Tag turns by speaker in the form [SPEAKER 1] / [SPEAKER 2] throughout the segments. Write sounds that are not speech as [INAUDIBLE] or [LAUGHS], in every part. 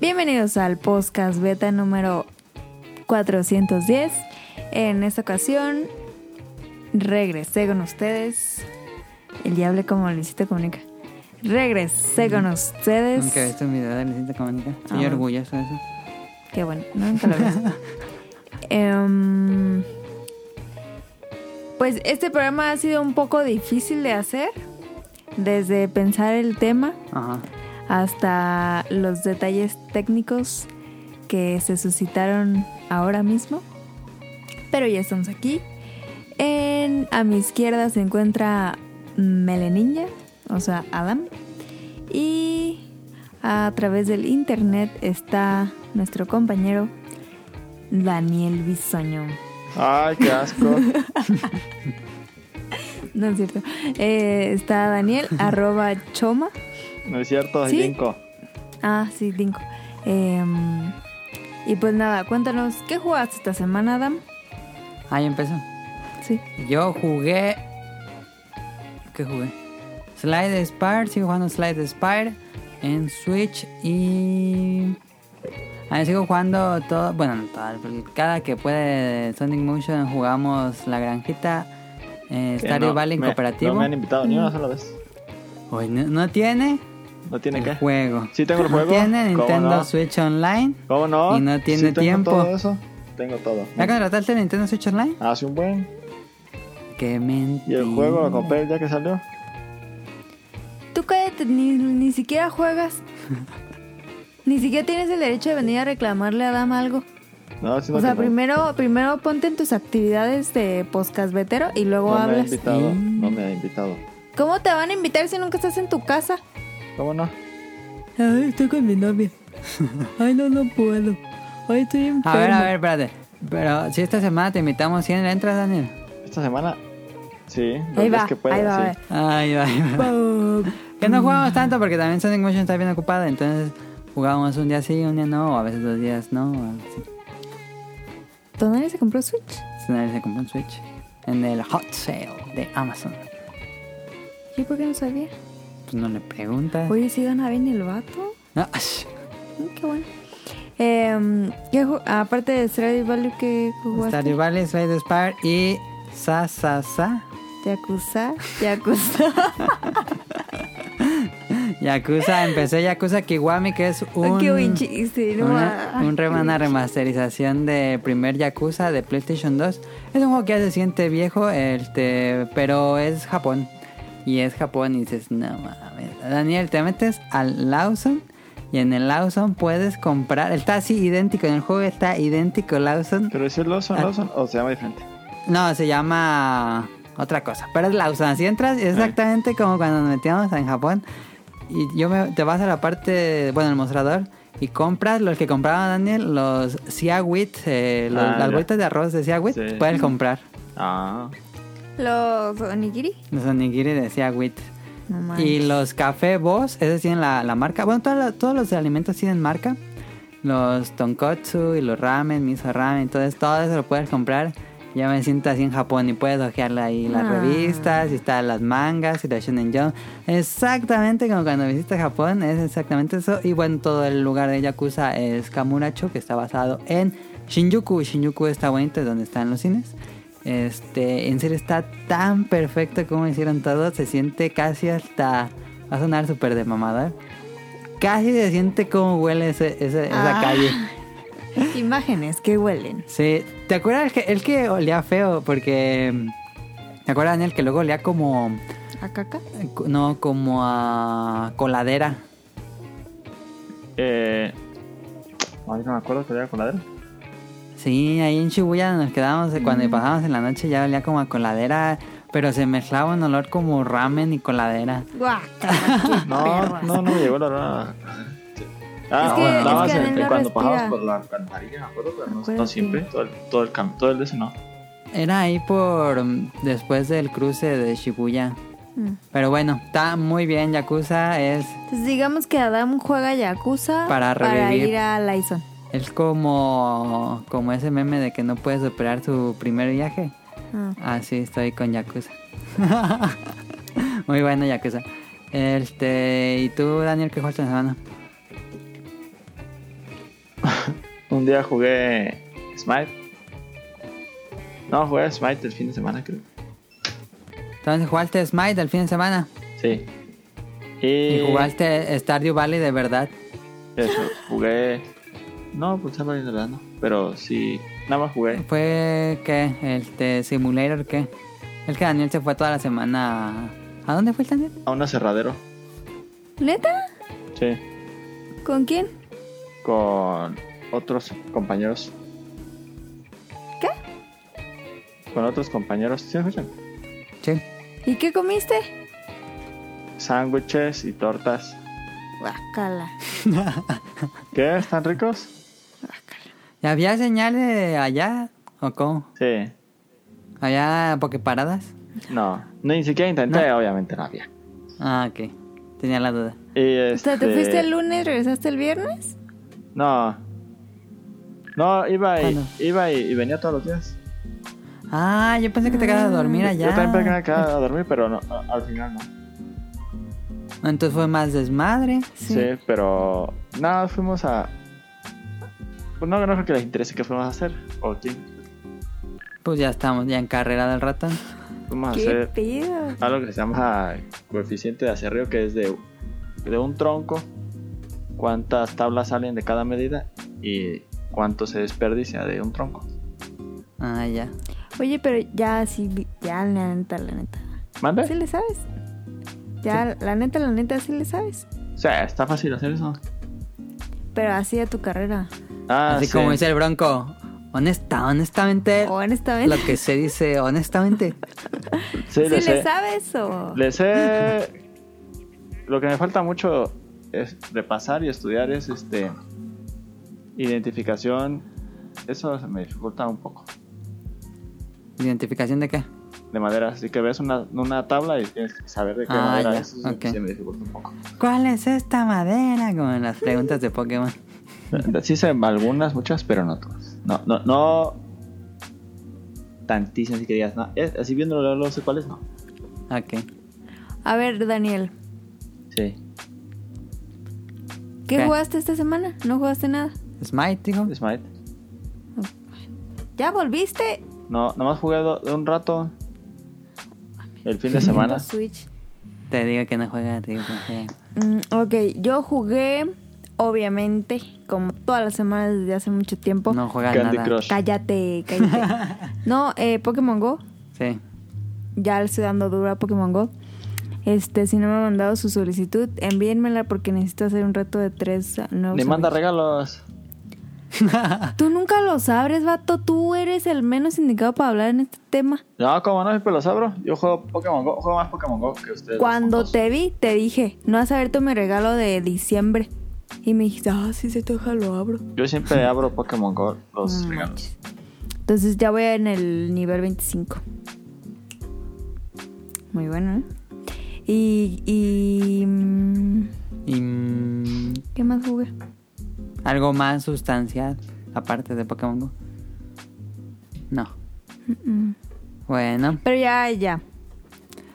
[SPEAKER 1] Bienvenidos al podcast beta número 410. En esta ocasión regresé con ustedes. El diable como Luisito Comunica. Regresé con ustedes.
[SPEAKER 2] Nunca he visto un video de Luisito Comunica. Estoy
[SPEAKER 1] Ah.
[SPEAKER 2] orgulloso de eso.
[SPEAKER 1] Qué bueno, nunca lo vi. Em, pues este programa ha sido un poco difícil de hacer. Desde pensar el tema
[SPEAKER 2] Ajá.
[SPEAKER 1] hasta los detalles técnicos que se suscitaron ahora mismo. Pero ya estamos aquí. En- a mi izquierda se encuentra Meleninja, o sea, Adam. Y a través del internet está nuestro compañero Daniel Bisoño.
[SPEAKER 3] Ay, qué asco.
[SPEAKER 1] No es cierto. Eh, está Daniel arroba choma.
[SPEAKER 3] No es cierto, es
[SPEAKER 1] ¿Sí?
[SPEAKER 3] Dinko.
[SPEAKER 1] Ah, sí, Dinko. Em, y pues nada, cuéntanos, ¿qué jugaste esta semana, Adam?
[SPEAKER 2] Ah, ya empezó.
[SPEAKER 1] Sí.
[SPEAKER 2] Yo jugué. ¿Qué jugué? Slide Spire, sigo jugando Slide Spire en Switch y. Ahí sigo jugando todo. Bueno, no todo, pero cada que puede Sonic Motion jugamos La Granjita, eh,
[SPEAKER 3] Que
[SPEAKER 2] Stardew
[SPEAKER 3] no,
[SPEAKER 2] Valley
[SPEAKER 3] me-
[SPEAKER 2] Cooperativo.
[SPEAKER 3] No me han invitado ni una sola vez.
[SPEAKER 2] Uy, no, no tiene
[SPEAKER 3] No tiene
[SPEAKER 2] el
[SPEAKER 3] que.
[SPEAKER 2] juego.
[SPEAKER 3] Sí tengo el
[SPEAKER 2] No
[SPEAKER 3] juego.
[SPEAKER 2] tiene
[SPEAKER 3] ¿Cómo
[SPEAKER 2] Nintendo
[SPEAKER 3] no?
[SPEAKER 2] Switch Online.
[SPEAKER 3] ¿Cómo no?
[SPEAKER 2] Y no tiene
[SPEAKER 3] Sí tengo
[SPEAKER 2] tiempo.
[SPEAKER 3] todo eso? Tengo todo.
[SPEAKER 2] ¿Ya contrataste Nintendo Switch Online?
[SPEAKER 3] Hace un buen.
[SPEAKER 2] Qué
[SPEAKER 3] Y
[SPEAKER 2] mentira.
[SPEAKER 3] el juego lo compré el día que salió.
[SPEAKER 1] Tú cállate, ni, ni siquiera juegas. ni siquiera tienes el derecho de venir a reclamarle a Adam algo.
[SPEAKER 3] No, sino
[SPEAKER 1] O sea,
[SPEAKER 3] que no-
[SPEAKER 1] primero, primero ponte en tus actividades de podcast vetero y luego
[SPEAKER 3] no, me ha
[SPEAKER 1] hablas.
[SPEAKER 3] invitado.
[SPEAKER 2] Sí.
[SPEAKER 3] No me ha invitado.
[SPEAKER 1] ¿Cómo te van a invitar si nunca estás en tu casa?
[SPEAKER 3] ¿Cómo no?
[SPEAKER 4] Ay, estoy con mi novia. Ay, no, no puedo. Ay, estoy enfermo.
[SPEAKER 2] A ver, a ver, espérate. Pero si esta semana te invitamos 100, ¿le entras, Daniel?
[SPEAKER 3] Esta semana. Sí, los
[SPEAKER 1] Ahí
[SPEAKER 3] días
[SPEAKER 1] va,
[SPEAKER 3] que pueda,
[SPEAKER 1] ahí va,
[SPEAKER 3] sí.
[SPEAKER 1] a ver.
[SPEAKER 2] Ay, ay, ay. Que no jugamos tanto porque también Sonic Motion está bien ocupada. Entonces jugábamos un día sí, un día no. O a veces dos días no. o así.
[SPEAKER 1] ¿Tonali se compró Switch?
[SPEAKER 2] Entonces, Nadie se compró un Switch. En el hot sale de Amazon.
[SPEAKER 1] ¿Yo por qué no sabía?
[SPEAKER 2] Pues no le preguntas.
[SPEAKER 1] Oye, si gana bien el vato.
[SPEAKER 2] No, ash.
[SPEAKER 1] Mm, qué bueno. Em, ¿qué ju- aparte de Stardew Valley, ¿qué jugaste?
[SPEAKER 2] Stardew Valley, Slade Spire y Sa Sa Sa.
[SPEAKER 1] Yakuza, Yakuza.
[SPEAKER 2] [LAUGHS] Yakuza, empecé Yakuza Kiwami, que es un.
[SPEAKER 1] Qué buen chiste, no
[SPEAKER 2] Una,
[SPEAKER 1] más.
[SPEAKER 2] un rem- una remasterización del primer Yakuza de PlayStation 2. Es un juego que ya se siente viejo, este, pero es Japón. Y es Japón y dices, no mames. Daniel, te metes al Lawson y en el Lawson puedes comprar. Está así idéntico, en el juego está idéntico Lawson.
[SPEAKER 3] Pero si es Lawson,
[SPEAKER 2] Ah.
[SPEAKER 3] Lawson, o se llama diferente.
[SPEAKER 2] No, se llama otra cosa. Pero es Lawson. Así entras exactamente como cuando nos metíamos en Japón. Y yo me, te vas a la parte, bueno, el mostrador. Y compras los que compraba Daniel, los Sea Wheat, eh, los-
[SPEAKER 3] Ah,
[SPEAKER 2] las
[SPEAKER 3] ya.
[SPEAKER 2] bolitas de arroz de Sea Wheat,
[SPEAKER 3] Sí.
[SPEAKER 2] puedes comprar.
[SPEAKER 3] Ah,
[SPEAKER 1] Los onigiri.
[SPEAKER 2] Los onigiri de Sea Wheat.
[SPEAKER 1] No más.
[SPEAKER 2] Y los Café Boss, esos tienen la, la marca. Bueno, toda la- todos los alimentos tienen marca. Los tonkotsu y los ramen, miso ramen, entonces todo eso lo puedes comprar. Ya me siento así en Japón y puedes ojear ahí las
[SPEAKER 1] Ah.
[SPEAKER 2] revistas, y están las mangas y la Shonen Jump. Exactamente como cuando visitas Japón, es exactamente eso. Y bueno, todo el lugar de Yakuza es Kamuracho, que está basado en Shinjuku. Shinjuku está bonito, es donde están los cines. Este, en serio está tan perfecto como hicieron todo, se siente casi hasta... Va a sonar súper de mamada. Casi se siente como huele ese- ese- esa
[SPEAKER 1] Ah.
[SPEAKER 2] calle.
[SPEAKER 1] Imágenes que huelen.
[SPEAKER 2] Sí, ¿te acuerdas el que, el que olía feo? Porque... mm, ¿Te acuerdas, Daniel, que luego olía como...
[SPEAKER 1] ¿A caca?
[SPEAKER 2] eh, cu- No, como a coladera.
[SPEAKER 3] eh. Ahorita me acuerdo que era coladera.
[SPEAKER 2] Sí, ahí en Shibuya nos quedábamos, eh, cuando pasábamos en la noche ya olía como a coladera, pero se mezclaba un olor como ramen y coladera. [LAUGHS]
[SPEAKER 1] Guácala, qué
[SPEAKER 3] No,
[SPEAKER 1] perras.
[SPEAKER 3] no, no me llegó la hora.
[SPEAKER 1] Es
[SPEAKER 3] Ah,
[SPEAKER 1] que-
[SPEAKER 3] bueno,
[SPEAKER 1] es
[SPEAKER 3] estabas
[SPEAKER 1] que
[SPEAKER 3] en-
[SPEAKER 1] Daniel no
[SPEAKER 3] cuando
[SPEAKER 1] respira.
[SPEAKER 3] pasabas por la alcantarilla, me acuerdo, pero no, no
[SPEAKER 1] Acuérdate.
[SPEAKER 3] siempre, todo el, todo el cam- todo el de ese no.
[SPEAKER 2] Era ahí por... mm, después del cruce de Shibuya.
[SPEAKER 1] Mm.
[SPEAKER 2] Pero bueno, está muy bien, Yakuza es...
[SPEAKER 1] Entonces digamos que Adam juega Yakuza
[SPEAKER 2] Para revivir.
[SPEAKER 1] ir a Lyson.
[SPEAKER 2] Es como, como ese meme de que no puedes superar tu primer viaje.
[SPEAKER 1] Ah.
[SPEAKER 2] Así estoy con Yakuza. [LAUGHS] Muy bueno, Yakuza. Este, ¿y tú, Daniel, qué jugaste en la semana?
[SPEAKER 3] Un día jugué Smite. No, jugué Smite el fin de semana, creo.
[SPEAKER 2] Entonces jugaste Smite el fin de semana.
[SPEAKER 3] Sí. Y,
[SPEAKER 2] Y jugaste Stardew Valley de verdad.
[SPEAKER 3] eso, jugué. No, pues estaba en verdad, no. Pero sí, nada más jugué.
[SPEAKER 2] ¿Fue qué? ¿Este Simulator qué? El que Daniel se fue toda la semana. a- ¿A dónde fue el Daniel?
[SPEAKER 3] A un aserradero.
[SPEAKER 1] ¿Neta?
[SPEAKER 3] Sí.
[SPEAKER 1] ¿Con quién?
[SPEAKER 3] Con otros compañeros.
[SPEAKER 1] ¿Qué?
[SPEAKER 3] Con otros compañeros. ¿Sí me escuchan?
[SPEAKER 2] Sí.
[SPEAKER 1] ¿Y qué comiste?
[SPEAKER 3] Sándwiches y tortas.
[SPEAKER 1] Guacala.
[SPEAKER 3] ¿Qué? ¿Están ricos?
[SPEAKER 2] ¿Y había señales allá? ¿O cómo?
[SPEAKER 3] Sí.
[SPEAKER 2] ¿Había pokeparadas?
[SPEAKER 3] No, ni siquiera intenté, obviamente no había.
[SPEAKER 2] Ah, ok. Tenía la duda.
[SPEAKER 3] Y
[SPEAKER 1] O sea, ¿te
[SPEAKER 3] este,
[SPEAKER 1] fuiste el lunes, regresaste el viernes?
[SPEAKER 3] No. No, iba y,
[SPEAKER 2] ¿Cuándo?
[SPEAKER 3] iba y, y venía todos los días.
[SPEAKER 2] Ah, yo pensé que te quedas a dormir allá.
[SPEAKER 3] Mm, Yo también pensé que me quedaba a dormir, pero no, a- al final no.
[SPEAKER 2] Entonces fue más desmadre.
[SPEAKER 3] Sí, pero nada, fuimos a... Pues no, no creo que les interese qué fuimos a hacer. O quién
[SPEAKER 2] Pues ya estamos, ya en carrera del ratón.
[SPEAKER 3] fuimos a
[SPEAKER 1] ¿Qué
[SPEAKER 3] hacer
[SPEAKER 1] pido?
[SPEAKER 3] algo que se llama coeficiente de acerreo, que es de, de un tronco, cuántas tablas salen de cada medida y cuánto se desperdicia de un tronco.
[SPEAKER 2] Ah, ya.
[SPEAKER 1] Oye, pero ya sí, vi- ya la neta, la neta.
[SPEAKER 3] ¿Mande?
[SPEAKER 1] ¿Sí le sabes? Ya, la neta, la neta, sí le sabes.
[SPEAKER 3] O sea, está fácil hacer eso.
[SPEAKER 1] Pero así a tu carrera.
[SPEAKER 3] Ah,
[SPEAKER 2] Así
[SPEAKER 3] sí.
[SPEAKER 2] como dice el bronco. Honesta, honestamente.
[SPEAKER 1] Honestamente,
[SPEAKER 2] Lo que se dice honestamente.
[SPEAKER 3] Sí,
[SPEAKER 1] ¿sí
[SPEAKER 3] le
[SPEAKER 1] le
[SPEAKER 3] sé.
[SPEAKER 1] sabes o...?
[SPEAKER 3] Le sé.
[SPEAKER 1] [LAUGHS]
[SPEAKER 3] Lo que me falta mucho es repasar y estudiar es este. Identificación. Eso se me dificulta un poco.
[SPEAKER 2] ¿Identificación de qué?
[SPEAKER 3] De madera. Así que ves una, una tabla y tienes que saber de qué
[SPEAKER 2] Ah,
[SPEAKER 3] madera
[SPEAKER 2] ya,
[SPEAKER 3] es. Eso se-
[SPEAKER 2] ok.
[SPEAKER 3] se me dificulta un poco.
[SPEAKER 2] ¿Cuál es esta madera? Como en las preguntas de Pokémon.
[SPEAKER 3] Eh, Sí sé algunas, muchas, pero no todas. No, no, no. Tantísimas, si querías. No. Es- Así viéndolo, luego, luego sé cuáles no.
[SPEAKER 2] Ok.
[SPEAKER 1] A ver, Daniel,
[SPEAKER 3] Sí.
[SPEAKER 1] ¿qué
[SPEAKER 2] ¿Qué?
[SPEAKER 1] jugaste esta semana? ¿No jugaste nada?
[SPEAKER 2] Smite, dijo.
[SPEAKER 3] Smite.
[SPEAKER 1] ¿Ya volviste?
[SPEAKER 3] No, nomás jugué do- un rato. El fin de semana.
[SPEAKER 1] Switch.
[SPEAKER 2] Te digo que no juega, te digo que no juega.
[SPEAKER 1] Mm, ok, yo jugué, obviamente, como todas las semanas desde hace mucho tiempo.
[SPEAKER 2] No juega
[SPEAKER 3] Candy
[SPEAKER 2] nada.
[SPEAKER 3] Crush.
[SPEAKER 1] Cállate, cállate. no, eh, Pokémon Go.
[SPEAKER 2] Sí.
[SPEAKER 1] Ya le estoy dando duro a Pokémon Go. Este, si no me han mandado su solicitud, envíenmela porque necesito hacer un reto de tres nuevos.
[SPEAKER 3] Ni manda
[SPEAKER 1] amigos.
[SPEAKER 3] regalos.
[SPEAKER 1] Tú nunca los abres, vato. Tú eres el menos indicado para hablar en este tema.
[SPEAKER 3] No, como no, siempre los abro. Yo juego Pokémon Go. Juego más Pokémon Go que ustedes.
[SPEAKER 1] Cuando
[SPEAKER 3] juntos.
[SPEAKER 1] te vi, te dije, no has abierto mi regalo de diciembre. Y me dijiste, ah, si se toca, lo abro.
[SPEAKER 3] Yo
[SPEAKER 1] [LAUGHS]
[SPEAKER 3] siempre abro Pokémon Go los
[SPEAKER 1] No
[SPEAKER 3] regalos.
[SPEAKER 1] manches. Entonces ya voy en el nivel 25. Muy bueno, ¿eh? Y, y... mm,
[SPEAKER 2] Y. mm,
[SPEAKER 1] ¿Qué más jugué?
[SPEAKER 2] algo más sustancial, aparte de Pokémon Go. No. Bueno.
[SPEAKER 1] Pero ya, ya.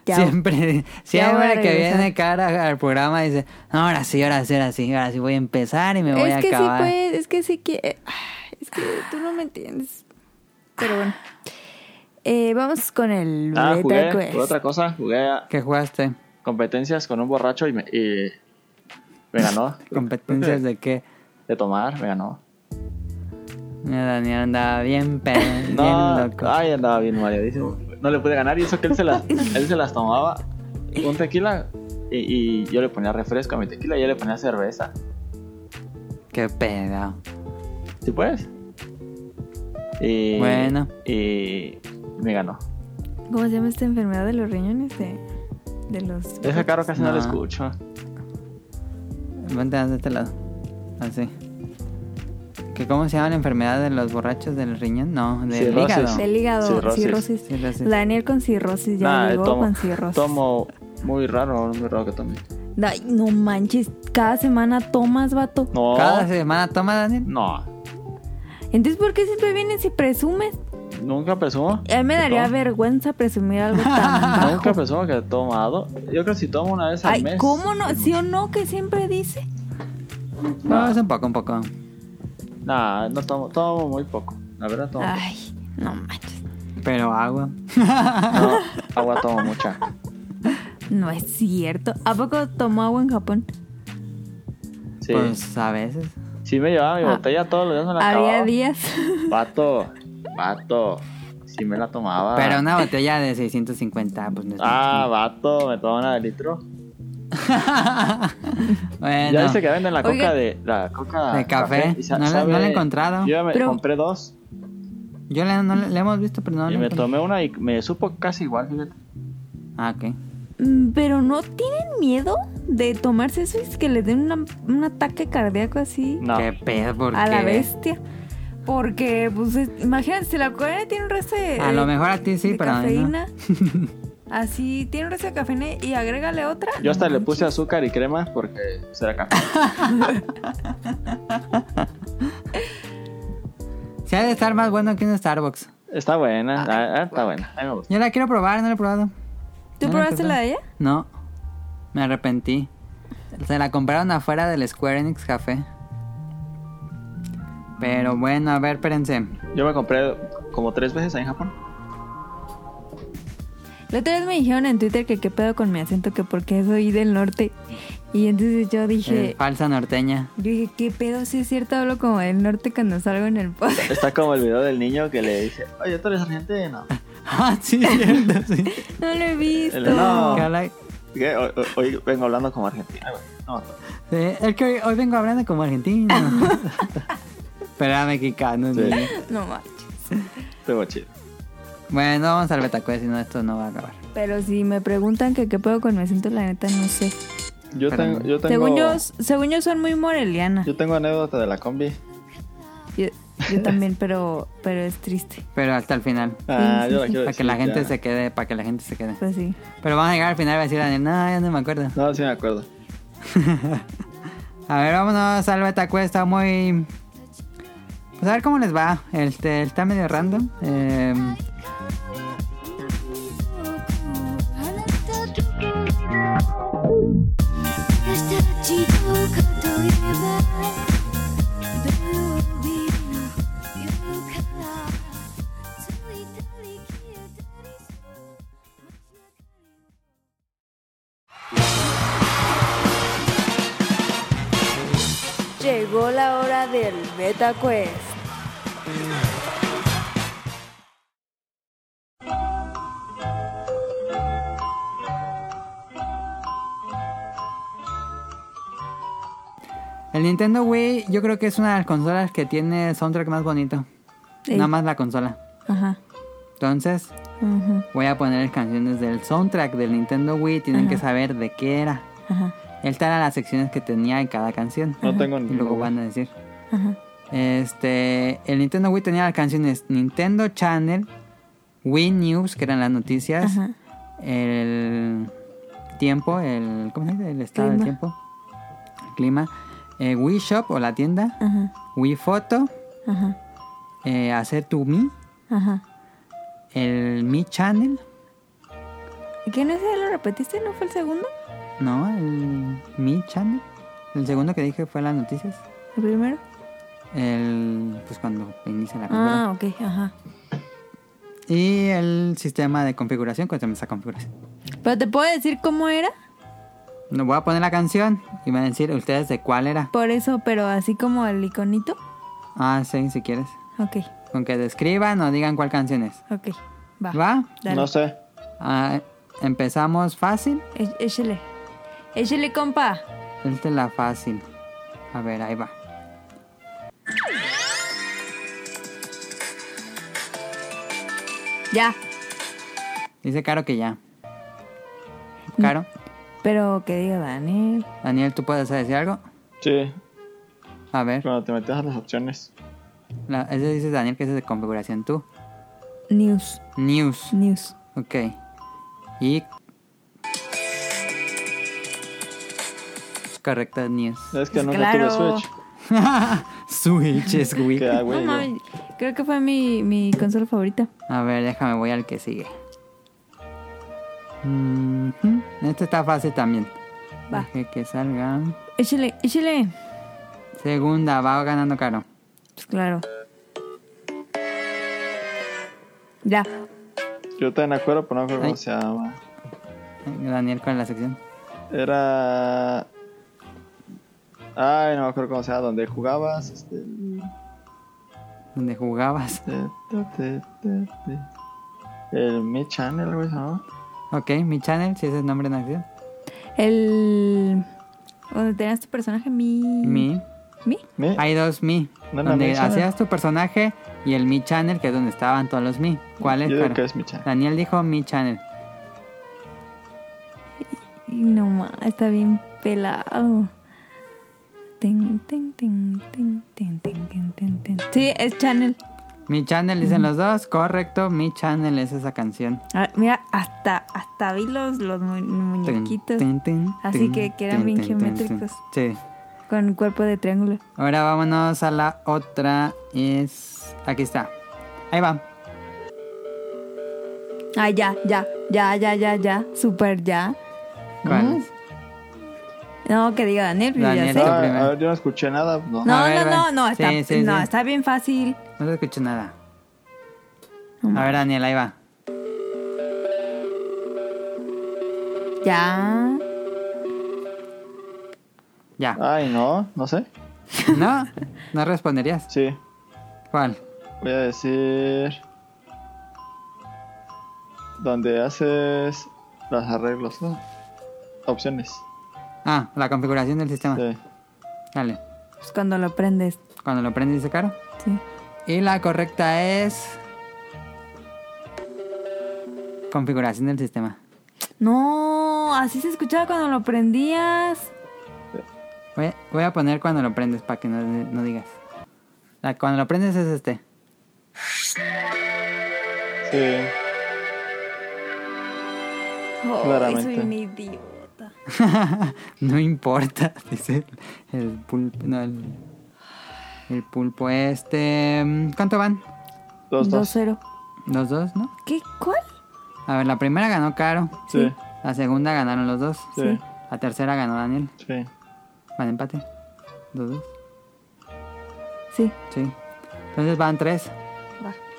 [SPEAKER 1] Ya.
[SPEAKER 2] Siempre,
[SPEAKER 1] Ya voy a
[SPEAKER 2] siempre que
[SPEAKER 1] regresar.
[SPEAKER 2] viene cara al programa dice, "No, ahora sí, ahora sí, ahora sí, ahora sí voy a empezar y me voy
[SPEAKER 1] es
[SPEAKER 2] a
[SPEAKER 1] que
[SPEAKER 2] acabar.
[SPEAKER 1] sí, pues, es que sí que... eh, Es que tú no me entiendes. Pero bueno. Eh, vamos con el...
[SPEAKER 3] Ah,
[SPEAKER 1] Beta
[SPEAKER 3] jugué.
[SPEAKER 1] Quest.
[SPEAKER 3] jugué otra cosa. Jugué a
[SPEAKER 2] ¿Qué jugaste?
[SPEAKER 3] competencias con un borracho y me, y me ganó.
[SPEAKER 2] ¿Competencias de qué?
[SPEAKER 3] De tomar, me ganó.
[SPEAKER 2] Mira, Daniel andaba bien
[SPEAKER 3] [LAUGHS]
[SPEAKER 2] pedo, bien
[SPEAKER 3] No,
[SPEAKER 2] loco.
[SPEAKER 3] ay, andaba bien mareadísimo. No le pude ganar y eso que él se las, él se las tomaba un tequila y, y yo le ponía refresco a mi tequila y yo le ponía cerveza.
[SPEAKER 2] Qué pedo.
[SPEAKER 3] ¿Sí puedes? Y,
[SPEAKER 2] Bueno.
[SPEAKER 3] Y me ganó.
[SPEAKER 1] ¿Cómo se llama esta enfermedad de los riñones? De, de los...
[SPEAKER 3] Esa caro casi no,
[SPEAKER 2] No.
[SPEAKER 3] la escucho.
[SPEAKER 2] Ponte de este lado. Así. ¿Que ¿Cómo se llama la enfermedad de los borrachos del riñón? No, del
[SPEAKER 3] Cirrosis.
[SPEAKER 2] hígado.
[SPEAKER 1] Del hígado, cirrosis.
[SPEAKER 3] Cirrosis.
[SPEAKER 2] Cirrosis.
[SPEAKER 1] Daniel con cirrosis, ya
[SPEAKER 3] Nah,
[SPEAKER 1] llegó
[SPEAKER 3] tomo,
[SPEAKER 1] con cirrosis.
[SPEAKER 3] tomo muy raro, muy raro que tome.
[SPEAKER 1] Ay, no manches, cada semana tomas, vato.
[SPEAKER 3] No,
[SPEAKER 2] Cada semana toma, Daniel.
[SPEAKER 3] no,
[SPEAKER 1] Entonces, ¿por qué siempre vienes y presumes?
[SPEAKER 3] nunca presumo.
[SPEAKER 1] A mí me
[SPEAKER 3] que
[SPEAKER 1] daría
[SPEAKER 3] tomo.
[SPEAKER 1] vergüenza presumir
[SPEAKER 3] [LAUGHS]
[SPEAKER 1] algo tan bajo.
[SPEAKER 3] Nunca presumo que he tomado. Yo creo que si tomo una vez al
[SPEAKER 1] Ay,
[SPEAKER 3] mes.
[SPEAKER 1] ¿cómo no? ¿Sí o no que siempre dice?
[SPEAKER 2] No, es un poco, un poco.
[SPEAKER 3] Nah, no tomo, tomo muy poco. La verdad tomo.
[SPEAKER 1] Ay, no manches.
[SPEAKER 2] Pero agua.
[SPEAKER 3] No, agua tomo mucha.
[SPEAKER 1] No es cierto. ¿A poco tomó agua en Japón?
[SPEAKER 3] Sí.
[SPEAKER 2] Pues a veces.
[SPEAKER 3] Sí me llevaba mi
[SPEAKER 1] Ah.
[SPEAKER 3] botella todos los días me la
[SPEAKER 1] Había
[SPEAKER 3] acababa.
[SPEAKER 1] días.
[SPEAKER 3] Vato, vato. Sí me la tomaba.
[SPEAKER 2] Pero una botella de 650, pues no es
[SPEAKER 3] Ah,
[SPEAKER 2] [LAUGHS]
[SPEAKER 3] vato, me tomaba una de litro.
[SPEAKER 2] mucho. Bueno.
[SPEAKER 3] Ya dice que venden la coca
[SPEAKER 1] Oigan.
[SPEAKER 3] de la coca
[SPEAKER 2] Eh, De café.
[SPEAKER 3] sa-
[SPEAKER 2] No la- no la he encontrado.
[SPEAKER 3] Yo ya me
[SPEAKER 1] Pero-
[SPEAKER 3] compré dos
[SPEAKER 2] Yo le, no le- le hemos visto, pero no
[SPEAKER 3] y
[SPEAKER 2] le
[SPEAKER 3] me
[SPEAKER 2] encontré.
[SPEAKER 3] tomé una y me supo casi igual, fíjate.
[SPEAKER 2] Ah, ok.
[SPEAKER 1] Mm, Pero no tienen miedo de tomarse eso y es que le den una- un ataque cardíaco así
[SPEAKER 3] No.
[SPEAKER 2] Qué pedo, porque...
[SPEAKER 1] a la bestia. Porque, pues, es- imagínate, si la coreana tiene un resto de.
[SPEAKER 2] A lo
[SPEAKER 1] de-
[SPEAKER 2] mejor a ti sí,
[SPEAKER 1] eh, de
[SPEAKER 2] pero a mí no. [LAUGHS]
[SPEAKER 1] cafeína. Así, tiene un resto de cafeína y agrégale otra.
[SPEAKER 3] Yo hasta le puse azúcar y crema porque pues, era café.
[SPEAKER 2] Sí ha de estar más bueno que un Starbucks.
[SPEAKER 3] Está buena, la- la-
[SPEAKER 2] Ah.
[SPEAKER 3] está buena. A mí me gusta.
[SPEAKER 2] Yo la quiero probar, no la he probado.
[SPEAKER 1] ¿Tú
[SPEAKER 2] No la he
[SPEAKER 1] probaste la
[SPEAKER 2] probado.
[SPEAKER 1] de ella?
[SPEAKER 2] No, me arrepentí. Se la compraron afuera del Square Enix Café. Pero bueno, a ver, espérense.
[SPEAKER 3] Yo me compré como tres veces ahí en Japón.
[SPEAKER 1] La otra vez me dijeron en Twitter que qué pedo con mi acento, que porque soy del norte. Y entonces yo
[SPEAKER 2] Eh,
[SPEAKER 1] dije,
[SPEAKER 2] falsa norteña.
[SPEAKER 1] yo dije, qué pedo, si es cierto, hablo como del norte cuando salgo en el podcast.
[SPEAKER 3] Está como el video del niño que le dice, oye, tú eres argentino.
[SPEAKER 2] [LAUGHS] Ah, sí, cierto, sí.
[SPEAKER 1] [LAUGHS] No lo he visto.
[SPEAKER 3] El- no.
[SPEAKER 2] Que habla-
[SPEAKER 3] ¿Qué? Hoy, hoy- hoy vengo hablando como argentino. güey. No,
[SPEAKER 2] Sí, es que hoy, hoy vengo hablando como
[SPEAKER 3] [LAUGHS]
[SPEAKER 2] argentino. Pero era mexicano.
[SPEAKER 3] Sí.
[SPEAKER 2] niño.
[SPEAKER 1] No manches.
[SPEAKER 3] estuvo chido.
[SPEAKER 2] Bueno, vamos al betacue, si no, esto no va a acabar.
[SPEAKER 1] Pero si me preguntan que qué pedo con mi acento, la neta no sé.
[SPEAKER 3] Yo
[SPEAKER 2] Espérame.
[SPEAKER 3] tengo, yo tengo,
[SPEAKER 1] Según yo, según yo son muy moreliana. Yo,
[SPEAKER 3] yo tengo anécdota de la combi.
[SPEAKER 1] yo también, pero, pero es triste.
[SPEAKER 2] Pero hasta el final.
[SPEAKER 3] Ah,
[SPEAKER 1] Sí,
[SPEAKER 3] yo
[SPEAKER 1] sí,
[SPEAKER 3] la
[SPEAKER 1] sí.
[SPEAKER 3] quiero
[SPEAKER 2] Para que la
[SPEAKER 3] decir,
[SPEAKER 2] gente
[SPEAKER 3] ya.
[SPEAKER 2] se quede, para que la gente se quede.
[SPEAKER 1] Pues sí.
[SPEAKER 2] Pero vamos a llegar al final y va a decir Daniel, no, ya no me acuerdo.
[SPEAKER 3] No, sí me acuerdo.
[SPEAKER 2] A ver, vámonos al Betacue, está muy... Pues a ver cómo les va. Este, está medio random. Eh,
[SPEAKER 1] Llegó la hora del Beta Quest.
[SPEAKER 2] el Nintendo Wii yo creo que es una de las consolas que tiene soundtrack más bonito.
[SPEAKER 1] Ey.
[SPEAKER 2] Nada más la consola.
[SPEAKER 1] Ajá.
[SPEAKER 2] Entonces
[SPEAKER 1] Ajá.
[SPEAKER 2] voy a poner las canciones del soundtrack del Nintendo Wii. Tienen que saber de qué era.
[SPEAKER 1] Ajá.
[SPEAKER 2] Esta eran las secciones que tenía en cada canción.
[SPEAKER 3] No tengo
[SPEAKER 2] Y
[SPEAKER 3] ni
[SPEAKER 2] luego van a decir.
[SPEAKER 1] Ajá.
[SPEAKER 2] Este, el Nintendo Wii tenía las canciones Nintendo Channel, Wii News, que eran las noticias,
[SPEAKER 1] Ajá.
[SPEAKER 2] el tiempo, el ¿cómo se dice? El estado del
[SPEAKER 1] Clima.
[SPEAKER 2] tiempo, el clima, eh, Wii Shop o la tienda,
[SPEAKER 1] Ajá.
[SPEAKER 2] Wii Foto,
[SPEAKER 1] Ajá.
[SPEAKER 2] eh, hacer tu Mi,
[SPEAKER 1] Ajá.
[SPEAKER 2] el Mi Channel,
[SPEAKER 1] ¿Qué no sé? ¿Lo repetiste? ¿No fue el segundo?
[SPEAKER 2] no, el Mi Channel, el segundo que dije fue las noticias,
[SPEAKER 1] ¿El primero?
[SPEAKER 2] el pues cuando inicia la consola.
[SPEAKER 1] Ah, ok, ajá.
[SPEAKER 2] y el sistema de configuración cuando se empieza a configuración.
[SPEAKER 1] Pero te puedo decir cómo era.
[SPEAKER 2] No voy a poner la canción y me van a decir ustedes de cuál era.
[SPEAKER 1] Por eso, pero así como el iconito.
[SPEAKER 2] Ah, sí, si quieres.
[SPEAKER 1] Ok,
[SPEAKER 2] Con que describan o digan cuál canción es.
[SPEAKER 1] ok. Va.
[SPEAKER 2] ¿Va?
[SPEAKER 1] Dale.
[SPEAKER 3] No sé.
[SPEAKER 2] Ah, empezamos fácil.
[SPEAKER 1] Éch- Échele. Échele, compa.
[SPEAKER 2] Esta es Este la fácil. A ver, ahí va.
[SPEAKER 1] Ya.
[SPEAKER 2] Dice Caro que ya. Caro,
[SPEAKER 1] Pero que diga Daniel.
[SPEAKER 2] Daniel, ¿tú puedes decir algo?
[SPEAKER 3] Sí,
[SPEAKER 2] A ver.
[SPEAKER 3] cuando te metes a las opciones.
[SPEAKER 2] La, ese dice Daniel que ese es de configuración. Tú.
[SPEAKER 1] News,
[SPEAKER 2] News.
[SPEAKER 1] news.
[SPEAKER 2] Ok. Y... Correcto, news. [LAUGHS]
[SPEAKER 3] Es que
[SPEAKER 1] Pues
[SPEAKER 3] nunca
[SPEAKER 1] claro.
[SPEAKER 3] tuve Switch.
[SPEAKER 2] Switch es Wii.
[SPEAKER 3] Que, ah, güey,
[SPEAKER 1] No
[SPEAKER 3] yo-
[SPEAKER 1] mames, creo que fue mi, mi consola favorita.
[SPEAKER 2] A ver, déjame, voy al que sigue. Mhm. Este está fácil también.
[SPEAKER 1] Va.
[SPEAKER 2] Deje que salga.
[SPEAKER 1] Échele, échele.
[SPEAKER 2] Segunda, va ganando caro.
[SPEAKER 1] Pues claro. Ya.
[SPEAKER 3] Yo también me acuerdo, pero no me acuerdo
[SPEAKER 2] Ay.
[SPEAKER 3] cómo se llama.
[SPEAKER 2] Daniel con la sección.
[SPEAKER 3] Era. Ay, no me acuerdo cómo se llama, donde jugabas. Este.
[SPEAKER 2] Donde jugabas.
[SPEAKER 3] te, te, te, te, te. El Mi Channel, güey, ¿no?
[SPEAKER 2] Ok, mi channel, si ese es el nombre en acción.
[SPEAKER 1] El. Donde tenías tu personaje, mi.
[SPEAKER 2] Mi.
[SPEAKER 1] Mi.
[SPEAKER 3] Mi.
[SPEAKER 2] Hay dos mi.
[SPEAKER 3] No, no, mi
[SPEAKER 2] donde
[SPEAKER 3] channel.
[SPEAKER 2] hacías tu personaje y el mi channel, que es donde estaban todos los mi. ¿Cuál es?
[SPEAKER 3] Yo digo
[SPEAKER 2] Caro?
[SPEAKER 3] que es Mi Channel.
[SPEAKER 2] Daniel dijo mi channel.
[SPEAKER 1] Y No ma, está bien pelado. Tin, tin, tin, tin, tin, tin, tin, tin, tin. Sí, es Channel.
[SPEAKER 2] Mi channel, dicen los dos. Correcto, mi channel es esa canción.
[SPEAKER 1] Ah, mira, hasta, hasta vi los, los mu-
[SPEAKER 2] Tun,
[SPEAKER 1] muñequitos
[SPEAKER 2] tun, tun,
[SPEAKER 1] Así
[SPEAKER 2] tun,
[SPEAKER 1] que- que eran
[SPEAKER 2] tun,
[SPEAKER 1] bien
[SPEAKER 2] tun, tun, tun.
[SPEAKER 1] geométricos.
[SPEAKER 2] Sí.
[SPEAKER 1] con cuerpo de triángulo.
[SPEAKER 2] Ahora vámonos a la otra. Es. Aquí está. Ahí va.
[SPEAKER 1] Ah, ya, ya, ya, ya, ya, ya. Super ya.
[SPEAKER 2] ¿Cuál
[SPEAKER 1] Mm.
[SPEAKER 2] es?
[SPEAKER 1] No, que diga Daniel, pero
[SPEAKER 2] Daniel,
[SPEAKER 1] ya
[SPEAKER 2] tú
[SPEAKER 1] sé.
[SPEAKER 3] Ah,
[SPEAKER 2] primero.
[SPEAKER 3] a ver, yo no escuché nada. No.
[SPEAKER 1] No,
[SPEAKER 2] A ver,
[SPEAKER 1] no,
[SPEAKER 2] va.
[SPEAKER 1] no, no,
[SPEAKER 2] Sí,
[SPEAKER 1] está,
[SPEAKER 2] sí,
[SPEAKER 1] no,
[SPEAKER 2] sí.
[SPEAKER 1] está bien fácil.
[SPEAKER 2] No se escuchó nada.
[SPEAKER 1] No
[SPEAKER 2] A
[SPEAKER 1] mames.
[SPEAKER 2] ver, Daniel, ahí va.
[SPEAKER 1] Ya.
[SPEAKER 2] Ya.
[SPEAKER 3] Ay, no, no sé. Ah.
[SPEAKER 2] ¿No? ¿No responderías?
[SPEAKER 3] Sí,
[SPEAKER 2] ¿Cuál?
[SPEAKER 3] voy a decir. Donde haces los arreglos, ¿no? Opciones.
[SPEAKER 2] Ah, la configuración del sistema.
[SPEAKER 3] Sí.
[SPEAKER 2] Dale.
[SPEAKER 1] Pues cuando lo prendes,
[SPEAKER 2] Cuando lo prendes dice caro.
[SPEAKER 1] sí.
[SPEAKER 2] Y la correcta es. Configuración del sistema.
[SPEAKER 1] No, así se escuchaba cuando lo prendías.
[SPEAKER 2] Voy a, voy a poner cuando lo prendes para que no, no digas. La- cuando lo prendes es este. [LAUGHS]
[SPEAKER 3] Sí.
[SPEAKER 1] Oh, soy
[SPEAKER 3] Claramente.
[SPEAKER 1] un idiota.
[SPEAKER 2] no importa, [LAUGHS] dice el pulpo. No, el, el pulpo este. mm, ¿Cuánto van?
[SPEAKER 3] Los dos.
[SPEAKER 1] 2-0.
[SPEAKER 2] Los dos, ¿no?
[SPEAKER 1] ¿Qué? ¿Cuál?
[SPEAKER 2] A ver, la primera ganó Caro.
[SPEAKER 3] Sí,
[SPEAKER 2] La segunda ganaron los dos.
[SPEAKER 3] sí,
[SPEAKER 2] La tercera ganó Daniel.
[SPEAKER 3] sí.
[SPEAKER 2] Van empate. Dos, dos.
[SPEAKER 1] Sí.
[SPEAKER 2] Sí. Entonces van tres.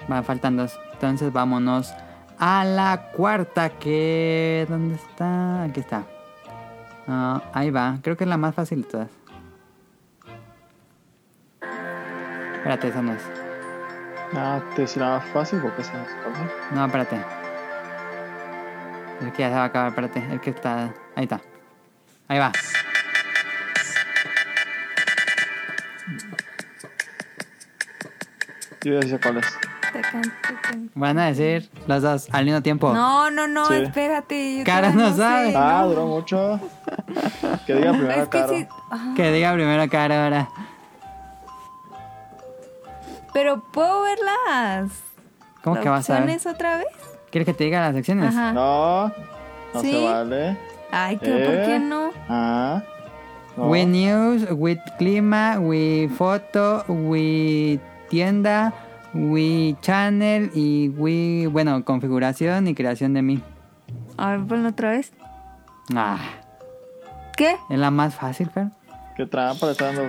[SPEAKER 1] Va.
[SPEAKER 2] Va, faltan dos. Entonces vámonos a la cuarta que... ¿Dónde está? Aquí está. Ah, ahí va. Creo que es la más fácil de todas. Espérate, esa no es.
[SPEAKER 3] Ah, te será fácil porque se nos pasa.
[SPEAKER 2] No, espérate. El que ya se va a acabar, espérate. El que está... Ahí está. Ahí va.
[SPEAKER 3] Yo ya sé cuál es.
[SPEAKER 1] Tacan, tacan.
[SPEAKER 2] Van a decir los dos al mismo tiempo.
[SPEAKER 1] No, no, no,
[SPEAKER 3] Sí.
[SPEAKER 1] espérate. yo
[SPEAKER 2] Cara,
[SPEAKER 1] todavía
[SPEAKER 2] no sabe.
[SPEAKER 1] sé,
[SPEAKER 3] Ah,
[SPEAKER 1] no.
[SPEAKER 3] duró mucho. Que diga
[SPEAKER 1] [LAUGHS]
[SPEAKER 3] primero
[SPEAKER 1] Es que
[SPEAKER 3] Caro.
[SPEAKER 1] sí. ah,
[SPEAKER 2] Que diga primero cara ahora.
[SPEAKER 1] Pero puedo ver las
[SPEAKER 2] ¿Cómo que vas a ver?
[SPEAKER 1] opciones otra vez.
[SPEAKER 2] ¿Quieres que te diga las secciones?
[SPEAKER 1] Ajá.
[SPEAKER 3] No, no
[SPEAKER 1] Sí.
[SPEAKER 3] se vale.
[SPEAKER 1] Ay, pero ¿por
[SPEAKER 3] Eh.
[SPEAKER 1] qué no?
[SPEAKER 3] Ah, no.
[SPEAKER 2] We news, we clima, we foto, we tienda, we channel y we, bueno, configuración y creación de mí.
[SPEAKER 1] A ver, ponlo otra vez.
[SPEAKER 2] Ah,
[SPEAKER 1] ¿Qué?
[SPEAKER 2] es la más fácil, pero.
[SPEAKER 3] Qué trampa le está dando.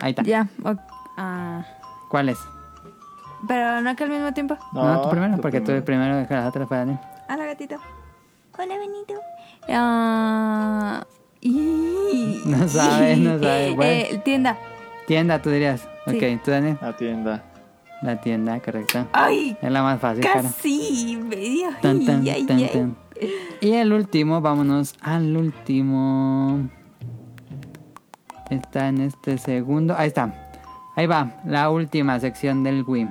[SPEAKER 2] Ahí está.
[SPEAKER 1] Ya. ok. Ah,
[SPEAKER 2] ¿Cuál es?
[SPEAKER 1] pero no que al mismo tiempo.
[SPEAKER 2] No, tú primero, porque tú primero dejas las otras para Daniel.
[SPEAKER 1] A la gatita. Hola, Benito. Ah, y...
[SPEAKER 2] No sabe, no sabe, bueno.
[SPEAKER 1] [LAUGHS] Eh, tienda.
[SPEAKER 2] Tienda, tú dirías.
[SPEAKER 1] Sí.
[SPEAKER 2] Ok, tú Daniel.
[SPEAKER 3] La tienda.
[SPEAKER 2] La tienda, correcto.
[SPEAKER 1] ¡Ay!
[SPEAKER 2] Es la más fácil, claro.
[SPEAKER 1] Casi. medio.
[SPEAKER 2] Tan, tan,
[SPEAKER 1] Ay, ay,
[SPEAKER 2] tan,
[SPEAKER 1] ay.
[SPEAKER 2] tan. Y el último, vámonos al último. Está en este segundo. Ahí está. Ahí va, la última sección del Wii.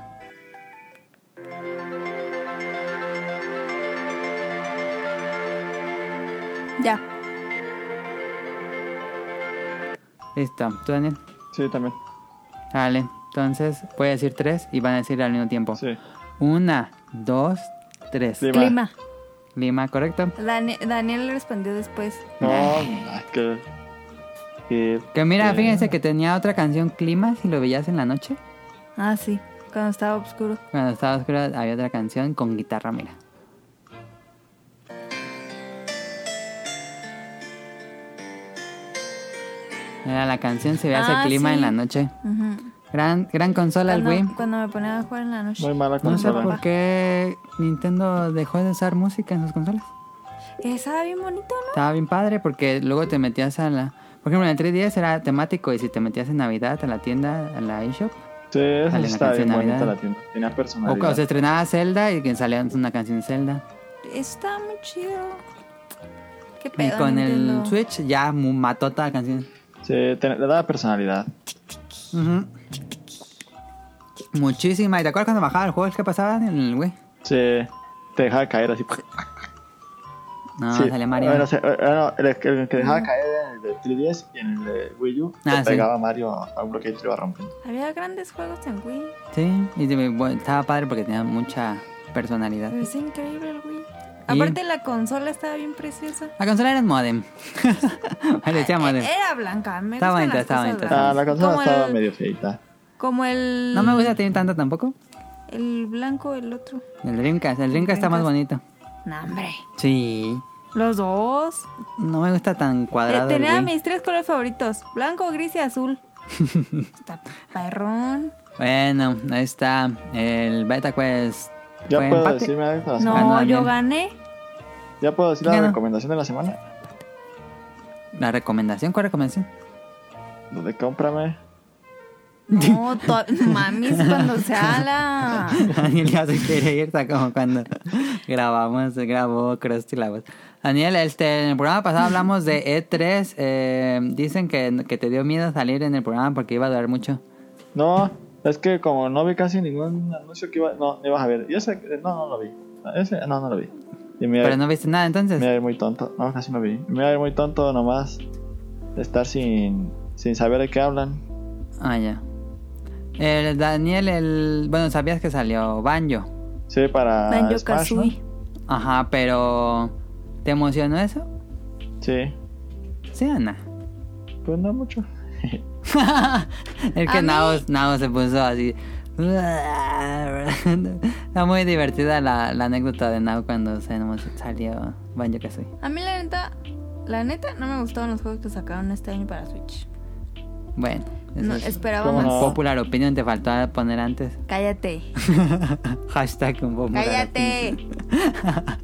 [SPEAKER 1] Ya.
[SPEAKER 2] Listo, tú Daniel.
[SPEAKER 3] Sí, también.
[SPEAKER 2] Dale, entonces voy a decir tres y van a decir al mismo tiempo.
[SPEAKER 3] Sí.
[SPEAKER 2] Una, dos, tres.
[SPEAKER 3] Sí. Clima.
[SPEAKER 1] Clima.
[SPEAKER 2] Lima, correcto.
[SPEAKER 1] Dani- Daniel le respondió después.
[SPEAKER 3] No, ay, que. que-
[SPEAKER 2] Que mira,
[SPEAKER 3] que-
[SPEAKER 2] fíjense que tenía otra canción Clima, si lo veías en la noche.
[SPEAKER 1] Ah, sí. Cuando estaba oscuro.
[SPEAKER 2] Cuando estaba oscura había otra canción con guitarra, mira. Era la canción, se veía
[SPEAKER 1] Ah,
[SPEAKER 2] ese clima
[SPEAKER 1] sí.
[SPEAKER 2] en la noche.
[SPEAKER 1] Ujú.
[SPEAKER 2] Gran, gran consola el
[SPEAKER 1] Cuando,
[SPEAKER 2] Wii.
[SPEAKER 1] cuando me ponía a jugar en la noche.
[SPEAKER 3] Muy mala
[SPEAKER 2] Ah, No sé
[SPEAKER 3] consola.
[SPEAKER 1] Consola.
[SPEAKER 2] por qué Nintendo dejó de usar música en sus consolas.
[SPEAKER 1] Estaba bien bonito, ¿no?
[SPEAKER 2] Estaba bien padre porque luego te metías a la... Por ejemplo, en el 3DS era temático y si te metías en Navidad a la tienda, a la eShop,
[SPEAKER 3] Sí, esa
[SPEAKER 2] Sale la
[SPEAKER 3] está
[SPEAKER 2] canción
[SPEAKER 3] bien bonita
[SPEAKER 2] Navidad.
[SPEAKER 3] la tienda. Tenía
[SPEAKER 2] o,
[SPEAKER 3] personalidad.
[SPEAKER 2] cuando se estrenaba Zelda y que salía una canción de Zelda.
[SPEAKER 1] Estaba muy chido. Qué
[SPEAKER 2] Y
[SPEAKER 1] pedo.
[SPEAKER 2] con el
[SPEAKER 1] Nintendo?
[SPEAKER 2] Switch ya mu- mató toda la canción.
[SPEAKER 3] Sí, te- le daba personalidad.
[SPEAKER 2] Ujú. Muchísima. ¿Y te acuerdas cuando bajaba el juego? ¿Qué pasaba en el Wii?
[SPEAKER 3] Sí, te dejaba caer así.
[SPEAKER 2] No,
[SPEAKER 3] sí.
[SPEAKER 2] salía Ah, Mario. Mm.
[SPEAKER 3] Bueno, se- bueno, el, el- el que dejaba caer era el de 3DS y en el de Wii U
[SPEAKER 2] Ah,
[SPEAKER 3] te
[SPEAKER 2] sí.
[SPEAKER 3] pegaba Mario a un bloque y te lo iba rompiendo.
[SPEAKER 1] Había grandes juegos en Wii.
[SPEAKER 2] Sí, y se me- bueno, estaba padre porque tenía mucha personalidad.
[SPEAKER 1] Pero es increíble el Wii. Aparte la consola estaba bien preciosa. Eh,
[SPEAKER 2] La consola era en modem. [LAUGHS] Le decía modem.
[SPEAKER 1] Era blanca, me
[SPEAKER 2] Estaba
[SPEAKER 1] gustan
[SPEAKER 2] bonita,
[SPEAKER 1] las
[SPEAKER 2] estaba
[SPEAKER 1] cosas
[SPEAKER 2] bonita.
[SPEAKER 3] Ah,
[SPEAKER 1] blancas.
[SPEAKER 3] la consola
[SPEAKER 1] Como
[SPEAKER 3] estaba
[SPEAKER 1] el-
[SPEAKER 3] medio feita.
[SPEAKER 1] Como el...
[SPEAKER 2] No me gusta tener tanto tampoco.
[SPEAKER 1] El blanco, el otro.
[SPEAKER 2] El Dreamcast. El Dreamcast está más bonito.
[SPEAKER 1] No, hombre.
[SPEAKER 2] Sí.
[SPEAKER 1] Los dos.
[SPEAKER 2] No me gusta tan
[SPEAKER 1] Eh,
[SPEAKER 2] cuadrado. el
[SPEAKER 1] tenía
[SPEAKER 2] Wii.
[SPEAKER 1] mis tres colores favoritos. Blanco, gris y
[SPEAKER 2] [LAUGHS]
[SPEAKER 1] azul. Está perrón.
[SPEAKER 2] Bueno, ahí está. El Beta Quest.
[SPEAKER 3] ¿Ya
[SPEAKER 2] fue
[SPEAKER 3] puedo
[SPEAKER 2] empate.
[SPEAKER 3] decirme algo?
[SPEAKER 1] No,
[SPEAKER 2] ganó
[SPEAKER 1] yo
[SPEAKER 2] alguien.
[SPEAKER 1] gané.
[SPEAKER 3] ¿Ya puedo decir la
[SPEAKER 2] Ya no.
[SPEAKER 3] recomendación de la semana?
[SPEAKER 2] La recomendación, ¿cuál recomendación?
[SPEAKER 3] Donde cómprame.
[SPEAKER 1] No,
[SPEAKER 2] [LAUGHS]
[SPEAKER 1] to- mamis cuando se ala.
[SPEAKER 2] Daniel ya se quiere ir, está como cuando grabamos, grabó Krusty la voz. Daniel, este, en el programa pasado hablamos de E3. eh, dicen que, que te dio miedo salir en el programa porque iba a durar mucho.
[SPEAKER 3] No, es que como no vi casi ningún anuncio que iba. No, no ibas a ver. Y ese, eh, no, no lo vi. Ese, no, no lo vi. Y me,
[SPEAKER 2] Pero no viste nada entonces.
[SPEAKER 3] me iba a ver muy tonto. No, casi no vi. Me iba a ver muy tonto nomás estar sin, sin saber de qué hablan.
[SPEAKER 2] Ah, ya. El Daniel, el. Bueno, sabías que salió Banjo.
[SPEAKER 3] Sí, para.
[SPEAKER 1] Banjo
[SPEAKER 3] Smash, ¿no?
[SPEAKER 1] Kazooie.
[SPEAKER 2] Ajá, pero. ¿Te emocionó eso?
[SPEAKER 3] Sí,
[SPEAKER 2] Sí, Ana.
[SPEAKER 3] pues no mucho.
[SPEAKER 2] [LAUGHS] Es
[SPEAKER 1] A
[SPEAKER 2] que
[SPEAKER 1] mí-
[SPEAKER 2] Nao, Nao se puso así. Está muy divertida la, la anécdota de Nao cuando se nos salió Banjo Kazooie.
[SPEAKER 1] A mí la neta, la neta no me gustaron los juegos que sacaron este año para Switch.
[SPEAKER 2] Bueno, eso
[SPEAKER 1] No,
[SPEAKER 2] es
[SPEAKER 1] esperaba
[SPEAKER 3] ¿Cómo
[SPEAKER 1] más.
[SPEAKER 3] no?
[SPEAKER 2] popular opinion. Te faltó poner antes [LAUGHS]
[SPEAKER 1] Cállate.
[SPEAKER 2] hashtag un popular
[SPEAKER 1] Cállate.
[SPEAKER 2] opinion. [LAUGHS]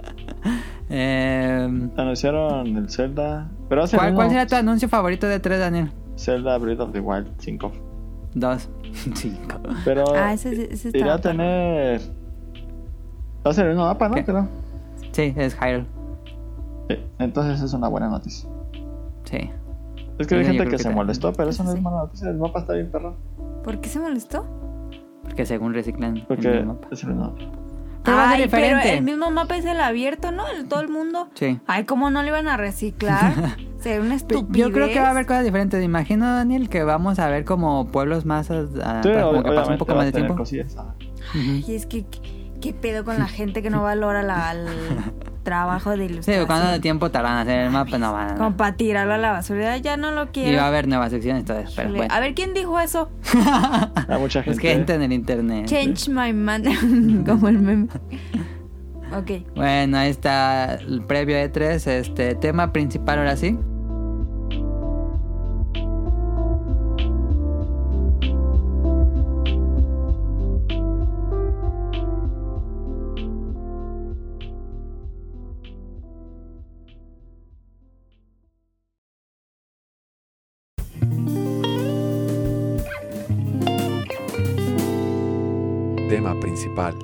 [SPEAKER 2] Eh,
[SPEAKER 3] Anunciaron el Zelda. Pero hace
[SPEAKER 2] ¿cuál,
[SPEAKER 3] uno-
[SPEAKER 2] ¿Cuál será tu anuncio favorito de 3, Daniel?
[SPEAKER 3] Zelda Breath of the Wild 5.
[SPEAKER 2] Dos. [LAUGHS] Cinco.
[SPEAKER 3] Pero.
[SPEAKER 1] Ah, ese, ese- ese
[SPEAKER 3] irá a
[SPEAKER 1] estaba perrón.
[SPEAKER 3] tener. Va a ser el mismo mapa, ¿no?
[SPEAKER 2] ¿Qué?
[SPEAKER 3] Creo.
[SPEAKER 2] Sí, es Hyrule.
[SPEAKER 3] Sí, entonces es una buena noticia.
[SPEAKER 2] Sí.
[SPEAKER 3] Es que hay
[SPEAKER 2] Eso yo
[SPEAKER 3] gente
[SPEAKER 2] creo
[SPEAKER 3] que,
[SPEAKER 2] que
[SPEAKER 3] se
[SPEAKER 2] te-
[SPEAKER 3] molestó, pero eso no
[SPEAKER 1] Sí.
[SPEAKER 3] es mala noticia. El mapa está bien, perro.
[SPEAKER 1] ¿Por qué se molestó?
[SPEAKER 2] Porque según reciclan
[SPEAKER 3] Porque
[SPEAKER 2] el mapa.
[SPEAKER 3] es el mismo mapa.
[SPEAKER 2] Pero va a ser
[SPEAKER 1] Ay, pero
[SPEAKER 2] diferente.
[SPEAKER 1] el mismo mapa es el abierto, ¿no? El todo el mundo.
[SPEAKER 2] Sí.
[SPEAKER 1] Ay, ¿cómo no lo iban a
[SPEAKER 2] [LAUGHS]
[SPEAKER 1] reciclar? Sería una estupidez.
[SPEAKER 2] Yo creo que va a haber cosas diferentes. Imagino, Daniel, que vamos a ver como pueblos más. ah,
[SPEAKER 3] Sí,
[SPEAKER 2] atrás, como
[SPEAKER 3] ob-
[SPEAKER 2] que pasa un
[SPEAKER 3] obviamente
[SPEAKER 2] poco
[SPEAKER 3] va
[SPEAKER 2] más
[SPEAKER 3] a
[SPEAKER 2] de
[SPEAKER 3] tener
[SPEAKER 2] tiempo.
[SPEAKER 3] cosillas. ah.
[SPEAKER 2] Ujú.
[SPEAKER 1] Y es que, ¿qué- ¿qué pedo con la gente que no valora la-
[SPEAKER 2] [LAUGHS]
[SPEAKER 1] el trabajo de
[SPEAKER 2] Sí,
[SPEAKER 1] ilustración?
[SPEAKER 2] cuando tiempo tardan en hacer el mapa, no van.
[SPEAKER 1] Como para tirarlo a la basura, ya no lo quiero.
[SPEAKER 2] Y va a haber nuevas secciones, entonces, pero
[SPEAKER 1] Híjole.
[SPEAKER 2] bueno.
[SPEAKER 1] A ver, ¿quién dijo eso?
[SPEAKER 3] Hay Ah, mucha
[SPEAKER 2] Es
[SPEAKER 3] gente.
[SPEAKER 2] que entra en el internet.
[SPEAKER 1] Change my
[SPEAKER 2] [LAUGHS]
[SPEAKER 1] mind. [LAUGHS] Como el meme. Ok.
[SPEAKER 2] Bueno, ahí está el previo E3, este tema principal ahora sí.
[SPEAKER 5] Tema principal.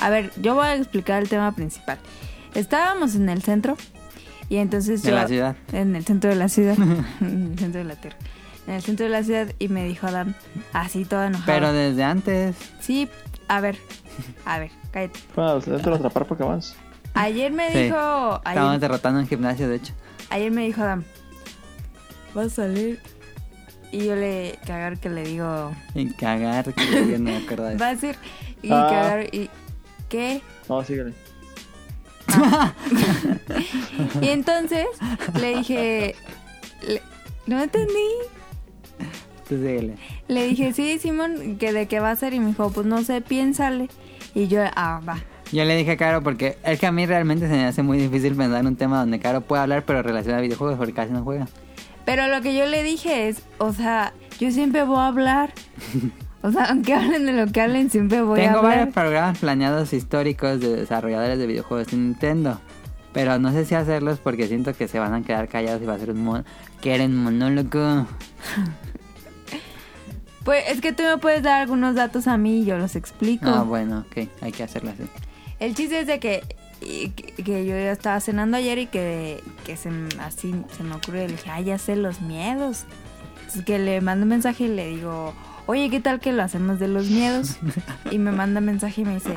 [SPEAKER 1] A ver, yo voy a explicar el tema principal. Estábamos en el centro y entonces
[SPEAKER 2] De
[SPEAKER 1] yo...
[SPEAKER 2] la ciudad.
[SPEAKER 1] En el centro de la
[SPEAKER 2] [LAUGHS]
[SPEAKER 1] ciudad. en el centro de la tierra. En el centro de la ciudad y me dijo Adam, así todo enojado.
[SPEAKER 2] Pero desde antes.
[SPEAKER 1] Sí, a ver, a ver, cállate.
[SPEAKER 3] Bueno, dentro de atrapar Pokémon.
[SPEAKER 1] Ayer me
[SPEAKER 2] Sí.
[SPEAKER 1] dijo...
[SPEAKER 2] Estábamos
[SPEAKER 1] Ayer,
[SPEAKER 2] derrotando en gimnasio, de hecho.
[SPEAKER 1] ayer me dijo Adam
[SPEAKER 4] Va a salir.
[SPEAKER 1] y yo le... Cagar que le digo...
[SPEAKER 2] Y cagar, que yo no me acuerdo de eso.
[SPEAKER 1] Va a decir... Y
[SPEAKER 3] Ah.
[SPEAKER 1] cagar y... que
[SPEAKER 3] No, síguele.
[SPEAKER 1] Y entonces le dije, le- no entendí.
[SPEAKER 2] Tú síguele.
[SPEAKER 1] Le dije, sí, Simón, que de qué va a ser. Y me dijo, pues no sé, piénsale. Y yo, ah, va.
[SPEAKER 2] Yo le dije a Caro porque es que a mí realmente se me hace muy difícil pensar en un tema donde Caro pueda hablar pero relacionado a videojuegos porque casi no juega.
[SPEAKER 1] Pero lo que yo le dije es, o sea, yo siempre voy a hablar. O sea, aunque hablen de lo que hablen, siempre voy a
[SPEAKER 2] Tengo
[SPEAKER 1] hablar.
[SPEAKER 2] varios programas planeados históricos de desarrolladores de videojuegos de Nintendo. Pero no sé si hacerlos porque siento que se van a quedar callados y va a ser un mon quieren monólogo.
[SPEAKER 1] Pues es que tú me puedes dar algunos datos a mí y yo los explico.
[SPEAKER 2] Ah, bueno, ok, hay que hacerlo así.
[SPEAKER 1] El chiste es de que, y- que- que yo ya estaba cenando ayer y que, que se, m- así se me ocurrió. Y le dije, ah, ya sé los miedos. Entonces que le mando un mensaje y le digo, oye, ¿qué tal que lo hacemos de los miedos? Y me manda mensaje y me dice,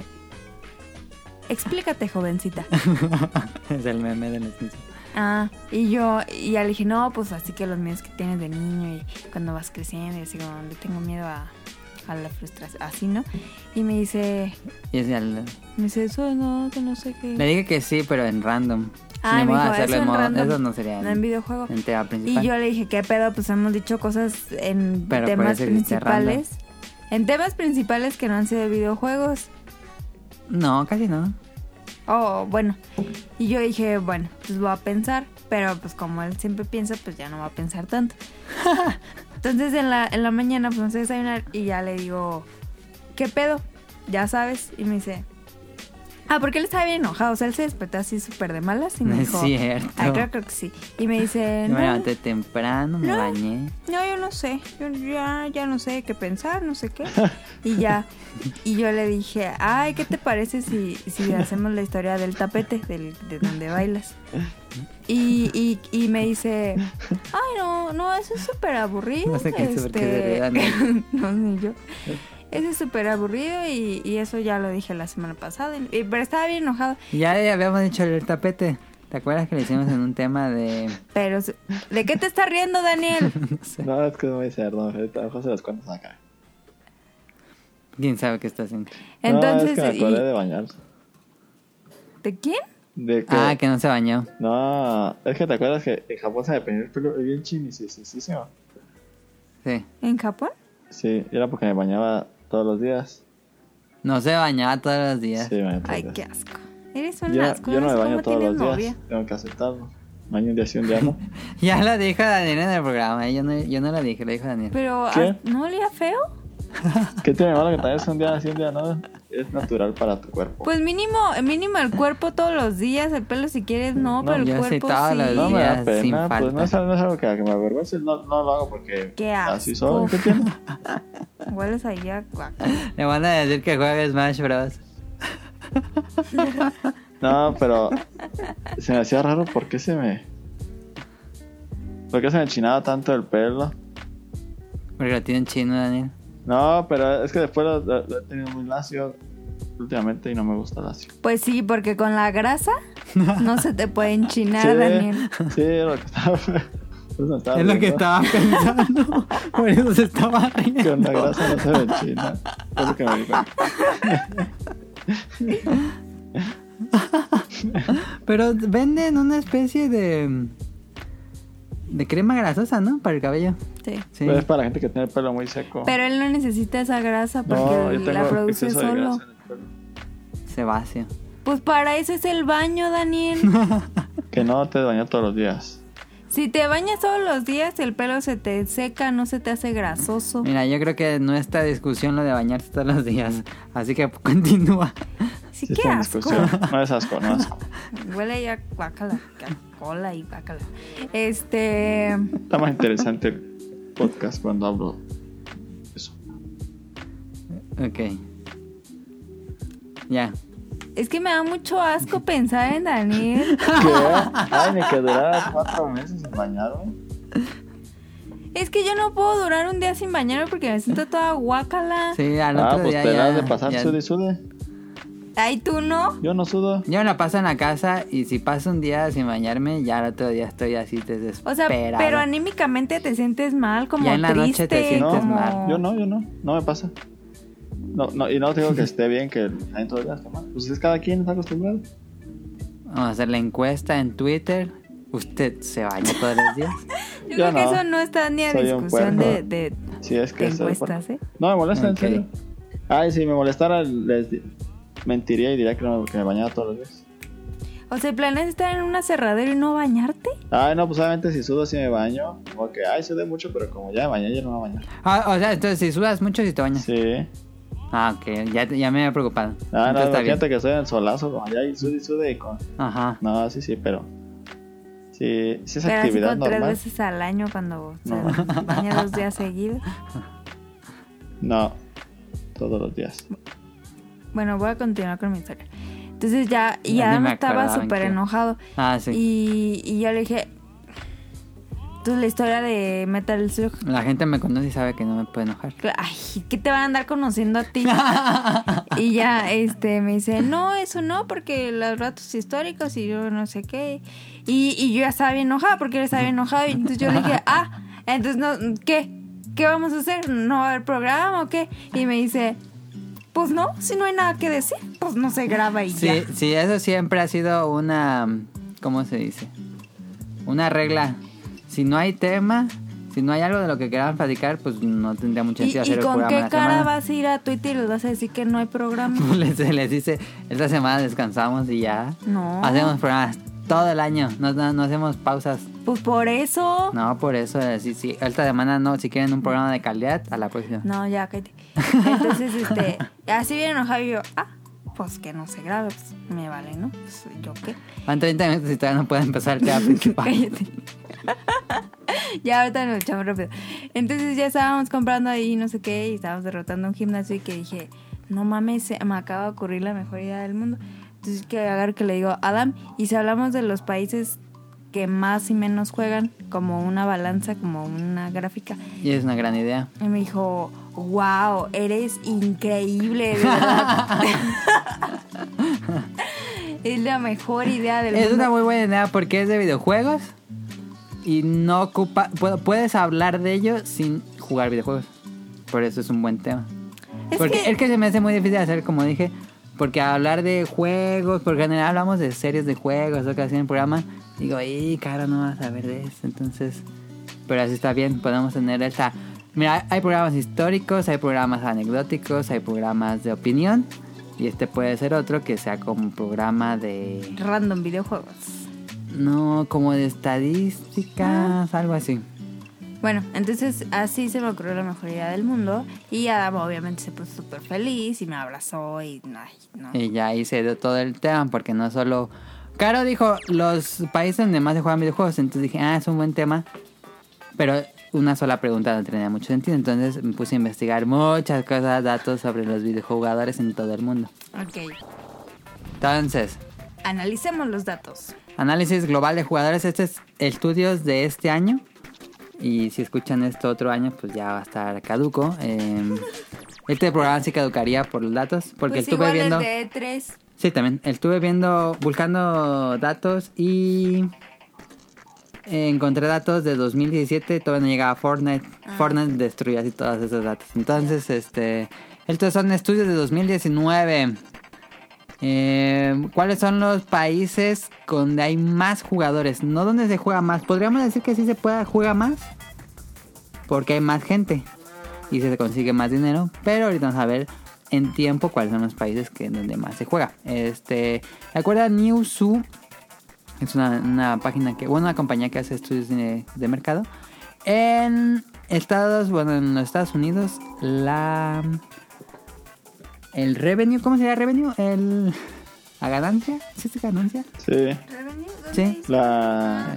[SPEAKER 1] explícate, jovencita.
[SPEAKER 2] [LAUGHS] es el meme de los niños.
[SPEAKER 1] Ah, y yo, y ya le dije, no, pues así que los miedos que tienes de niño y cuando vas creciendo, y así como, le tengo miedo a, a la frustración, así, ¿no? Y me dice,
[SPEAKER 2] Y es el-
[SPEAKER 1] me dice, eso no, que no sé qué.
[SPEAKER 2] Le dije que sí, pero en random.
[SPEAKER 1] Ah,
[SPEAKER 2] Ni
[SPEAKER 1] me
[SPEAKER 2] modo de
[SPEAKER 1] dijo,
[SPEAKER 2] hacerlo
[SPEAKER 1] eso
[SPEAKER 2] en
[SPEAKER 1] en
[SPEAKER 2] modo-
[SPEAKER 1] random,
[SPEAKER 2] eso no
[SPEAKER 1] no
[SPEAKER 2] sería en-
[SPEAKER 1] en videojuego.
[SPEAKER 2] en tema principal.
[SPEAKER 1] Y yo le dije, ¿qué pedo? Pues hemos dicho cosas en
[SPEAKER 2] Pero
[SPEAKER 1] temas
[SPEAKER 2] parece que está
[SPEAKER 1] principales. En temas principales que no han sido videojuegos.
[SPEAKER 2] No, casi no.
[SPEAKER 1] Oh, bueno. Y yo dije, bueno, pues voy a pensar. Pero pues como él siempre piensa, pues ya no va a pensar
[SPEAKER 2] [LAUGHS]
[SPEAKER 1] tanto. Entonces en la, en la mañana pues vamos a desayunar y ya le digo, ¿qué pedo? Ya sabes. Y me dice, ah, porque él estaba bien enojado. O sea, él se despertó así súper de malas y me
[SPEAKER 2] [LAUGHS] No es
[SPEAKER 1] dijo,
[SPEAKER 2] cierto.
[SPEAKER 1] "Ah, creo, creo que sí. Y me dice,
[SPEAKER 2] Yo me
[SPEAKER 1] "No,
[SPEAKER 2] levanté temprano, me
[SPEAKER 1] No.
[SPEAKER 2] bañé.
[SPEAKER 1] no, yo no sé, yo ya, ya no sé qué pensar, no sé qué. Y ya, y yo le dije, ay, ¿qué te parece si, si hacemos la historia del tapete, del- de donde bailas? Y, y, y me dice, ay, no, no, eso es súper aburrido.
[SPEAKER 2] No sé qué es,
[SPEAKER 1] este,
[SPEAKER 2] porque se ríe,
[SPEAKER 1] [LAUGHS] no, ni yo. Eso es súper aburrido y, y eso ya lo dije la semana pasada, y- y- pero estaba bien enojado.
[SPEAKER 2] Ya le habíamos dicho el tapete. ¿Te acuerdas que lo hicimos en un tema de...
[SPEAKER 1] Pero, ¿de qué te estás riendo, Daniel?
[SPEAKER 2] No sé.
[SPEAKER 3] No, es que no voy a hacer, no. ahorita- Mejor se las cuentas acá.
[SPEAKER 2] ¿Quién sabe qué está haciendo?
[SPEAKER 1] Entonces,
[SPEAKER 3] no, es que me
[SPEAKER 1] y-
[SPEAKER 3] acordé de bañarse.
[SPEAKER 1] ¿de quién?
[SPEAKER 3] De que,
[SPEAKER 2] Ah, que no se bañó.
[SPEAKER 3] No, es que te acuerdas que en Japón se me peinó el pelo bien chinisisísimo.
[SPEAKER 2] Sí.
[SPEAKER 1] ¿En Japón?
[SPEAKER 3] Sí, era porque me bañaba todos los días.
[SPEAKER 2] No se bañaba todos los días.
[SPEAKER 3] Sí, me bañaba todos
[SPEAKER 1] Ay,
[SPEAKER 3] los
[SPEAKER 1] qué
[SPEAKER 3] días.
[SPEAKER 1] asco. Eres
[SPEAKER 3] Yo,
[SPEAKER 1] un asco.
[SPEAKER 3] yo no me
[SPEAKER 1] eres
[SPEAKER 3] baño
[SPEAKER 1] como
[SPEAKER 3] todos los
[SPEAKER 1] tienes
[SPEAKER 3] días.
[SPEAKER 1] novia.
[SPEAKER 3] Tengo que aceptarlo. Baño un día sí, un día no.
[SPEAKER 2] [LAUGHS] Ya lo dijo Daniel en el programa. ¿eh? Yo no, yo no lo dije, lo dijo Daniel.
[SPEAKER 1] Pero,
[SPEAKER 3] ¿Qué?
[SPEAKER 1] ¿as- ¿no olía feo?
[SPEAKER 3] ¿Qué tiene malo que vez un día sí, un día no? Es natural para tu cuerpo.
[SPEAKER 1] Pues mínimo, mínimo el cuerpo todos los días, el pelo si quieres no,
[SPEAKER 3] No,
[SPEAKER 1] pero el
[SPEAKER 2] yo sí,
[SPEAKER 1] cuerpo
[SPEAKER 2] todos los
[SPEAKER 1] sí.
[SPEAKER 3] no me da
[SPEAKER 2] días Pues sin
[SPEAKER 3] pena,
[SPEAKER 2] falta.
[SPEAKER 3] pues no es, no es algo que, que me avergüence, no, no lo hago porque
[SPEAKER 1] Qué
[SPEAKER 3] así
[SPEAKER 1] asco.
[SPEAKER 3] soy. ¿Qué tiene?
[SPEAKER 1] Hueles ahí a guaca.
[SPEAKER 2] Le van a decir que juegue Smash Bros.
[SPEAKER 3] No, pero
[SPEAKER 1] [LAUGHS]
[SPEAKER 3] se me hacía raro por qué se me. ¿Por qué se me enchinaba tanto el pelo?
[SPEAKER 2] Porque lo tienen chino, Daniel.
[SPEAKER 3] No, pero es que después lo, lo- lo he tenido muy lacio últimamente y no me gusta lacio.
[SPEAKER 1] Pues sí, porque con la
[SPEAKER 3] [LAUGHS]
[SPEAKER 1] grasa no se te puede enchinar, Daniel.
[SPEAKER 3] sí, es lo que estaba. [LAUGHS] eso me estaba
[SPEAKER 2] es lo que
[SPEAKER 3] riendo. [LAUGHS]
[SPEAKER 2] estaba pensando. [LAUGHS] Por eso se estaba riendo.
[SPEAKER 3] Con la grasa no se me enchina. Es lo que me di cuenta.
[SPEAKER 2] Pero venden una especie de. de crema grasosa, ¿no? Para el cabello.
[SPEAKER 1] Sí.
[SPEAKER 2] Sí.
[SPEAKER 3] Pero es para la gente que tiene el pelo muy seco.
[SPEAKER 1] Pero él no necesita esa grasa porque
[SPEAKER 3] no, yo
[SPEAKER 1] la
[SPEAKER 3] tengo
[SPEAKER 1] produce
[SPEAKER 3] exceso de
[SPEAKER 1] solo.
[SPEAKER 3] grasa en el pelo.
[SPEAKER 2] Sebasio.
[SPEAKER 1] Pues para eso es el baño, Daniel.
[SPEAKER 3] Que no te daña todos los días.
[SPEAKER 1] si te bañas todos los días, el pelo se te seca, no se te hace grasoso.
[SPEAKER 2] [LAUGHS] Mira, yo creo que nuestra discusión lo de bañarse todos los días. Así que continúa.
[SPEAKER 1] Sí,
[SPEAKER 3] Sí
[SPEAKER 1] qué
[SPEAKER 3] está en
[SPEAKER 1] asco. [LAUGHS]
[SPEAKER 3] discusión. No es asco, no es asco.
[SPEAKER 1] Huele ya guácala, a cola y guácala. Este.
[SPEAKER 3] Está más interesante el podcast cuando hablo
[SPEAKER 1] [LAUGHS]
[SPEAKER 3] eso.
[SPEAKER 2] Ok. Ya.
[SPEAKER 1] Es que me da mucho asco pensar en Daniel.
[SPEAKER 3] ¿Qué? Ay, me quedará cuatro meses sin bañarme.
[SPEAKER 1] Es que yo no puedo durar un día sin bañarme porque me siento toda guácala.
[SPEAKER 2] Sí, al
[SPEAKER 3] Ah,
[SPEAKER 2] otro
[SPEAKER 3] pues
[SPEAKER 2] día
[SPEAKER 3] te
[SPEAKER 2] ya.
[SPEAKER 3] la has de pasar,
[SPEAKER 2] ya-
[SPEAKER 3] sude y sude.
[SPEAKER 1] Ay, tú no.
[SPEAKER 3] Yo no sudo.
[SPEAKER 2] Yo me la paso en la casa y si paso un día sin bañarme, ya al otro día estoy así
[SPEAKER 1] O sea,
[SPEAKER 2] desesperado.
[SPEAKER 1] pero anímicamente te sientes mal, como
[SPEAKER 2] Ya en la
[SPEAKER 1] triste.
[SPEAKER 2] noche te sientes
[SPEAKER 1] como-
[SPEAKER 2] mal.
[SPEAKER 3] Yo no, yo no. No me pasa. No, no, y no digo que esté bien que nadie todavía está mal. Pues es cada quien está acostumbrado.
[SPEAKER 2] Vamos a hacer la encuesta en Twitter. ¿Usted se baña todos los
[SPEAKER 3] [LAUGHS]
[SPEAKER 2] días?
[SPEAKER 1] Yo,
[SPEAKER 3] Yo
[SPEAKER 1] creo que
[SPEAKER 3] no.
[SPEAKER 1] eso no está ni a
[SPEAKER 3] Soy un
[SPEAKER 1] discusión
[SPEAKER 3] puerco.
[SPEAKER 1] de, de-
[SPEAKER 3] Si es que
[SPEAKER 1] de
[SPEAKER 3] está de acuerdo.
[SPEAKER 1] encuestas, ¿eh?
[SPEAKER 3] No me molesta,
[SPEAKER 2] Ok.
[SPEAKER 3] en serio. Ay, si me molestara, les di- mentiría y diría que, no, que me bañaba todos los días.
[SPEAKER 1] ¿eh? O sea, ¿planeas estar en un aserradero y no bañarte?
[SPEAKER 3] Ay, no, pues obviamente si sudo, si me baño. Como que, ay, sudé mucho, pero como ya me bañé, ya no me voy a bañar.
[SPEAKER 2] Ah, o sea, entonces si sudas mucho, si te bañas.
[SPEAKER 3] Sí.
[SPEAKER 2] Ah, ok, ya, te- ya me había preocupado.
[SPEAKER 3] Ah, no,
[SPEAKER 2] Entonces, está bien.
[SPEAKER 3] imagínate que estoy en el solazo, como ya y sude y sude y con.
[SPEAKER 2] Ajá.
[SPEAKER 3] No, sí, sí, pero. Sí, sí es
[SPEAKER 1] Pero así
[SPEAKER 3] actividad
[SPEAKER 1] como tres
[SPEAKER 3] normal.
[SPEAKER 1] veces al año cuando se
[SPEAKER 3] No.
[SPEAKER 1] baña dos días seguidos.
[SPEAKER 3] No, todos los días.
[SPEAKER 1] Bueno, voy a continuar con mi historia. Entonces ya,
[SPEAKER 2] Ya ni
[SPEAKER 1] y Adam
[SPEAKER 2] me
[SPEAKER 1] estaba
[SPEAKER 2] acordaba en
[SPEAKER 1] súper
[SPEAKER 2] qué.
[SPEAKER 1] enojado.
[SPEAKER 2] Ah, sí.
[SPEAKER 1] Y, y yo le dije. Entonces la historia de Metal Slug.
[SPEAKER 2] La gente me conoce y sabe que no me puede enojar.
[SPEAKER 1] Ay, ¿qué te van a andar conociendo a
[SPEAKER 2] [LAUGHS]
[SPEAKER 1] ti? y ya este me dice, no, eso no, porque los ratos históricos y yo no sé qué. Y, y yo ya estaba bien enojada porque él estaba bien enojado. Y entonces yo le dije, ah, entonces no, ¿qué? ¿Qué vamos a hacer? ¿No va a haber programa o qué? Y me dice, pues no, si no hay nada que decir, pues no se graba y ya.
[SPEAKER 2] Sí, sí, eso siempre ha sido una. ¿Cómo se dice? Una regla. Si no hay tema, si no hay algo de lo que queramos platicar, pues no tendría mucho
[SPEAKER 1] ¿Y,
[SPEAKER 2] sentido
[SPEAKER 1] y
[SPEAKER 2] hacer el
[SPEAKER 1] con
[SPEAKER 2] programa.
[SPEAKER 1] qué
[SPEAKER 2] la
[SPEAKER 1] cara
[SPEAKER 2] semana. [LAUGHS]
[SPEAKER 1] vas a ir a Twitter y les vas a decir que no hay programa?
[SPEAKER 2] les, les dice, esta semana descansamos y ya.
[SPEAKER 1] No.
[SPEAKER 2] Hacemos programas todo el año, no, no- no hacemos pausas.
[SPEAKER 1] Pues por eso.
[SPEAKER 2] No, por eso, eh, sí, sí, esta semana no, si quieren un programa de calidad, a la próxima.
[SPEAKER 1] No, ya, cállate. Entonces, este, así bien enojado y yo, ah, pues que no se grabe, pues me vale, ¿no? Pues, yo qué.
[SPEAKER 2] Van 30 minutos y todavía no pueden empezar
[SPEAKER 1] [LAUGHS]
[SPEAKER 2] el tema principal.
[SPEAKER 1] Cállate. ya ahorita nos echamos rápido. Entonces ya estábamos comprando ahí no sé qué y estábamos derrotando un gimnasio y que dije, no mames, se me acaba de ocurrir la mejor idea del mundo. Entonces que agarro que le digo, Adam, y si hablamos de los países que más y menos juegan, como una balanza, como una gráfica,
[SPEAKER 2] y es una gran idea.
[SPEAKER 1] y me dijo, wow, eres increíble, de
[SPEAKER 2] [LAUGHS]
[SPEAKER 1] verdad. es la mejor idea del
[SPEAKER 2] Es
[SPEAKER 1] mundo.
[SPEAKER 2] una muy buena idea porque es de videojuegos y no ocupa. pu- Puedes hablar de ello sin jugar videojuegos. Por eso es un buen tema.
[SPEAKER 1] Es
[SPEAKER 2] porque
[SPEAKER 1] que-
[SPEAKER 2] es que se me hace muy difícil hacer, como dije, porque hablar de juegos, por general hablamos de series de juegos o que hacen en el programa. Digo, y cara, no vas a ver de eso. Entonces, pero así está bien, podemos tener esa. Mira, hay programas históricos, hay programas anecdóticos, hay programas de opinión. Y este puede ser otro que sea como un programa de.
[SPEAKER 1] Random videojuegos.
[SPEAKER 2] No, como de estadísticas, algo así.
[SPEAKER 1] Bueno, entonces así se me ocurrió la mejor idea del mundo. Y Adam obviamente se puso súper feliz y me abrazó y... ay, no.
[SPEAKER 2] Y ya ahí se dio todo el tema, porque no solo... Caro dijo, los países donde más se juegan videojuegos, entonces dije, ah, es un buen tema, pero una sola pregunta no tenía mucho sentido, entonces me puse a investigar muchas cosas, datos sobre los videojugadores en todo el mundo.
[SPEAKER 1] Ok,
[SPEAKER 2] Entonces,
[SPEAKER 1] analicemos los datos.
[SPEAKER 2] análisis global de jugadores, este es estudios de este año, y si escuchan esto otro año, pues ya va a estar caduco. eh, este programa sí caducaría por los datos, porque
[SPEAKER 1] pues
[SPEAKER 2] estuve
[SPEAKER 1] igual
[SPEAKER 2] viendo...
[SPEAKER 1] el de E3.
[SPEAKER 2] Sí, también. Estuve viendo, buscando datos y encontré datos de 2017. Todavía no llegaba Fortnite. Fortnite destruyó así todos esos datos. Entonces, este, estos son estudios de 2019. Eh, ¿Cuáles son los países donde hay más jugadores? No donde se juega más. Podríamos decir que sí se puede juega más. Porque hay más gente. Y se consigue más dinero. Pero ahorita vamos a ver en tiempo cuáles son los países que donde más se juega. Este. ¿Te acuerdas Newzoo? Es una, una página que. Bueno, una compañía que hace estudios de, de mercado. En Estados. Bueno, en los Estados Unidos. La. El revenue. ¿Cómo sería revenue? El. La ganancia. ¿Sí es ganancia?
[SPEAKER 3] Sí,
[SPEAKER 2] Sí.
[SPEAKER 3] la.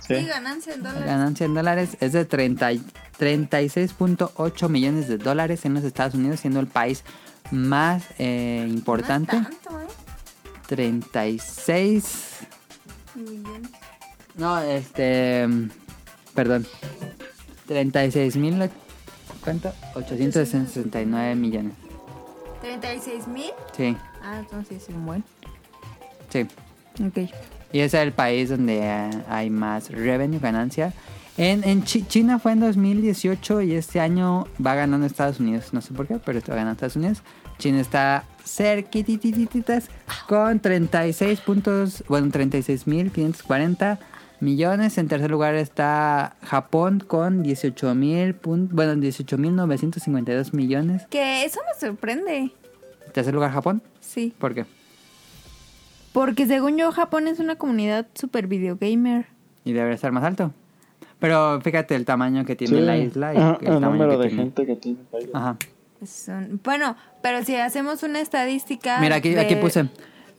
[SPEAKER 3] Sí.
[SPEAKER 1] ganancia en
[SPEAKER 2] La ganancia en dólares es de 30 y- 36.8 millones de dólares en los Estados Unidos, siendo el país más eh, importante.
[SPEAKER 1] ¿eh?
[SPEAKER 2] 36. No, este. mm, Perdón. 36 mil. ¿Cuánto? 869 millones.
[SPEAKER 1] 36 mil.
[SPEAKER 2] Sí,
[SPEAKER 1] Ah, entonces es un buen.
[SPEAKER 2] sí.
[SPEAKER 1] Ok.
[SPEAKER 2] Y ese es el país donde eh, hay más revenue, ganancia. En, en Chi- China fue en 2018 y este año va ganando Estados Unidos. No sé por qué, pero está ganando Estados Unidos. China está cerquititititas con 36 puntos, bueno, 36.540 millones. En tercer lugar está Japón con 18.000, pun- bueno, 18.952 millones.
[SPEAKER 1] Que eso me sorprende.
[SPEAKER 2] Tercer lugar Japón,
[SPEAKER 1] Sí.
[SPEAKER 2] ¿por qué?
[SPEAKER 1] Porque según yo, Japón es una comunidad super videogamer.
[SPEAKER 2] Y debería estar más alto. Pero fíjate el tamaño que tiene
[SPEAKER 3] Sí.
[SPEAKER 2] la isla y
[SPEAKER 3] Ajá,
[SPEAKER 2] el,
[SPEAKER 3] el
[SPEAKER 2] tamaño
[SPEAKER 3] número
[SPEAKER 2] que
[SPEAKER 3] de
[SPEAKER 2] tiene.
[SPEAKER 3] gente que tiene el país.
[SPEAKER 2] Ajá.
[SPEAKER 1] Son- Bueno, pero si hacemos una estadística.
[SPEAKER 2] Mira, aquí,
[SPEAKER 1] de- Ah,
[SPEAKER 2] aquí puse.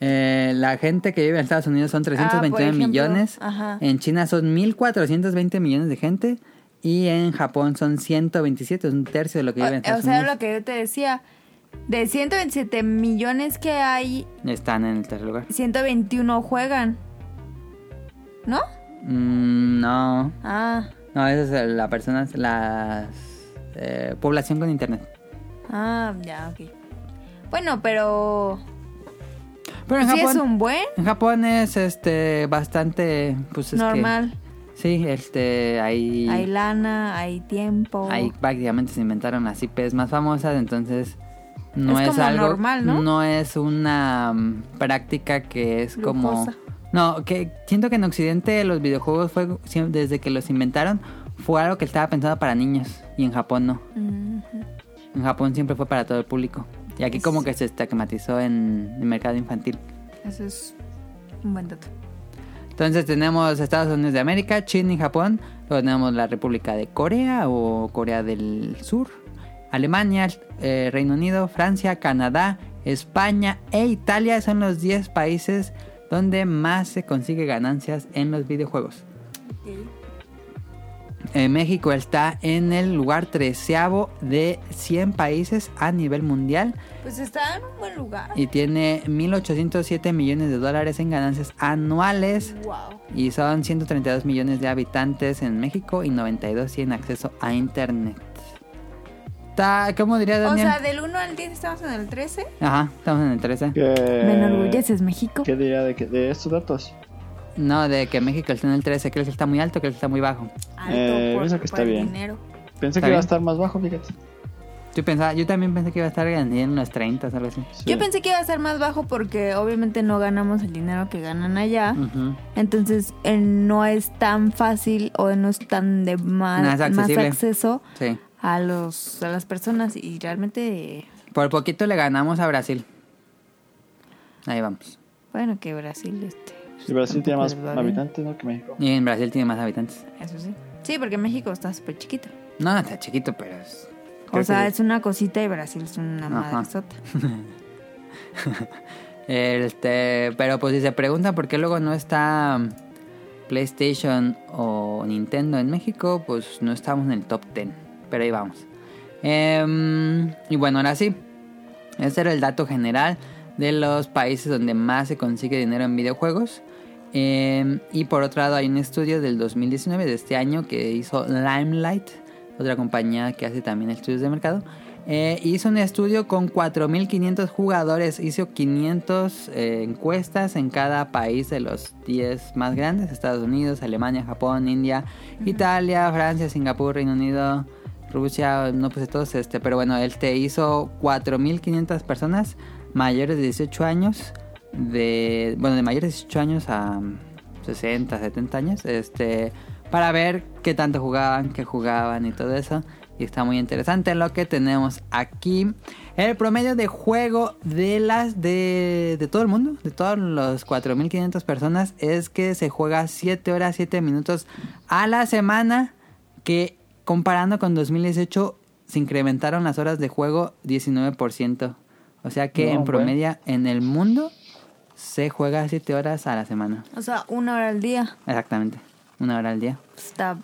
[SPEAKER 2] eh, la gente que vive en Estados Unidos son 329
[SPEAKER 1] ejemplo,
[SPEAKER 2] millones.
[SPEAKER 1] ajá.
[SPEAKER 2] En China son 1.420 millones de gente. Y en Japón son 127, es un tercio de lo que vive en
[SPEAKER 1] O, o
[SPEAKER 2] Estados
[SPEAKER 1] sea,
[SPEAKER 2] Unidos.
[SPEAKER 1] lo que yo te decía. De 127 millones que hay,
[SPEAKER 2] Están en el tercer lugar.
[SPEAKER 1] 121 juegan. ¿No?
[SPEAKER 2] Mm, no,
[SPEAKER 1] Ah,
[SPEAKER 2] no, esa es la persona, la eh, población con internet.
[SPEAKER 1] ah, ya, ok. Bueno, pero.
[SPEAKER 2] Pero en
[SPEAKER 1] Sí
[SPEAKER 2] Japón,
[SPEAKER 1] es un buen.
[SPEAKER 2] en Japón es este, bastante. Pues, es que-
[SPEAKER 1] normal.
[SPEAKER 2] sí, este, ahí.
[SPEAKER 1] Hay lana, hay tiempo.
[SPEAKER 2] Ahí prácticamente se inventaron las IPs más famosas, entonces no
[SPEAKER 1] Es
[SPEAKER 2] es,
[SPEAKER 1] como
[SPEAKER 2] algo
[SPEAKER 1] normal, ¿no?
[SPEAKER 2] es una mm, práctica que es
[SPEAKER 1] Lujosa.
[SPEAKER 2] como no, que siento que en occidente los videojuegos fue siem- desde que los inventaron fue algo que estaba pensado para niños y en Japón no.
[SPEAKER 1] Mm,
[SPEAKER 2] En Japón siempre fue para todo el público. Y aquí como que se estigmatizó en el mercado infantil.
[SPEAKER 1] eso es un buen dato.
[SPEAKER 2] Entonces tenemos Estados Unidos de América, China y Japón. Luego tenemos la República de Corea o Corea del Sur, Alemania, eh, Reino Unido, Francia, Canadá, España e Italia son los 10 países donde más se consigue ganancias en los videojuegos. Eh, México está en el lugar treceavo de 100 países a nivel mundial
[SPEAKER 1] Pues está en un buen lugar.
[SPEAKER 2] y tiene 1.807 millones de dólares en ganancias anuales.
[SPEAKER 1] Wow.
[SPEAKER 2] Y son 132 millones de habitantes en México y 92 tienen acceso a internet. Ta- ¿Cómo diría
[SPEAKER 1] O
[SPEAKER 2] Daniel?
[SPEAKER 1] sea, del 1 al 10 estamos en el 13.
[SPEAKER 2] Ajá, estamos en el 13.
[SPEAKER 3] Que-
[SPEAKER 1] Me enorgulleces, México.
[SPEAKER 3] ¿Qué diría de, Eh, que- de estos datos?
[SPEAKER 2] No, de que México está en el 13. ¿Crees que está muy alto? ¿Crees que está muy bajo?
[SPEAKER 1] Alto
[SPEAKER 3] Eh,
[SPEAKER 1] por,
[SPEAKER 3] eso que
[SPEAKER 1] por
[SPEAKER 3] está
[SPEAKER 1] el
[SPEAKER 3] bien.
[SPEAKER 1] dinero.
[SPEAKER 3] Pensé
[SPEAKER 2] ¿Está
[SPEAKER 3] que iba
[SPEAKER 2] bien?
[SPEAKER 3] a estar más bajo, fíjate.
[SPEAKER 2] Yo, pensaba, yo también pensé que iba a estar en los 30 o algo así.
[SPEAKER 3] Sí.
[SPEAKER 1] Yo pensé que iba a ser más bajo porque obviamente no ganamos el dinero que ganan allá.
[SPEAKER 2] Ujú.
[SPEAKER 1] Entonces eh, no es tan fácil o no es tan de ma-
[SPEAKER 2] No es
[SPEAKER 1] más,
[SPEAKER 2] accesible.
[SPEAKER 1] acceso
[SPEAKER 2] Sí.
[SPEAKER 1] a los a las personas y realmente
[SPEAKER 2] Por poquito le ganamos a Brasil. Ahí vamos.
[SPEAKER 1] bueno que Brasil este
[SPEAKER 3] Y Brasil tiene más
[SPEAKER 1] Perdón, ¿eh?
[SPEAKER 3] habitantes, ¿no? Que México.
[SPEAKER 2] Y en Brasil tiene más habitantes.
[SPEAKER 1] eso sí sí porque México está súper chiquito
[SPEAKER 2] No, no está chiquito, pero es...
[SPEAKER 1] o
[SPEAKER 2] creo
[SPEAKER 1] sea
[SPEAKER 2] que-
[SPEAKER 1] es una cosita y Brasil es una
[SPEAKER 2] Ajá.
[SPEAKER 1] madresota
[SPEAKER 2] Este, pero pues si se preguntan por qué luego no está PlayStation o Nintendo en México, pues no estamos en el top 10. Pero ahí vamos. Em, y bueno, ahora sí. Ese era el dato general de los países donde más se consigue dinero en videojuegos. Em, y por otro lado hay un estudio del 2019 de este año que hizo Limelight, otra compañía que hace también estudios de mercado. Eh, hizo un estudio con 4.500 jugadores, hizo 500 eh, encuestas en cada país de los 10 más grandes, Estados Unidos, Alemania, Japón, India, Italia, Francia, Singapur, Reino Unido, Rusia, no puse todos este, pero bueno, él te hizo 4.500 personas mayores de 18 años, de, bueno, de mayores de 18 años a mm, 60, 70 años, este, para ver qué tanto jugaban, qué jugaban y todo eso. Y está muy interesante lo que tenemos aquí. El promedio de juego de las de, de todo el mundo, de todos los 4.500 personas, es que se juega 7 horas, 7 minutos a la semana que comparando con 2018 se incrementaron las horas de juego 19%. O sea que
[SPEAKER 3] No,
[SPEAKER 2] en
[SPEAKER 3] bueno.
[SPEAKER 2] promedio en el mundo se juega 7 horas a la semana.
[SPEAKER 1] o sea una hora al día pues,
[SPEAKER 2] Exactamente. Una hora al día.
[SPEAKER 1] está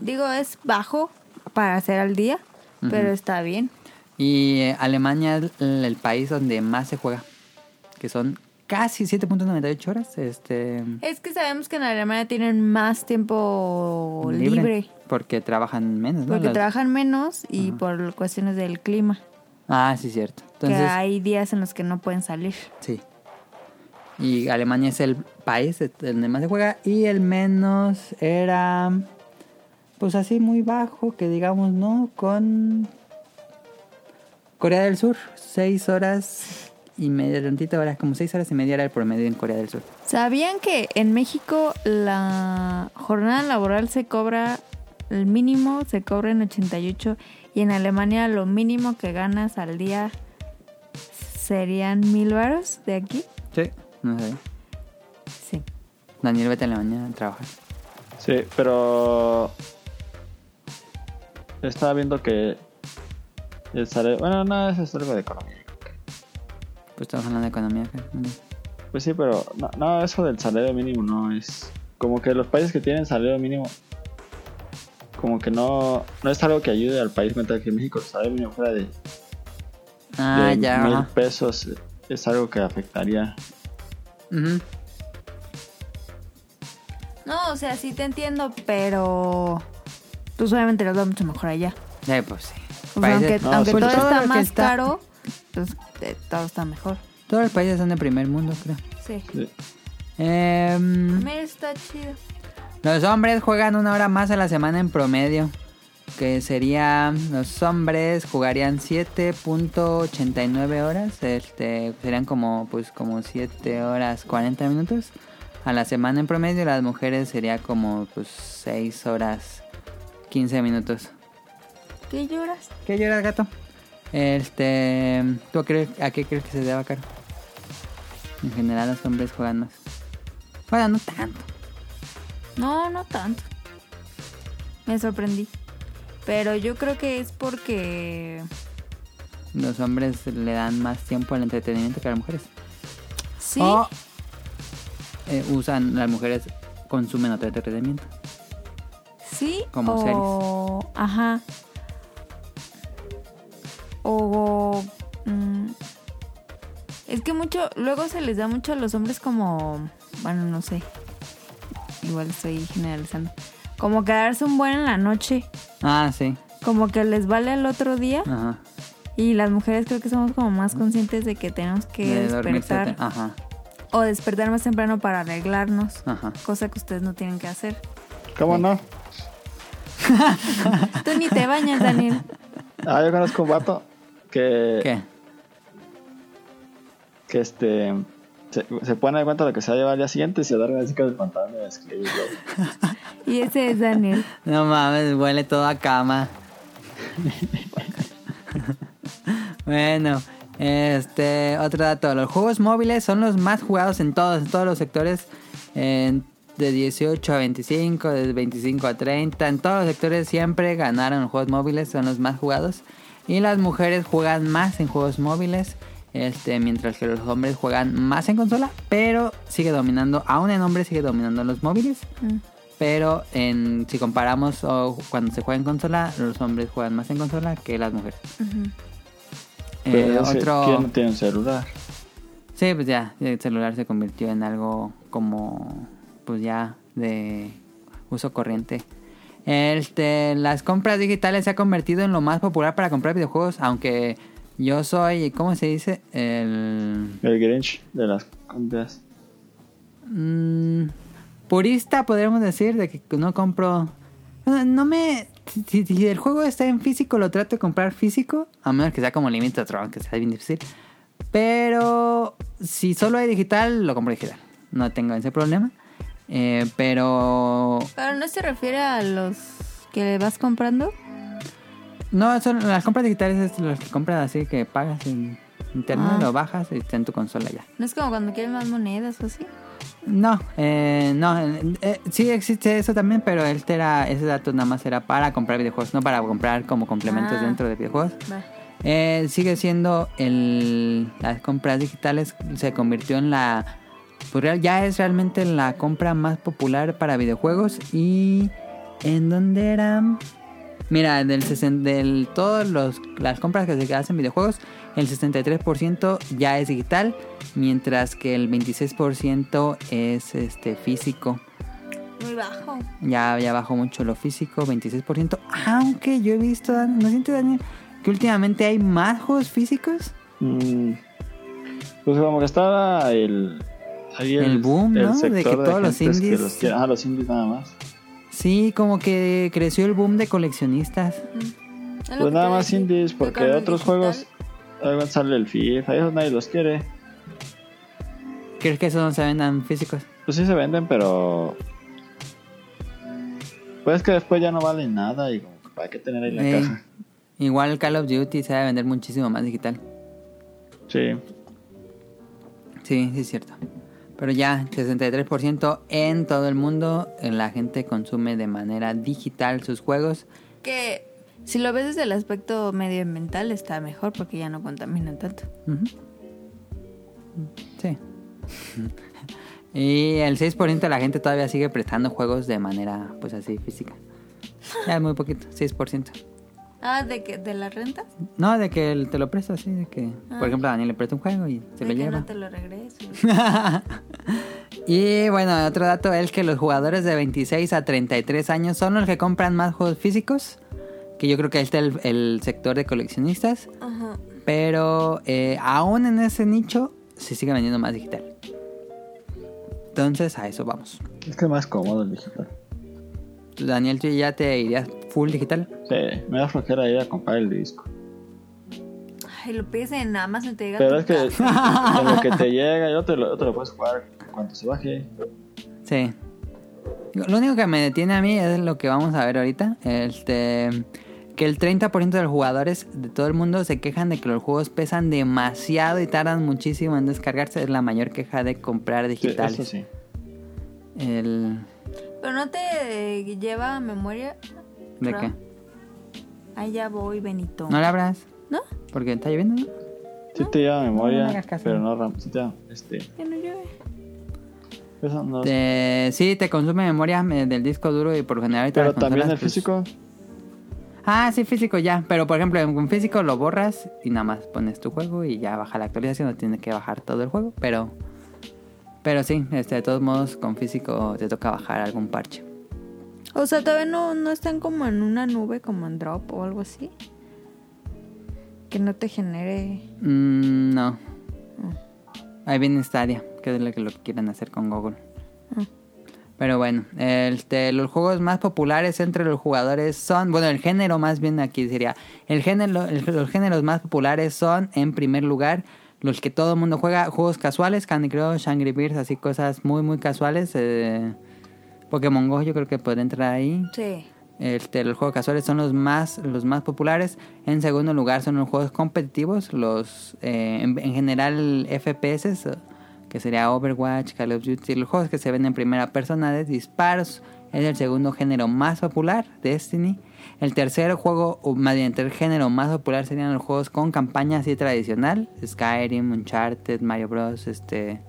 [SPEAKER 1] digo es bajo para hacer al día pero está bien
[SPEAKER 2] Y eh, Alemania es el, el país donde más se juega. Que son casi 7.98 horas. Este,
[SPEAKER 1] es que sabemos que en Alemania tienen más tiempo Oh, libre,
[SPEAKER 2] Porque trabajan menos, ¿no?
[SPEAKER 1] porque
[SPEAKER 2] Los-
[SPEAKER 1] trabajan menos y por cuestiones del clima
[SPEAKER 2] Ah, sí, cierto.
[SPEAKER 1] que
[SPEAKER 2] Entonces,
[SPEAKER 1] hay días en los que no pueden salir.
[SPEAKER 2] Sí. Y Alemania es el país donde más se juega. Y el menos era. pues así muy bajo, que digamos, ¿no? Con Corea del Sur, 6 horas y media, tantito horas, como 6 horas y media era el promedio en Corea del Sur.
[SPEAKER 1] ¿Sabían que en México la jornada laboral se cobra, el mínimo se cobra en 88 y en Alemania lo mínimo que ganas al día serían mil varos de aquí?
[SPEAKER 2] Sí, no sé.
[SPEAKER 1] Sí.
[SPEAKER 2] Daniel, vete a la mañana a trabajar.
[SPEAKER 3] Sí, pero. Estaba viendo que. el salario- Bueno, no, eso es algo de economía.
[SPEAKER 2] Pues estamos hablando de economía. acá.
[SPEAKER 3] Pues sí, pero. No, no, eso del salario mínimo no es. Como que los países que tienen salario mínimo. Como que no. No es algo que ayude al país. Mientras que en México el salario mínimo fuera de.
[SPEAKER 2] Ah,
[SPEAKER 3] de
[SPEAKER 2] ya.
[SPEAKER 3] Mil
[SPEAKER 2] ajá.
[SPEAKER 3] pesos es algo que afectaría.
[SPEAKER 2] Ujú.
[SPEAKER 1] No, o sea, sí te entiendo, pero. Pues obviamente los va mucho mejor allá.
[SPEAKER 2] Sí, pues sí.
[SPEAKER 1] O sea,
[SPEAKER 2] Países-
[SPEAKER 1] aunque
[SPEAKER 3] No,
[SPEAKER 1] aunque
[SPEAKER 3] pues
[SPEAKER 1] todo,
[SPEAKER 2] todo lo
[SPEAKER 1] está
[SPEAKER 2] que
[SPEAKER 1] más
[SPEAKER 2] está-
[SPEAKER 1] caro, pues eh, todo está mejor.
[SPEAKER 2] Todos los países son de primer mundo, creo.
[SPEAKER 1] Sí.
[SPEAKER 3] Sí.
[SPEAKER 2] Em,
[SPEAKER 1] Mm. Mira, está chido.
[SPEAKER 2] Los hombres juegan una hora más a la semana en promedio. Que sería, los hombres jugarían 7.89 horas, este, serían como, pues, como 7 horas 40 minutos a la semana en promedio, y las mujeres sería como, pues, 6 horas 15 minutos.
[SPEAKER 1] ¿Qué lloras?
[SPEAKER 2] ¿Qué lloras, gato? Este, ¿tú a, cre- a qué crees que se deba, Caro? En general los hombres juegan más. Bueno, no tanto.
[SPEAKER 1] No, no tanto. Me sorprendí. Pero yo creo que es porque.
[SPEAKER 2] Los hombres le dan más tiempo al entretenimiento que a las mujeres.
[SPEAKER 1] Sí.
[SPEAKER 2] O eh, usan, las mujeres consumen otro entretenimiento.
[SPEAKER 1] Sí.
[SPEAKER 2] Como
[SPEAKER 1] o... Ajá. O... mm, es que mucho... Luego se les da mucho a los hombres como... Bueno, no sé. Igual estoy generalizando. Como quedarse un buen en la noche.
[SPEAKER 2] Ah, sí.
[SPEAKER 1] Como que les vale al otro día.
[SPEAKER 2] Ajá.
[SPEAKER 1] Y las mujeres creo que somos como más conscientes de que tenemos que
[SPEAKER 2] De dormirse
[SPEAKER 1] despertar.
[SPEAKER 2] tem- Ajá,
[SPEAKER 1] O despertar más temprano para arreglarnos.
[SPEAKER 2] ajá.
[SPEAKER 1] Cosa que ustedes no tienen que hacer.
[SPEAKER 3] ¿Cómo no?
[SPEAKER 1] Tú ni
[SPEAKER 2] [LAUGHS]
[SPEAKER 1] te bañas, Daniel.
[SPEAKER 3] Ah, yo conozco un vato que.
[SPEAKER 2] ¿Qué?
[SPEAKER 3] que este se, se pone de cuenta de lo que se va a llevar al día siguiente y se duerme así con el pantalón de escribir.
[SPEAKER 1] Y ese es
[SPEAKER 2] [LAUGHS]
[SPEAKER 1] Daniel.
[SPEAKER 2] No mames, huele todo a cama. bueno, este, otro dato. Los juegos móviles son los más jugados en todos, en todos los sectores. en- de 18 a 25, de 25 a 30. En todos los sectores siempre ganaron los juegos móviles, son los más jugados. Y las mujeres juegan más en juegos móviles. Este, mientras que los hombres juegan más en consola, pero sigue dominando, aún en hombres sigue dominando los móviles.
[SPEAKER 1] Mm.
[SPEAKER 2] Pero en, si comparamos o cuando se juega en consola, los hombres juegan más en consola que las mujeres.
[SPEAKER 1] Ujú.
[SPEAKER 2] Eh,
[SPEAKER 3] ¿Quién
[SPEAKER 2] otro...
[SPEAKER 3] no tiene un celular?
[SPEAKER 2] Sí, pues ya, el celular se convirtió en algo como, pues ya, de uso corriente. Este, las compras digitales se ha convertido en lo más popular para comprar videojuegos, aunque yo soy, ¿cómo se dice? El...
[SPEAKER 3] El Grinch de las compras.
[SPEAKER 2] mm, purista, podríamos decir, de que no compro. No, no me. Si, si el juego está en físico, lo trato de comprar físico. A menos que sea como límite otro, que sea bien difícil. Pero si solo hay digital, lo compro digital. No tengo ese problema. Eh, pero.
[SPEAKER 1] Pero no se refiere a los que vas comprando.
[SPEAKER 2] No, son las compras digitales es las que compras así que pagas en internet,
[SPEAKER 1] Ah.
[SPEAKER 2] lo bajas y está en tu consola ya.
[SPEAKER 1] No es como cuando quieren más monedas o así.
[SPEAKER 2] No, eh, no, eh, eh, sí existe eso también, pero este era, ese dato nada más era para comprar videojuegos, no para comprar como complementos
[SPEAKER 1] Ah.
[SPEAKER 2] dentro de videojuegos.
[SPEAKER 1] Va.
[SPEAKER 2] Eh, sigue siendo el, las compras digitales se convirtió en la, pues, real- ya es realmente la compra más popular para videojuegos y en dónde eran. Mira, del 60 del todos los las compras que se hacen en videojuegos, el 63% ya es digital, mientras que el 26% es este físico.
[SPEAKER 1] Muy bajo.
[SPEAKER 2] Ya, ya bajó mucho lo físico, 26%, aunque yo he visto, Dan- ¿no sientes Daniel? Que últimamente hay más juegos físicos.
[SPEAKER 3] Mm, pues como que estaba el. ahí
[SPEAKER 2] El boom, ¿no? De que todos los
[SPEAKER 3] gentes que
[SPEAKER 2] indies-
[SPEAKER 3] los quieren- ah, los indies nada más.
[SPEAKER 2] Sí, como que creció el boom de coleccionistas.
[SPEAKER 3] Pues nada más indies, porque de otros juegos ahí sale el FIFA, esos nadie los quiere.
[SPEAKER 2] ¿Crees que esos no se vendan físicos?
[SPEAKER 3] Pues sí se venden, pero. Pues es que después ya no valen nada y como, que ¿para qué tener ahí la
[SPEAKER 2] Eh,
[SPEAKER 3] caja?
[SPEAKER 2] Igual Call of Duty se va a vender muchísimo más digital.
[SPEAKER 3] Sí.
[SPEAKER 2] Sí, sí es cierto. Pero ya, 63% en todo el mundo, eh, la gente consume de manera digital sus juegos.
[SPEAKER 1] Que si lo ves desde el aspecto medioambiental está mejor porque ya no contaminan tanto.
[SPEAKER 2] Ujú. Sí. [LAUGHS] Y el 6% de la gente todavía sigue prestando juegos de manera, pues así, física. Ya es muy poquito, 6%.
[SPEAKER 1] Ah, ¿de que ¿De las rentas?
[SPEAKER 2] No, de que él te lo presta, sí, de que...
[SPEAKER 1] Ah.
[SPEAKER 2] Por ejemplo, a Daniel le presta un juego y se
[SPEAKER 1] De
[SPEAKER 2] lo
[SPEAKER 1] que
[SPEAKER 2] lleva.
[SPEAKER 1] no te lo regreso.
[SPEAKER 3] [LAUGHS]
[SPEAKER 2] y bueno, otro dato es que los jugadores de 26 a 33 años son los que compran más juegos físicos. Que yo creo que ahí está el, el sector de coleccionistas.
[SPEAKER 1] Ajá.
[SPEAKER 2] Pero eh, aún en ese nicho se sigue vendiendo más digital. Entonces a eso vamos.
[SPEAKER 3] Es que es más cómodo el digital.
[SPEAKER 2] Tú, Daniel, tú ya te irías full digital.
[SPEAKER 3] Sí, me da flojera ir a comprar el disco.
[SPEAKER 1] Ay, lo pides en Amazon y te llega
[SPEAKER 3] Pero
[SPEAKER 1] tu
[SPEAKER 3] es que
[SPEAKER 1] caja.
[SPEAKER 3] en lo
[SPEAKER 1] [LAUGHS]
[SPEAKER 3] que te llega, yo te lo, yo te lo puedes jugar cuando se baje.
[SPEAKER 2] Sí. Lo único que me detiene a mí es lo que vamos a ver ahorita. Este, que el 30% de los jugadores de todo el mundo se quejan de que los juegos pesan demasiado y tardan muchísimo en descargarse. Es la mayor queja de comprar
[SPEAKER 3] Sí,
[SPEAKER 2] digitales.
[SPEAKER 3] eso sí.
[SPEAKER 1] Ah,
[SPEAKER 2] El,
[SPEAKER 1] Pero no te lleva a memoria.
[SPEAKER 2] ¿De
[SPEAKER 1] RAM.
[SPEAKER 2] qué?
[SPEAKER 1] Ahí ya voy, Benito.
[SPEAKER 2] No la abras.
[SPEAKER 1] ¿No?
[SPEAKER 2] Porque está lloviendo. ¿no?
[SPEAKER 3] Sí te lleva memoria,
[SPEAKER 2] no hagas caso.
[SPEAKER 3] pero no RAM. Sí te lleva, este,
[SPEAKER 1] Ya no llueve.
[SPEAKER 3] eso no-
[SPEAKER 2] Te- sí, te consume memoria eh, del disco duro y por general... ahorita
[SPEAKER 3] pero
[SPEAKER 2] las
[SPEAKER 3] también el
[SPEAKER 2] consolas, pues-
[SPEAKER 3] físico.
[SPEAKER 2] Ah, sí, físico ya. Pero por ejemplo, en un físico lo borras y nada más pones tu juego y ya baja la actualización. No tiene que bajar todo el juego, pero. Pero sí, este, de todos modos, con físico te toca bajar algún parche.
[SPEAKER 1] O sea, todavía no, no están como en una nube, como en Drop o algo así. Que no te genere.
[SPEAKER 2] Mm, no. Ahí viene Stadia, que es lo que lo que quieren hacer con Google. Pero bueno, este, los juegos más populares entre los jugadores son, bueno, el género más bien aquí sería, el género, el- los géneros más populares son, en primer lugar, los que todo el mundo juega, juegos casuales, Candy Crush, Angry Birds, así cosas muy, muy casuales. eh, Pokémon Go yo creo que podría entrar ahí.
[SPEAKER 1] Sí.
[SPEAKER 2] Este, los juegos casuales son los más, los más populares. En segundo lugar son los juegos competitivos, los eh, en, en general FPS, eh, que sería Overwatch, Call of Duty, los juegos que se ven en primera persona de disparos. Es el segundo género más popular, Destiny. El tercer juego, o más bien, el tercer género más popular serían los juegos con campaña así tradicional. Skyrim, Uncharted, Mario Bros. Este,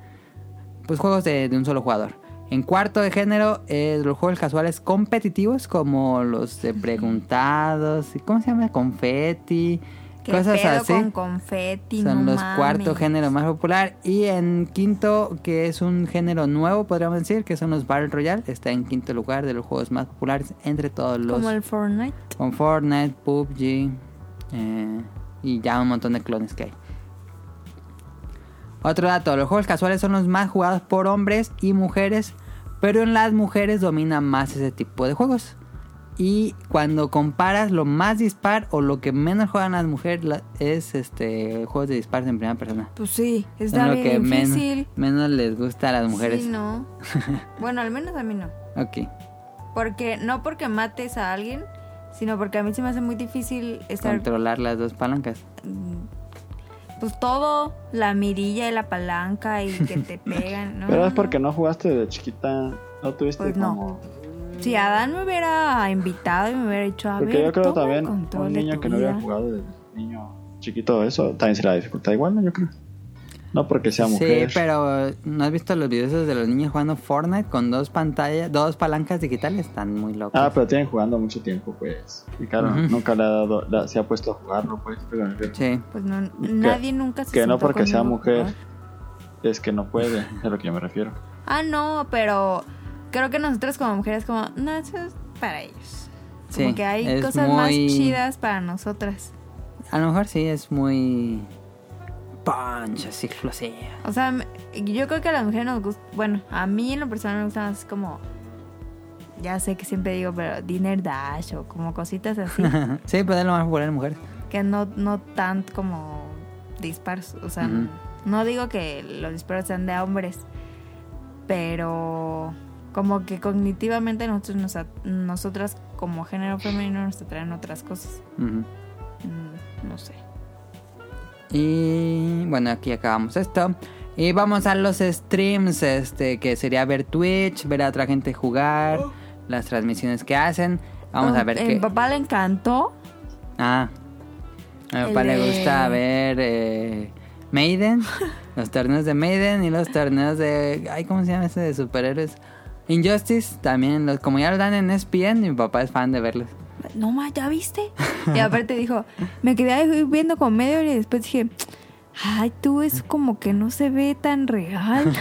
[SPEAKER 2] pues juegos de, de un solo jugador. En cuarto de género, eh, los juegos casuales competitivos como los de preguntados, y ¿cómo se llama? Confetti,
[SPEAKER 1] ¿Qué
[SPEAKER 2] cosas
[SPEAKER 1] pedo
[SPEAKER 2] así.
[SPEAKER 1] con confeti,
[SPEAKER 2] Son
[SPEAKER 1] no
[SPEAKER 2] los
[SPEAKER 1] mames.
[SPEAKER 2] cuarto género más popular. Y en quinto, que es un género nuevo, podríamos decir, que son los Battle Royale. Está en quinto lugar de los juegos más populares entre todos los...
[SPEAKER 1] Como el Fortnite.
[SPEAKER 2] Con Fortnite, PUBG eh, y ya un montón de clones que hay. Otro dato, los juegos casuales son los más jugados por hombres y mujeres, pero en las mujeres domina más ese tipo de juegos. Y cuando comparas lo más dispar o lo que menos juegan las mujeres la- es este juegos de disparos en primera persona.
[SPEAKER 1] Pues sí,
[SPEAKER 2] Son
[SPEAKER 1] está
[SPEAKER 2] lo que
[SPEAKER 1] bien
[SPEAKER 2] men-
[SPEAKER 1] difícil.
[SPEAKER 2] menos les gusta a las mujeres.
[SPEAKER 1] Sí, [LAUGHS] no. bueno, al menos a mí no.
[SPEAKER 2] Ok.
[SPEAKER 1] Porque, no porque mates a alguien, sino porque a mí se me hace muy difícil estar.
[SPEAKER 2] Controlar las dos palancas.
[SPEAKER 1] mm, Pues todo, la mirilla y la palanca y que [LAUGHS] te pegan. No,
[SPEAKER 3] pero es
[SPEAKER 1] no,
[SPEAKER 3] porque no jugaste de chiquita. No tuviste
[SPEAKER 1] Pues no.
[SPEAKER 3] como.
[SPEAKER 1] no. Si Adán me hubiera invitado y me hubiera dicho, a
[SPEAKER 3] Porque
[SPEAKER 1] ver,
[SPEAKER 3] yo creo
[SPEAKER 1] toma el
[SPEAKER 3] también
[SPEAKER 1] control
[SPEAKER 3] un
[SPEAKER 1] de
[SPEAKER 3] niño
[SPEAKER 1] tu
[SPEAKER 3] que no hubiera
[SPEAKER 1] vida".
[SPEAKER 3] jugado de niño chiquito eso, también será dificultad igual, ¿no? Yo creo. No porque sea mujer.
[SPEAKER 2] Sí, pero ¿no has visto los videos esos de los niños jugando Fortnite con dos pantallas, dos palancas digitales? Están muy locos.
[SPEAKER 3] Ah, pero tienen jugando mucho tiempo, pues. Y claro,
[SPEAKER 2] Ujú.
[SPEAKER 3] nunca le ha dado, la- se ha puesto a jugarlo, pues. Pero me refiero
[SPEAKER 2] Sí.
[SPEAKER 1] Pues no, nadie nunca se
[SPEAKER 3] que no
[SPEAKER 1] sentó
[SPEAKER 3] porque sea
[SPEAKER 1] conmigo a
[SPEAKER 3] mujer
[SPEAKER 1] jugar.
[SPEAKER 3] es que no puede, es a lo que yo me refiero.
[SPEAKER 1] Ah, no, pero creo que nosotros como mujeres, como, no, eso es para ellos. Como
[SPEAKER 2] Sí,
[SPEAKER 1] que hay
[SPEAKER 2] es
[SPEAKER 1] cosas más
[SPEAKER 2] muy-
[SPEAKER 1] chidas para nosotras.
[SPEAKER 2] A lo mejor sí es muy. Punch, así lo sé.
[SPEAKER 1] O sea, me- yo creo que a las mujeres nos gusta. Bueno, a mí en lo personal me gusta más como ya sé que siempre digo, pero Dinner Dash o como cositas así,
[SPEAKER 2] [LAUGHS] sí, pero es lo más popular en mujeres.
[SPEAKER 1] que no, no tan como disparos. O sea,
[SPEAKER 2] Ujú.
[SPEAKER 1] no digo que los disparos sean de hombres, pero como que cognitivamente nosotros nos at- nosotras como género femenino nos atraen otras cosas.
[SPEAKER 2] Ujú.
[SPEAKER 1] Mm, No sé.
[SPEAKER 2] Y bueno, aquí acabamos esto. Y vamos a los streams, este, que sería ver Twitch, ver a otra gente jugar,
[SPEAKER 3] Oh.
[SPEAKER 2] las transmisiones que hacen. Vamos a ver
[SPEAKER 1] Eh,
[SPEAKER 2] qué.
[SPEAKER 1] Mi papá le encantó.
[SPEAKER 2] Ah, a mi
[SPEAKER 1] El
[SPEAKER 2] papá le
[SPEAKER 1] de-
[SPEAKER 2] gusta ver eh,
[SPEAKER 1] [LAUGHS]
[SPEAKER 2] Maiden, los torneos de Maiden y los torneos de. Ay, ¿cómo se llama ese de superhéroes? Injustice también, los, como ya lo dan en E ESPN, mi papá es fan de verlos.
[SPEAKER 1] No más, ¿ya viste? Y aparte dijo, me quedé ahí viendo con medio hora y después dije, ay, tú es como que no se ve tan
[SPEAKER 2] [LAUGHS]
[SPEAKER 1] real.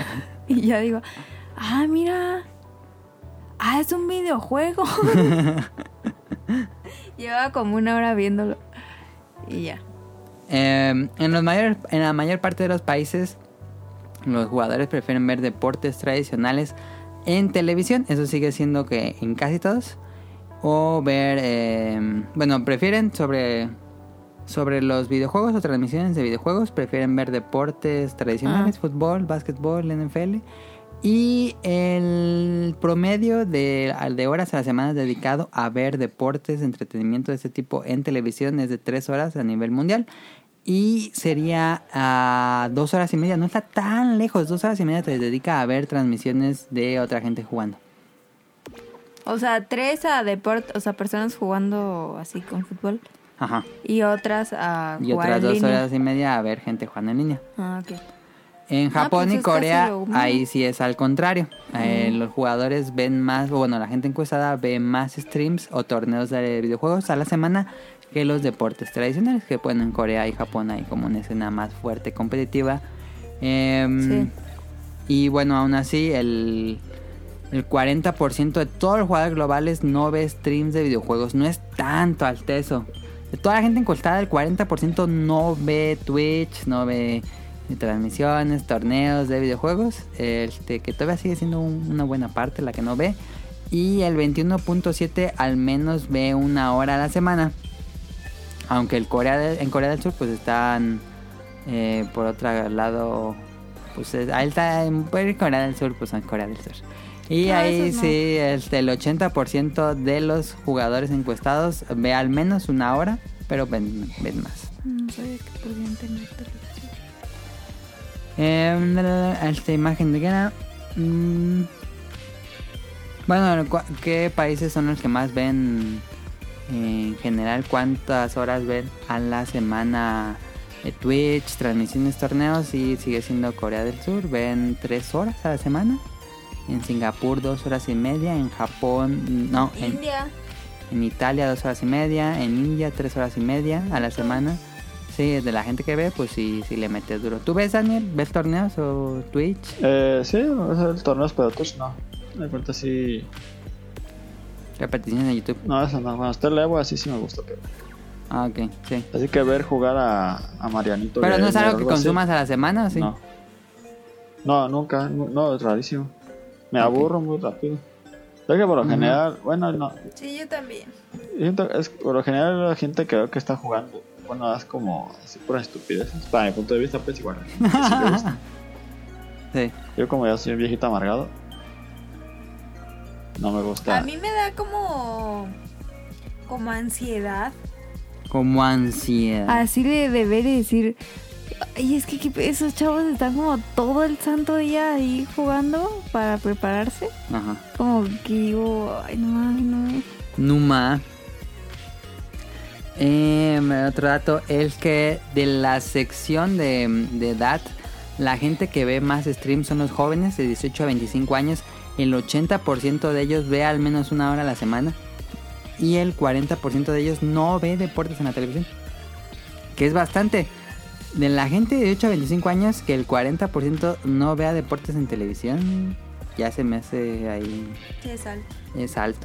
[SPEAKER 1] Y ya digo, ah, mira, ah, es un
[SPEAKER 2] [LAUGHS]
[SPEAKER 1] videojuego. Llevaba como una hora viéndolo. Y ya.
[SPEAKER 2] Eh, en, los mayor- en la mayor parte de los países, los jugadores prefieren ver deportes tradicionales en televisión. Eso sigue siendo que en casi todos. O ver, eh, bueno, prefieren sobre, sobre los videojuegos o transmisiones de videojuegos. Prefieren ver deportes tradicionales, fútbol, básquetbol, NFL. Y el promedio de, al de horas a la semana dedicado a ver deportes, entretenimiento de este tipo en televisión es de 3 horas a nivel mundial. Y sería a 2 horas y media, no está tan lejos, 2 horas y media te dedica a ver transmisiones de otra gente jugando.
[SPEAKER 1] O sea, tres a deporte, o sea, personas jugando así con fútbol
[SPEAKER 2] Ajá.
[SPEAKER 1] y otras a
[SPEAKER 2] Y
[SPEAKER 1] jugar
[SPEAKER 2] otras
[SPEAKER 1] en
[SPEAKER 2] 2
[SPEAKER 1] línea.
[SPEAKER 2] horas y media a ver gente jugando en línea.
[SPEAKER 1] Ah, ok.
[SPEAKER 2] En
[SPEAKER 1] Ah,
[SPEAKER 2] Japón
[SPEAKER 1] pues
[SPEAKER 2] y
[SPEAKER 1] es casi
[SPEAKER 2] Corea,
[SPEAKER 1] lo mismo.
[SPEAKER 2] ahí sí es al contrario.
[SPEAKER 1] Ah.
[SPEAKER 2] Eh, los jugadores ven más, o bueno, la gente encuestada ve más streams o torneos de videojuegos a la semana que los deportes tradicionales, que bueno, en Corea y Japón hay como una escena más fuerte, competitiva. Em,
[SPEAKER 1] Sí.
[SPEAKER 2] Y bueno, aún así, el, el 40% de todos los jugadores globales no ve streams de videojuegos. No es tanto al teso. De toda la gente encuestada, el 40% no ve Twitch, no ve transmisiones, torneos de videojuegos. Este, que todavía sigue siendo un- una buena parte la que no ve. Y el 21.7 al menos ve una hora a la semana. Aunque el Corea del- en Corea del Sur pues están eh, por otro lado, pues es- ahí está en en Corea del Sur, pues en Corea del Sur. Y
[SPEAKER 1] No,
[SPEAKER 2] ahí
[SPEAKER 1] esos no.
[SPEAKER 2] sí, este, el 80% de los jugadores encuestados ve al menos una hora, pero ven, ven más.
[SPEAKER 1] No sabía que podían tener televisión.
[SPEAKER 2] Eh, la, la, la, esta imagen de que era... mm, bueno, cua- ¿qué países son los que más ven eh, en general? ¿Cuántas horas ven a la semana eh, Twitch, transmisiones, torneos? Y sigue siendo Corea del Sur, ven tres horas a la semana. En Singapur dos horas y media, en Japón, no, en,
[SPEAKER 1] India.
[SPEAKER 2] en Italia dos horas y media, en India tres horas y media a la semana. Sí, de la gente que ve, pues sí, sí le metes duro. ¿Tú ves, Daniel? ¿Ves torneos o Twitch?
[SPEAKER 3] Eh, sí, o sea, el torneo pero Twitch no. De cuenta sí.
[SPEAKER 2] Repeticiones de YouTube.
[SPEAKER 3] No, eso no. Bueno, está el Evo, así sí me gusta. Pero...
[SPEAKER 2] Ah, ok, sí.
[SPEAKER 3] Así que ver jugar a, a Marianito.
[SPEAKER 2] Pero no es
[SPEAKER 3] Gabriel o
[SPEAKER 2] algo que
[SPEAKER 3] así,
[SPEAKER 2] consumas a la semana, ¿o sí?
[SPEAKER 3] No. No, nunca. nu- No, es rarísimo. Me
[SPEAKER 2] Ok.
[SPEAKER 3] aburro muy rápido. Es que por lo general, bueno, no.
[SPEAKER 1] Sí, yo también.
[SPEAKER 3] siento- es- por lo general la gente creo que está jugando. Bueno, es como así por estupideces. Para mi punto de vista, pues igual. que sí me
[SPEAKER 2] [LAUGHS]
[SPEAKER 3] gusta.
[SPEAKER 2] Sí.
[SPEAKER 3] Yo como ya soy un viejito amargado. No me gusta.
[SPEAKER 1] A mí me da como. como ansiedad.
[SPEAKER 2] Como ansiedad.
[SPEAKER 1] Así de, de ver y decir. Y es que qué pe- esos chavos están como todo el santo día ahí jugando para prepararse.
[SPEAKER 2] Ajá.
[SPEAKER 1] Como que digo, ay, no mames, no.
[SPEAKER 2] Numa. Em, otro dato es que de la sección de, de edad, la gente que ve más streams son los jóvenes de 18 a 25 años. El 80% de ellos ve al menos una hora a la semana. Y el 40% de ellos no ve deportes en la televisión. Que es bastante. De la gente de 18 a 25 años, que el 40% no vea deportes en televisión, ya se me hace ahí es alto.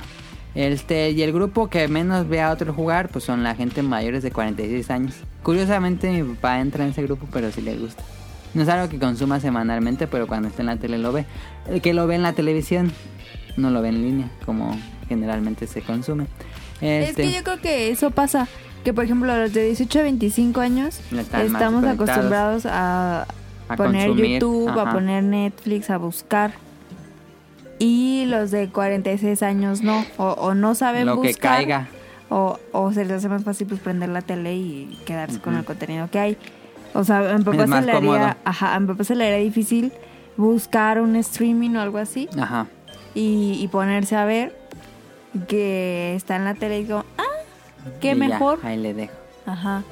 [SPEAKER 2] Este, y el grupo que menos ve a otro jugar, pues son la gente mayores de 46 años. Curiosamente mi papá entra en ese grupo, pero sí le gusta. Eh, No es algo que consuma semanalmente, pero cuando está en la tele lo ve. El que lo ve en la televisión. no lo ve en línea, como generalmente se consume.
[SPEAKER 1] Es
[SPEAKER 2] Este,
[SPEAKER 1] que yo creo que eso pasa. Que por ejemplo, los de 18 a 25 años
[SPEAKER 2] Ya están más
[SPEAKER 1] estamos
[SPEAKER 2] desconectados.
[SPEAKER 1] acostumbrados a,
[SPEAKER 2] A
[SPEAKER 1] poner
[SPEAKER 2] consumir,
[SPEAKER 1] YouTube,
[SPEAKER 2] ajá.
[SPEAKER 1] a poner Netflix, a buscar. Y los de 46 años no, o, o no saben
[SPEAKER 2] lo
[SPEAKER 1] buscar.
[SPEAKER 2] que caiga.
[SPEAKER 1] O, o se les hace más fácil pues prender la tele y quedarse con
[SPEAKER 2] Ujú.
[SPEAKER 1] el contenido que hay. O sea, a mi papá,
[SPEAKER 2] más
[SPEAKER 1] se le
[SPEAKER 2] cómodo.
[SPEAKER 1] haría, ajá, a mi papá se le haría difícil buscar un streaming o algo así
[SPEAKER 2] Ajá.
[SPEAKER 1] y, y ponerse a ver que está en la tele y digo, ah, qué
[SPEAKER 2] Y ya,
[SPEAKER 1] mejor.
[SPEAKER 2] ahí le dejo.
[SPEAKER 1] Ajá.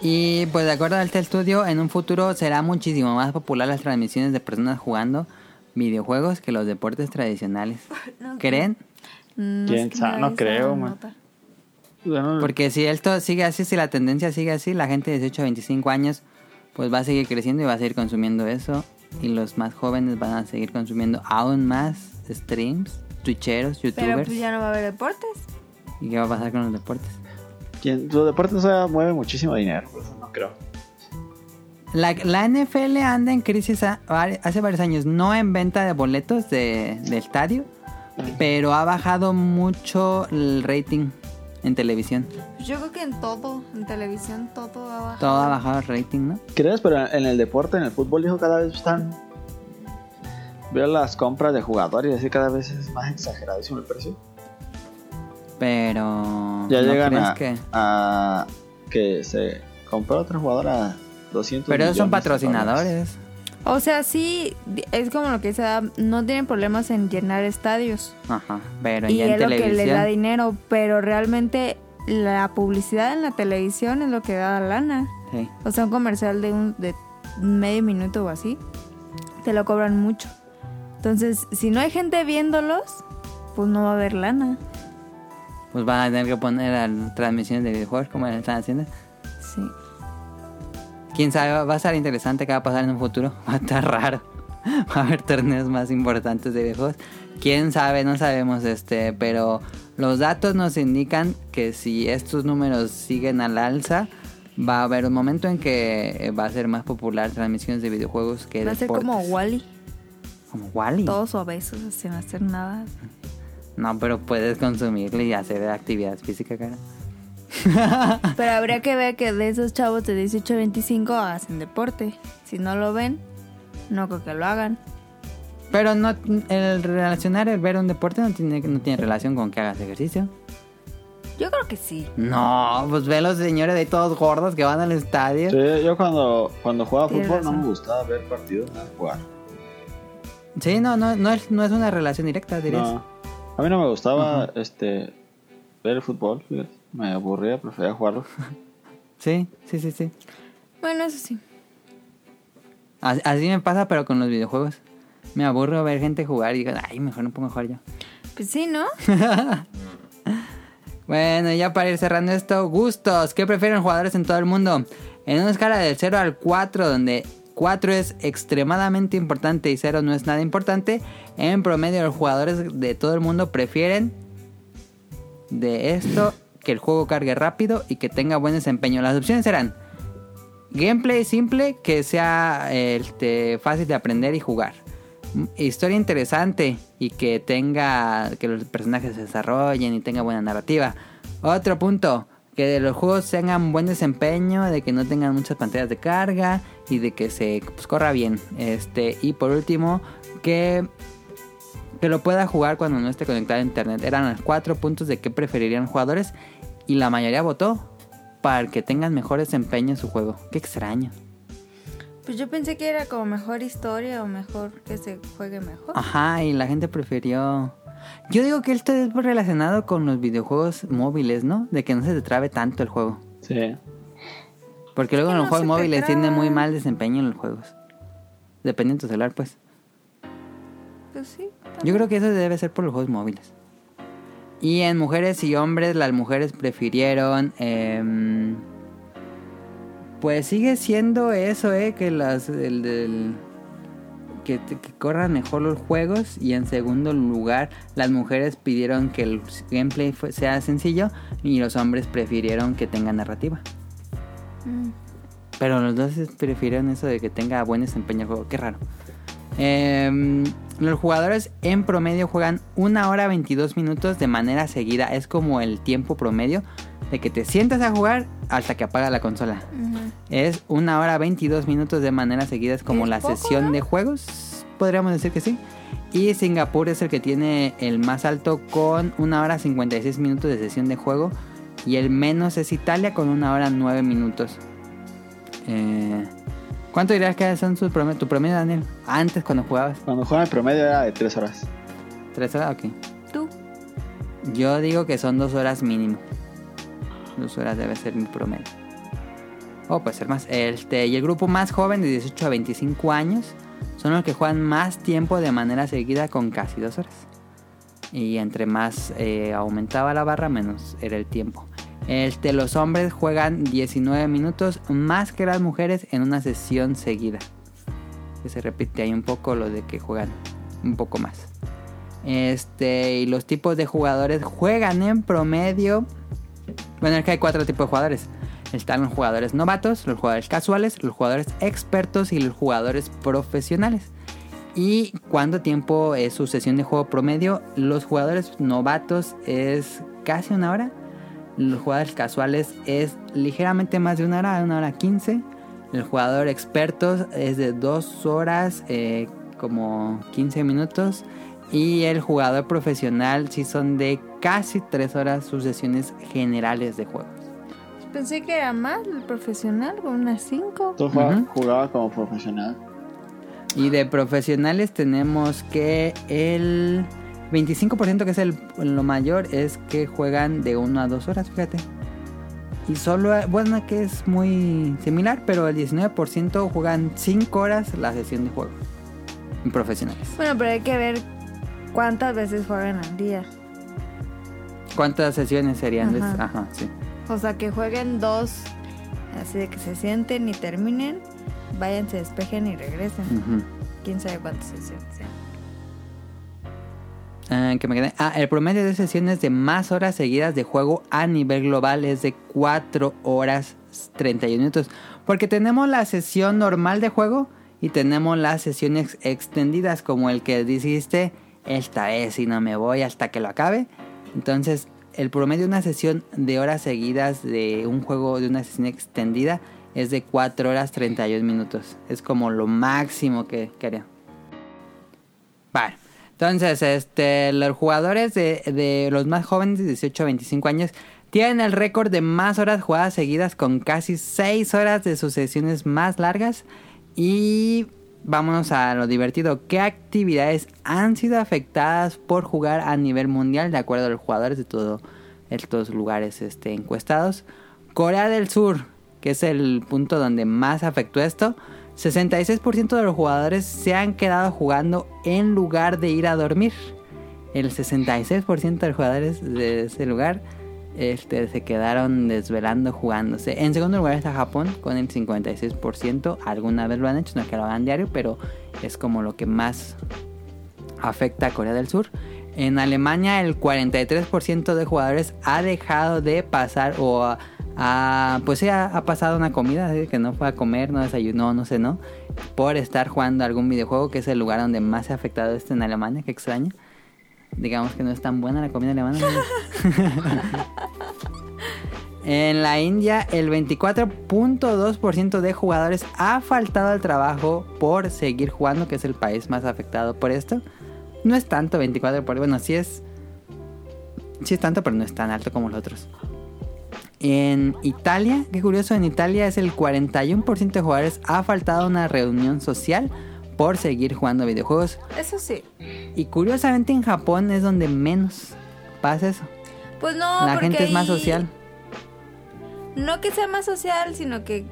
[SPEAKER 2] Y pues de acuerdo a este estudio, en un futuro será muchísimo más popular las transmisiones de personas jugando videojuegos que los deportes tradicionales.
[SPEAKER 1] No,
[SPEAKER 2] ¿Creen?
[SPEAKER 1] Mm,
[SPEAKER 3] ¿Quién
[SPEAKER 1] es que
[SPEAKER 3] sabe?
[SPEAKER 1] me
[SPEAKER 3] No
[SPEAKER 1] da
[SPEAKER 3] creo,
[SPEAKER 1] esa
[SPEAKER 3] man.
[SPEAKER 1] nota.
[SPEAKER 3] Bueno,
[SPEAKER 2] Porque si esto sigue así, si la tendencia sigue así, la gente de 18 a 25 años pues va a seguir creciendo y va a seguir consumiendo eso. Y los más jóvenes van a seguir consumiendo aún más streams, twitcheros,
[SPEAKER 1] Pero
[SPEAKER 2] youtubers.
[SPEAKER 1] pues ya no va a haber deportes.
[SPEAKER 2] ¿Y qué va a pasar con los deportes?
[SPEAKER 3] quien- los deportes o sea, mueven muchísimo dinero, pues, no creo.
[SPEAKER 2] La, la NFL anda en crisis a- vari- hace varios años, no en venta de boletos de, de estadio, pero ha bajado mucho el rating en televisión.
[SPEAKER 1] Yo creo que en todo, en televisión, todo va a bajar.
[SPEAKER 2] Todo ha bajado el rating, ¿no?
[SPEAKER 3] ¿Crees? Pero en el deporte, en el fútbol, hijo, cada vez están. Veo las compras de jugadores y así cada vez es más exageradísimo el precio.
[SPEAKER 2] Pero...
[SPEAKER 3] Ya
[SPEAKER 2] ¿no
[SPEAKER 3] llegan
[SPEAKER 2] crees
[SPEAKER 3] a,
[SPEAKER 2] que-
[SPEAKER 3] a que se compró otro jugador a 200
[SPEAKER 2] Pero ellos son
[SPEAKER 3] millones de dólares.
[SPEAKER 2] patrocinadores.
[SPEAKER 1] O sea, sí, es como lo que dice Adam, no tienen problemas en llenar estadios.
[SPEAKER 2] Ajá, pero
[SPEAKER 1] Y
[SPEAKER 2] ya en
[SPEAKER 1] es lo que les da
[SPEAKER 2] televisión.
[SPEAKER 1] dinero, pero realmente la publicidad en la televisión es lo que da lana.
[SPEAKER 2] Sí.
[SPEAKER 1] O sea, un comercial de un de medio minuto o así, te lo cobran mucho. Entonces, si no hay gente viéndolos, pues no va a haber lana.
[SPEAKER 2] Pues van a tener que poner a transmisiones de videojuegos como las están haciendo.
[SPEAKER 1] Sí.
[SPEAKER 2] Quién sabe, va a estar interesante qué va a pasar en un futuro. [LAUGHS] Va a estar raro. Va a haber torneos más importantes de videojuegos. Quién sabe, no sabemos este, pero los datos nos indican que si estos números siguen al alza, va a haber un momento en que eh, va a ser más popular transmisiones de videojuegos que
[SPEAKER 1] Va a ser
[SPEAKER 2] deportes.
[SPEAKER 1] como Wally,
[SPEAKER 2] Como Wall-E.
[SPEAKER 1] todos obesos, sin hacer nada.
[SPEAKER 2] No, pero puedes consumirle y hacer actividad física, cara.
[SPEAKER 1] Pero habría que ver que de esos chavos de 18 a 25 hacen deporte. Si no lo ven, no creo que lo hagan.
[SPEAKER 2] Pero no el relacionar el ver un deporte no tiene no tiene relación con que hagas ejercicio.
[SPEAKER 1] Yo creo que sí.
[SPEAKER 2] No, pues ve los señores de ahí todos gordos que van al estadio. Sí,
[SPEAKER 3] Sí, yo cuando, cuando jugaba
[SPEAKER 1] Tienes
[SPEAKER 3] fútbol no
[SPEAKER 1] razón.
[SPEAKER 3] me gustaba ver partidos, nada, jugar.
[SPEAKER 2] no, no, no es, no es una relación directa, dirías.
[SPEAKER 3] No, a mí no me gustaba este ver el fútbol, fíjate. me aburría,
[SPEAKER 2] [LAUGHS]
[SPEAKER 3] prefería jugarlo.
[SPEAKER 2] Sí, sí, sí, sí.
[SPEAKER 1] Bueno, eso sí.
[SPEAKER 2] Así, así me pasa, pero con los videojuegos. Me aburro ver gente jugar y digo, ay, mejor no pongo a jugar yo.
[SPEAKER 1] Pues sí, ¿no?
[SPEAKER 2] Bueno, ya para ir cerrando esto, gustos. ¿Qué prefieren jugadores en todo el mundo? En una escala del 0 al 4, donde 4 es extremadamente importante y 0 no es nada importante, en promedio los jugadores de todo el mundo prefieren de esto que el juego cargue rápido y que tenga buen desempeño. Las opciones serán gameplay simple, que sea este, fácil de aprender y jugar. M- Historia interesante y que tenga que los personajes se desarrollen y tenga buena narrativa. Otro punto, que de los juegos tengan buen desempeño, de que no tengan muchas pantallas de carga y de que se pues, corra bien. Este, y por último, que que lo pueda jugar cuando no esté conectado a internet. Eran los cuatro puntos de qué preferirían jugadores y la mayoría votó para que tengan mejor desempeño en su juego. Qué extraño.
[SPEAKER 1] Pues yo pensé que era como mejor historia o mejor que se juegue mejor.
[SPEAKER 2] Ajá, y la gente prefirió... Yo digo que esto es relacionado con los videojuegos móviles, ¿no? De que no se te trabe tanto el juego.
[SPEAKER 3] Sí.
[SPEAKER 2] Porque luego
[SPEAKER 1] que
[SPEAKER 2] en los
[SPEAKER 1] no
[SPEAKER 2] juegos
[SPEAKER 1] se te
[SPEAKER 2] móviles tienen muy
[SPEAKER 1] traba.
[SPEAKER 2] mal desempeño en los juegos. Dependiendo de tu celular, pues.
[SPEAKER 1] Pues sí.
[SPEAKER 2] Yo creo que eso debe ser por los juegos móviles. Y en mujeres y hombres, las mujeres prefirieron. em, pues sigue siendo eso, ¿eh? Que las. el del- que, te- que corran mejor los juegos. Y en segundo lugar, las mujeres pidieron que el gameplay fue- sea sencillo. Y los hombres prefirieron que tenga narrativa.
[SPEAKER 1] Mm.
[SPEAKER 2] Pero los dos prefirieron eso de que tenga buen desempeño el juego. Qué raro. Eh, los jugadores en promedio juegan una hora 22 minutos de manera seguida. Es como el tiempo promedio de que te sientas a jugar hasta que apaga la consola. Es una hora 22 minutos de manera seguida. Es como
[SPEAKER 1] Es
[SPEAKER 2] la
[SPEAKER 1] poco,
[SPEAKER 2] sesión
[SPEAKER 1] ¿no?
[SPEAKER 2] de juegos. Podríamos decir que sí. Y Singapur es el que tiene el más alto con una hora 56 minutos de sesión de juego. Y el menos es Italia con una hora 9 minutos. Eh, ¿Cuánto dirías que son sus promedio, tu promedio, Daniel? Antes cuando jugabas.
[SPEAKER 3] Cuando jugaba en promedio era de 3 horas.
[SPEAKER 2] ¿Tres horas? Ok.
[SPEAKER 1] Tú.
[SPEAKER 2] Yo digo que son dos horas mínimo. Dos horas debe ser mi promedio. O puede ser más. Este, y el grupo más joven de 18 a 25 años son los que juegan más tiempo de manera seguida con casi dos horas. Y entre más eh, aumentaba la barra, menos era el tiempo. Este, los hombres juegan 19 minutos más que las mujeres en una sesión seguida. Que se repite ahí un poco lo de que juegan un poco más. Este, y los tipos de jugadores juegan en promedio. Bueno, es que hay cuatro tipos de jugadores. Están los jugadores novatos, los jugadores casuales, los jugadores expertos y los jugadores profesionales. Y cuánto tiempo es su sesión de juego promedio. Los jugadores novatos es casi una hora. Los jugadores casuales es ligeramente más de una hora, una hora quince. El jugador expertos es de dos horas, eh, como 15 minutos. Y el jugador profesional sí son de casi tres horas sus sesiones generales de juegos.
[SPEAKER 1] Pensé que era más el profesional, con unas 5.
[SPEAKER 3] Entonces jugaba,
[SPEAKER 2] Ujú.
[SPEAKER 3] jugaba como profesional.
[SPEAKER 2] Y de profesionales tenemos que el 25% que es el, lo mayor es que juegan de 1 a 2 horas, fíjate. Y solo, bueno, que es muy similar, pero el 19% juegan 5 horas la sesión de juego. En profesionales.
[SPEAKER 1] Bueno, pero hay que ver cuántas veces juegan al día.
[SPEAKER 2] ¿Cuántas sesiones serían?
[SPEAKER 1] Ajá.
[SPEAKER 2] Ajá, sí.
[SPEAKER 1] O sea, que jueguen dos, así de que se sienten y terminen, vayan, se despejen y regresen.
[SPEAKER 2] Ujú.
[SPEAKER 1] Quién sabe cuántas sesiones sean.
[SPEAKER 2] Ah, que me quedé. Ah, el promedio de sesiones de más horas seguidas de juego a nivel global es de 4 horas 31 minutos. Porque tenemos la sesión normal de juego y tenemos las sesiones extendidas, como el que dijiste, esta vez y no me voy hasta que lo acabe. Entonces, el promedio de una sesión de horas seguidas de un juego, de una sesión extendida, es de 4 horas 31 minutos. Es como lo máximo que quería. Vale. Entonces, este, los jugadores de, de los más jóvenes de 18 a 25 años tienen el récord de más horas jugadas seguidas con casi 6 horas de sus sesiones más largas. Y vámonos a lo divertido. ¿Qué actividades han sido afectadas por jugar a nivel mundial de acuerdo a los jugadores de todo, estos lugares este, encuestados? Corea del Sur, que es el punto donde más afectó esto, 66% de los jugadores se han quedado jugando en lugar de ir a dormir. El 66% de los jugadores de ese lugar este, se quedaron desvelando jugándose. En segundo lugar está Japón con el 56%. Alguna vez lo han hecho, no es que lo hagan diario, pero es como lo que más afecta a Corea del Sur. En Alemania el 43% de jugadores ha dejado de pasar o ha- ha- pues sí, ha, ha pasado una comida, así que no fue a comer, no desayunó, no sé, no, por estar jugando algún videojuego, que es el lugar donde más se ha afectado esto en Alemania, que extraña. Digamos que no es tan buena la comida alemana. ¿no? [LAUGHS] en la India el 24.2% de jugadores ha faltado al trabajo por seguir jugando, que es el país más afectado por esto. No es tanto 24, por, bueno, sí es. Sí es tanto, pero no es tan alto como los otros. En Italia, qué curioso, en Italia es el 41% de jugadores ha faltado a una reunión social por seguir jugando videojuegos.
[SPEAKER 1] Eso sí.
[SPEAKER 2] Y curiosamente en Japón es donde menos pasa eso.
[SPEAKER 1] Pues no,
[SPEAKER 2] La
[SPEAKER 1] porque
[SPEAKER 2] gente es más
[SPEAKER 1] ahí-
[SPEAKER 2] social
[SPEAKER 1] No que sea más social, sino que.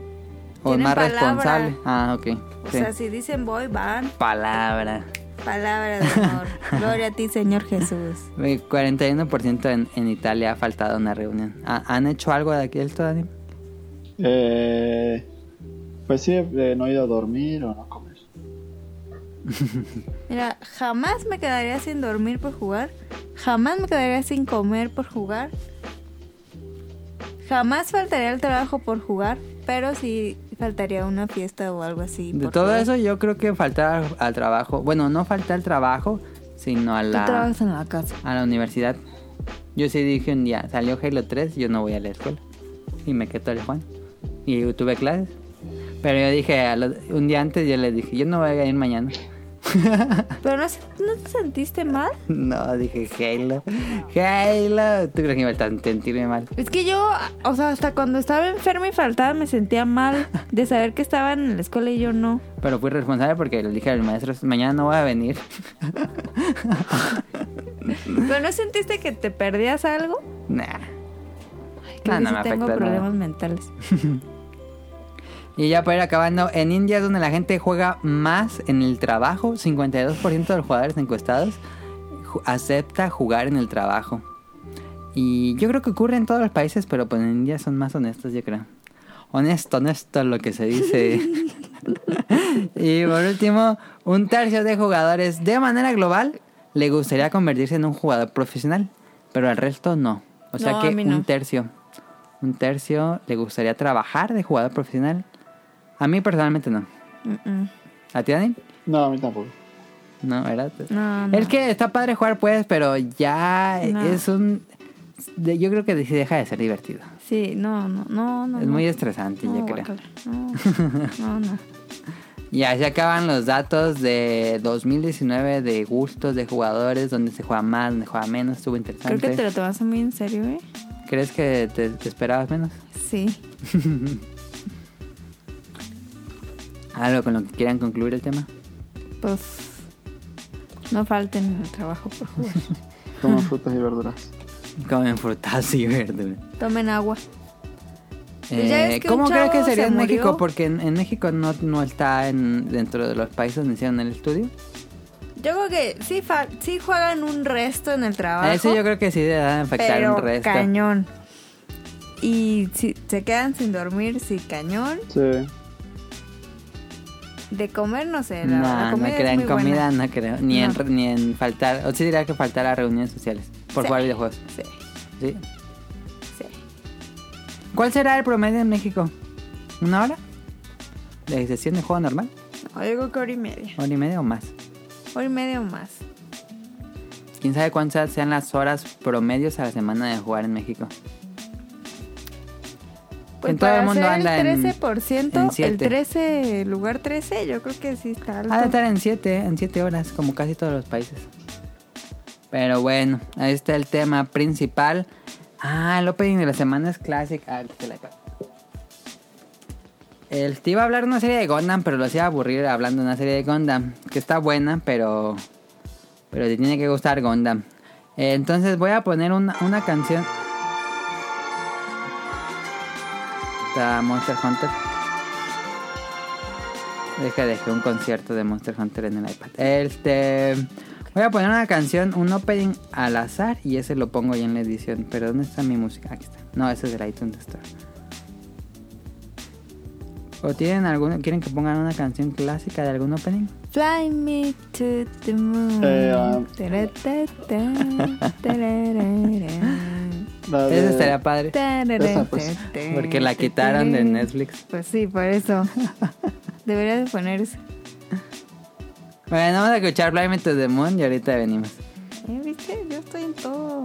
[SPEAKER 2] o
[SPEAKER 1] tienen
[SPEAKER 2] más
[SPEAKER 1] palabra.
[SPEAKER 2] responsable. Ah, ok.
[SPEAKER 1] O
[SPEAKER 2] sí.
[SPEAKER 1] sea, si dicen voy, van.
[SPEAKER 2] Palabra.
[SPEAKER 1] Palabra de
[SPEAKER 2] [LAUGHS]
[SPEAKER 1] amor. Gloria a ti, Señor Jesús.
[SPEAKER 2] Eh, 41% en, en Italia ha faltado a una reunión. Ah, ¿Han hecho algo de aquí del todo, Dani?
[SPEAKER 3] Eh, pues sí, de no ir a dormir o no comer.
[SPEAKER 1] Mira, jamás me quedaría sin dormir por jugar. Jamás me quedaría sin comer por jugar. Jamás faltaría al trabajo por jugar. Pero si faltaría una fiesta o algo así.
[SPEAKER 2] De
[SPEAKER 1] por
[SPEAKER 2] todo
[SPEAKER 1] favor.
[SPEAKER 2] eso yo creo que faltar al, al trabajo, bueno, no faltar al trabajo, sino a
[SPEAKER 1] Tú
[SPEAKER 2] la,
[SPEAKER 1] trabajas en la casa.
[SPEAKER 2] a la universidad. Yo sí dije un día, salió Halo 3, yo no voy a la escuela. Y me quedé todo el Juan. Y tuve clases. Pero yo dije, a los- un día antes yo les dije, yo no voy a ir mañana. [LAUGHS]
[SPEAKER 1] Pero no, se- ¿no te sentiste mal?
[SPEAKER 2] No, dije Halo. Halo. ¿Tú crees que me iba a sentirme mal?
[SPEAKER 1] Es que yo, o sea, hasta cuando estaba enferma y faltaba me sentía mal de saber que estaban en la escuela y yo no.
[SPEAKER 2] Pero fui responsable porque le dije al maestro, mañana no voy a venir. [LAUGHS]
[SPEAKER 1] ¿Pero no sentiste que te perdías algo?
[SPEAKER 2] nah.
[SPEAKER 1] Creo
[SPEAKER 2] Ah,
[SPEAKER 1] que
[SPEAKER 2] no
[SPEAKER 1] sí
[SPEAKER 2] me
[SPEAKER 1] tengo
[SPEAKER 2] afecta nada.
[SPEAKER 1] problemas mentales.
[SPEAKER 2] Y ya para ir acabando, en India es donde la gente juega más en el trabajo. 52% de los jugadores encuestados ju- acepta jugar en el trabajo. Y yo creo que ocurre en todos los países, pero pues en India son más honestos, yo creo. Honesto, honesto lo que se
[SPEAKER 1] [LAUGHS]
[SPEAKER 2] dice. y por último, un tercio de jugadores de manera global le gustaría convertirse en un jugador profesional, pero al resto no. O sea
[SPEAKER 1] No, a
[SPEAKER 2] que
[SPEAKER 1] mí
[SPEAKER 2] un
[SPEAKER 1] no.
[SPEAKER 2] tercio. Un tercio le gustaría trabajar de jugador profesional. A mí personalmente no.
[SPEAKER 1] Mm, mm.
[SPEAKER 2] ¿A ti, Dani?
[SPEAKER 3] No, a mí tampoco.
[SPEAKER 2] No, ¿verdad?
[SPEAKER 1] No, no.
[SPEAKER 2] Es que está padre jugar, pues, pero ya
[SPEAKER 1] No.
[SPEAKER 2] es un... de- Yo creo que sí deja de ser divertido.
[SPEAKER 1] Sí, no, no, no, no.
[SPEAKER 2] es
[SPEAKER 1] no.
[SPEAKER 2] muy estresante,
[SPEAKER 1] No,
[SPEAKER 2] yo creo.
[SPEAKER 1] Oh,
[SPEAKER 2] [LAUGHS]
[SPEAKER 1] guácala. No, no, no.
[SPEAKER 2] Y así acaban los datos de 2019 de gustos de jugadores, donde se juega más, donde juega menos, estuvo
[SPEAKER 1] Creo
[SPEAKER 2] interesante.
[SPEAKER 1] que te lo tomaste muy en serio, ¿eh?
[SPEAKER 2] ¿Crees que te, te esperabas menos?
[SPEAKER 1] Sí.
[SPEAKER 2] Algo con lo que quieran concluir el tema.
[SPEAKER 1] Pues no falten en el trabajo por
[SPEAKER 2] [LAUGHS]
[SPEAKER 1] jugar.
[SPEAKER 3] Como frutas y verduras.
[SPEAKER 2] Comen frutas y verduras.
[SPEAKER 1] Tomen agua. Pues ya
[SPEAKER 2] Eh,
[SPEAKER 1] ves que un
[SPEAKER 2] ¿Cómo crees que
[SPEAKER 1] chavo
[SPEAKER 2] sería
[SPEAKER 1] se
[SPEAKER 2] en México?
[SPEAKER 1] murió.
[SPEAKER 2] Porque en, en México no, no está en- dentro de los países donde hicieron el estudio.
[SPEAKER 1] Yo creo que sí, fa- sí juegan un resto en el trabajo.
[SPEAKER 2] A eso yo creo que sí le dan a afectar
[SPEAKER 1] pero
[SPEAKER 2] un resto.
[SPEAKER 1] cañón. Y si se quedan sin dormir, sí, cañón.
[SPEAKER 3] [LAUGHS] Sí.
[SPEAKER 1] De comer, no sé. La, la
[SPEAKER 2] No, no
[SPEAKER 1] comida es
[SPEAKER 2] crean
[SPEAKER 1] muy buena.
[SPEAKER 2] comida, no creo. Ni,
[SPEAKER 1] No.
[SPEAKER 2] En, ni en faltar. O sí diría que faltar a reuniones sociales por
[SPEAKER 1] Sí.
[SPEAKER 2] jugar videojuegos.
[SPEAKER 1] Sí,
[SPEAKER 2] Sí.
[SPEAKER 1] sí.
[SPEAKER 2] ¿Cuál será el promedio en México? ¿Una hora? ¿De sesión de juego normal?
[SPEAKER 1] No, yo creo que hora y media.
[SPEAKER 2] ¿Hora y media o más?
[SPEAKER 1] Hora y media o más.
[SPEAKER 2] ¿Quién sabe cuántas sean las horas promedios a la semana de jugar en México?
[SPEAKER 1] Pues
[SPEAKER 2] En todo el
[SPEAKER 1] para
[SPEAKER 2] mundo
[SPEAKER 1] ser
[SPEAKER 2] anda en-
[SPEAKER 1] el 13%,
[SPEAKER 2] en
[SPEAKER 1] el
[SPEAKER 2] siete. Ah,
[SPEAKER 1] 13, lugar 13, yo creo que sí está alto.
[SPEAKER 2] Ha de estar en 7, en 7 horas, como casi todos los países. Pero bueno, ahí está el tema principal. Ah, el opening de la semana es Classic. Ah, que la ca- El te iba a hablar de una serie de Gundam, pero lo hacía aburrir hablando de una serie de Gundam. Que está buena, pero. Pero te tiene que gustar Gundam. Eh, entonces voy a poner una, una canción. Está Monster Hunter. Es que dejé un concierto de Monster Hunter en el iPad. Este. Voy a poner una canción, un opening al azar y ese lo pongo ya en la edición. Pero ¿dónde está mi música? Aquí está. No, ese es del iTunes Store. ¿O tienen alguna, quieren que pongan una canción clásica de algún opening?
[SPEAKER 1] Fly me to the moon.
[SPEAKER 3] Eh, ah.
[SPEAKER 1] Tararara, tararara.
[SPEAKER 3] La de-
[SPEAKER 2] Ese estaría padre.
[SPEAKER 1] Tararara,
[SPEAKER 3] pues,
[SPEAKER 1] tararara.
[SPEAKER 2] Porque la quitaron de Netflix.
[SPEAKER 1] Pues sí, por eso. Debería de poner eso.
[SPEAKER 2] Bueno, vamos a escuchar Blind to the Moon y ahorita venimos.
[SPEAKER 1] Eh, ¿Viste? Yo estoy en todo.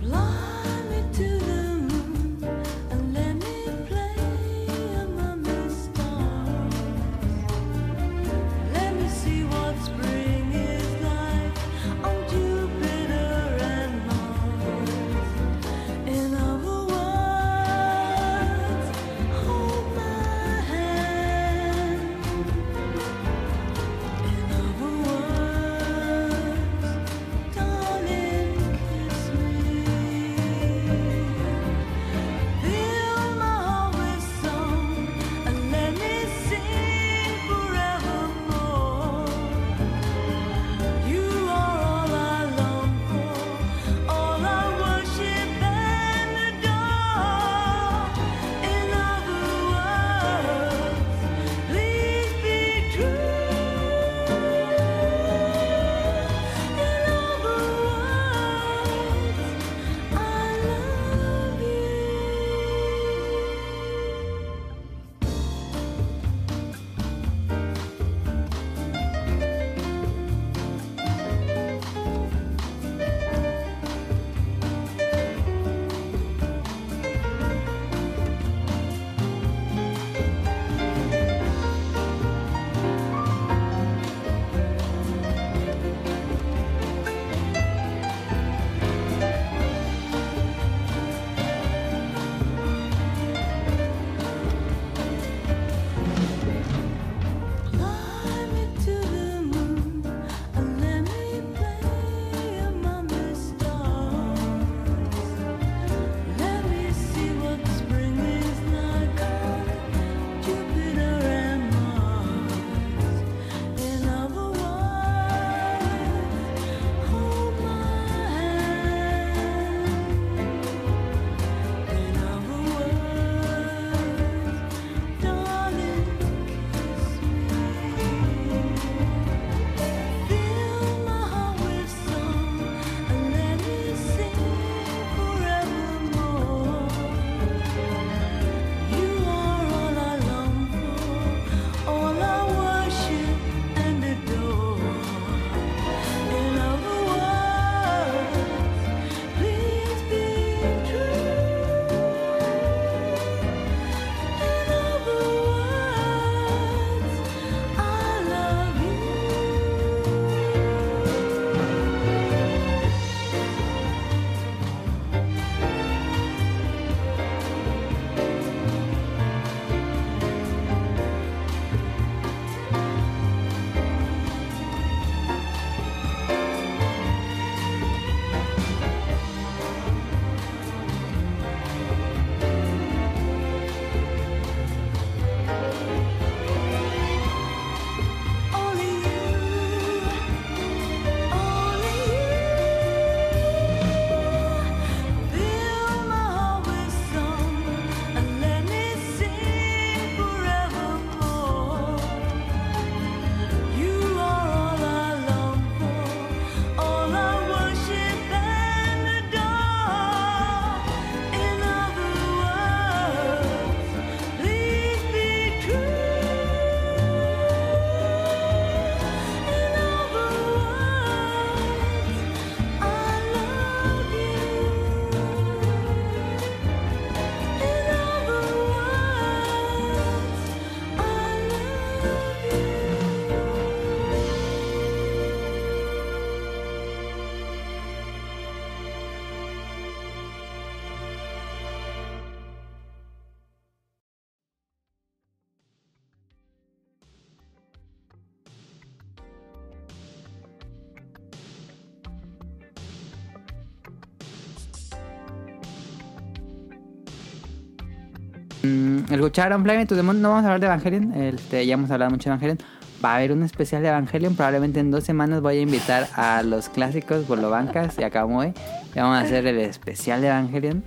[SPEAKER 6] Fly me to the moon,
[SPEAKER 2] Mm, escucharon Fly Me to the Moon. No vamos a hablar de Evangelion. Este, ya hemos hablado mucho de Evangelion. Va a haber un especial de Evangelion. Probablemente en dos semanas voy a invitar a los clásicos Bolobancas y a Kamui. Ya vamos a hacer el especial de Evangelion.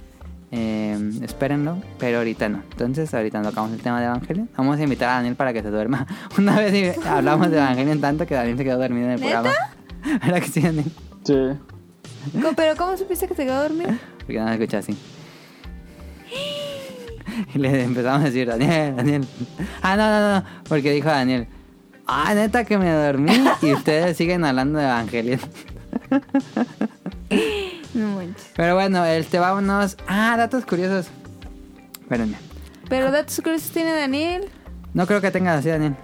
[SPEAKER 2] Eh, espérenlo, pero ahorita no. Entonces, ahorita no tocamos el tema de Evangelion. Vamos a invitar a Daniel para que se duerma. [LAUGHS] Una vez hablamos de Evangelion tanto que Daniel se quedó dormido en el
[SPEAKER 1] ¿Neta?
[SPEAKER 2] programa. [LAUGHS] ¿Verdad que sí, Daniel?
[SPEAKER 3] Sí.
[SPEAKER 1] Co- ¿Pero cómo supiste que se quedó dormido?
[SPEAKER 2] Porque no la escuché así. [LAUGHS] Y le empezamos a decir, Daniel, Daniel. Ah, no, no, no. Porque dijo Daniel, ah, neta que me dormí y ustedes siguen hablando de Evangelion.
[SPEAKER 1] No manches.
[SPEAKER 2] [LAUGHS] Pero bueno, este, vámonos. Ah, datos curiosos. Espérenme.
[SPEAKER 1] Pero datos curiosos tiene Daniel.
[SPEAKER 2] No creo que tengas así, Daniel.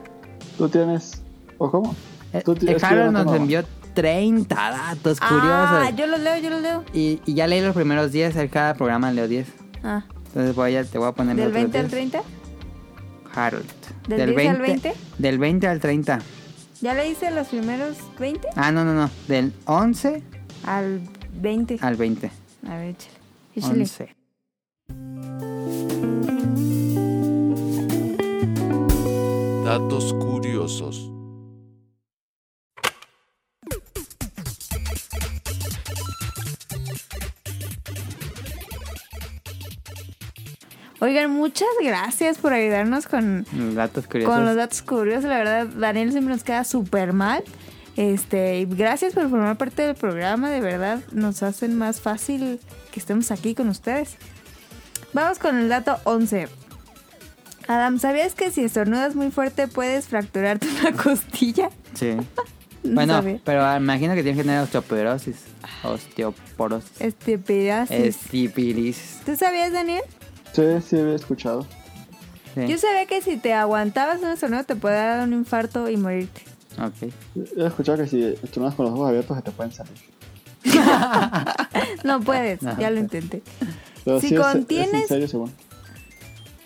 [SPEAKER 3] ¿Tú tienes. ¿O cómo?
[SPEAKER 2] Eh,
[SPEAKER 3] Tú ti-
[SPEAKER 2] eh,
[SPEAKER 3] es que yo
[SPEAKER 2] Harold
[SPEAKER 3] no
[SPEAKER 2] nos
[SPEAKER 3] tengo.
[SPEAKER 2] envió 30 datos
[SPEAKER 1] Ah,
[SPEAKER 2] curiosos.
[SPEAKER 1] yo los leo, yo los leo.
[SPEAKER 2] Y, y ya leí los primeros 10. En cada programa leo 10.
[SPEAKER 1] Ah,
[SPEAKER 2] Entonces voy a, te voy a poner los
[SPEAKER 1] del
[SPEAKER 2] otros
[SPEAKER 1] 20 al
[SPEAKER 2] 10.
[SPEAKER 1] 30.
[SPEAKER 2] Harold.
[SPEAKER 1] ¿Del 10 al 20?
[SPEAKER 2] Del 20 al 30.
[SPEAKER 1] ¿Ya le hice los primeros 20?
[SPEAKER 2] Ah, no, no, no. Del 11
[SPEAKER 1] Al 20.
[SPEAKER 2] al 20.
[SPEAKER 1] A ver, échale. Échale.
[SPEAKER 2] 11.
[SPEAKER 5] Datos curiosos.
[SPEAKER 1] Oigan, muchas gracias por ayudarnos con,
[SPEAKER 2] Datos curiosos.
[SPEAKER 1] con los datos curiosos. La verdad, Daniel siempre nos queda súper mal. Este, y gracias por formar parte del programa. De verdad, nos hacen más fácil que estemos aquí con ustedes. Vamos con el dato 11. Adam, ¿sabías que si estornudas muy fuerte puedes [LAUGHS] fracturarte una costilla?
[SPEAKER 2] Sí.
[SPEAKER 1] [LAUGHS] No
[SPEAKER 2] bueno,
[SPEAKER 1] sabía.
[SPEAKER 2] pero ah, imagino que tienen que tener osteoporosis. Osteoporosis.
[SPEAKER 1] Este pedazo.
[SPEAKER 2] Estipilisis.
[SPEAKER 1] ¿Tú sabías, Daniel?
[SPEAKER 3] Sí, sí, había escuchado.
[SPEAKER 2] Sí.
[SPEAKER 1] Yo sabía que si te aguantabas un estornudo te podía dar un infarto y morirte. [LAUGHS]
[SPEAKER 2] Ok.
[SPEAKER 3] He escuchado que si estornudas con los ojos abiertos se te pueden salir.
[SPEAKER 1] No puedes, ya lo intenté. Si
[SPEAKER 3] es- es
[SPEAKER 1] contienes-
[SPEAKER 3] en serio, según.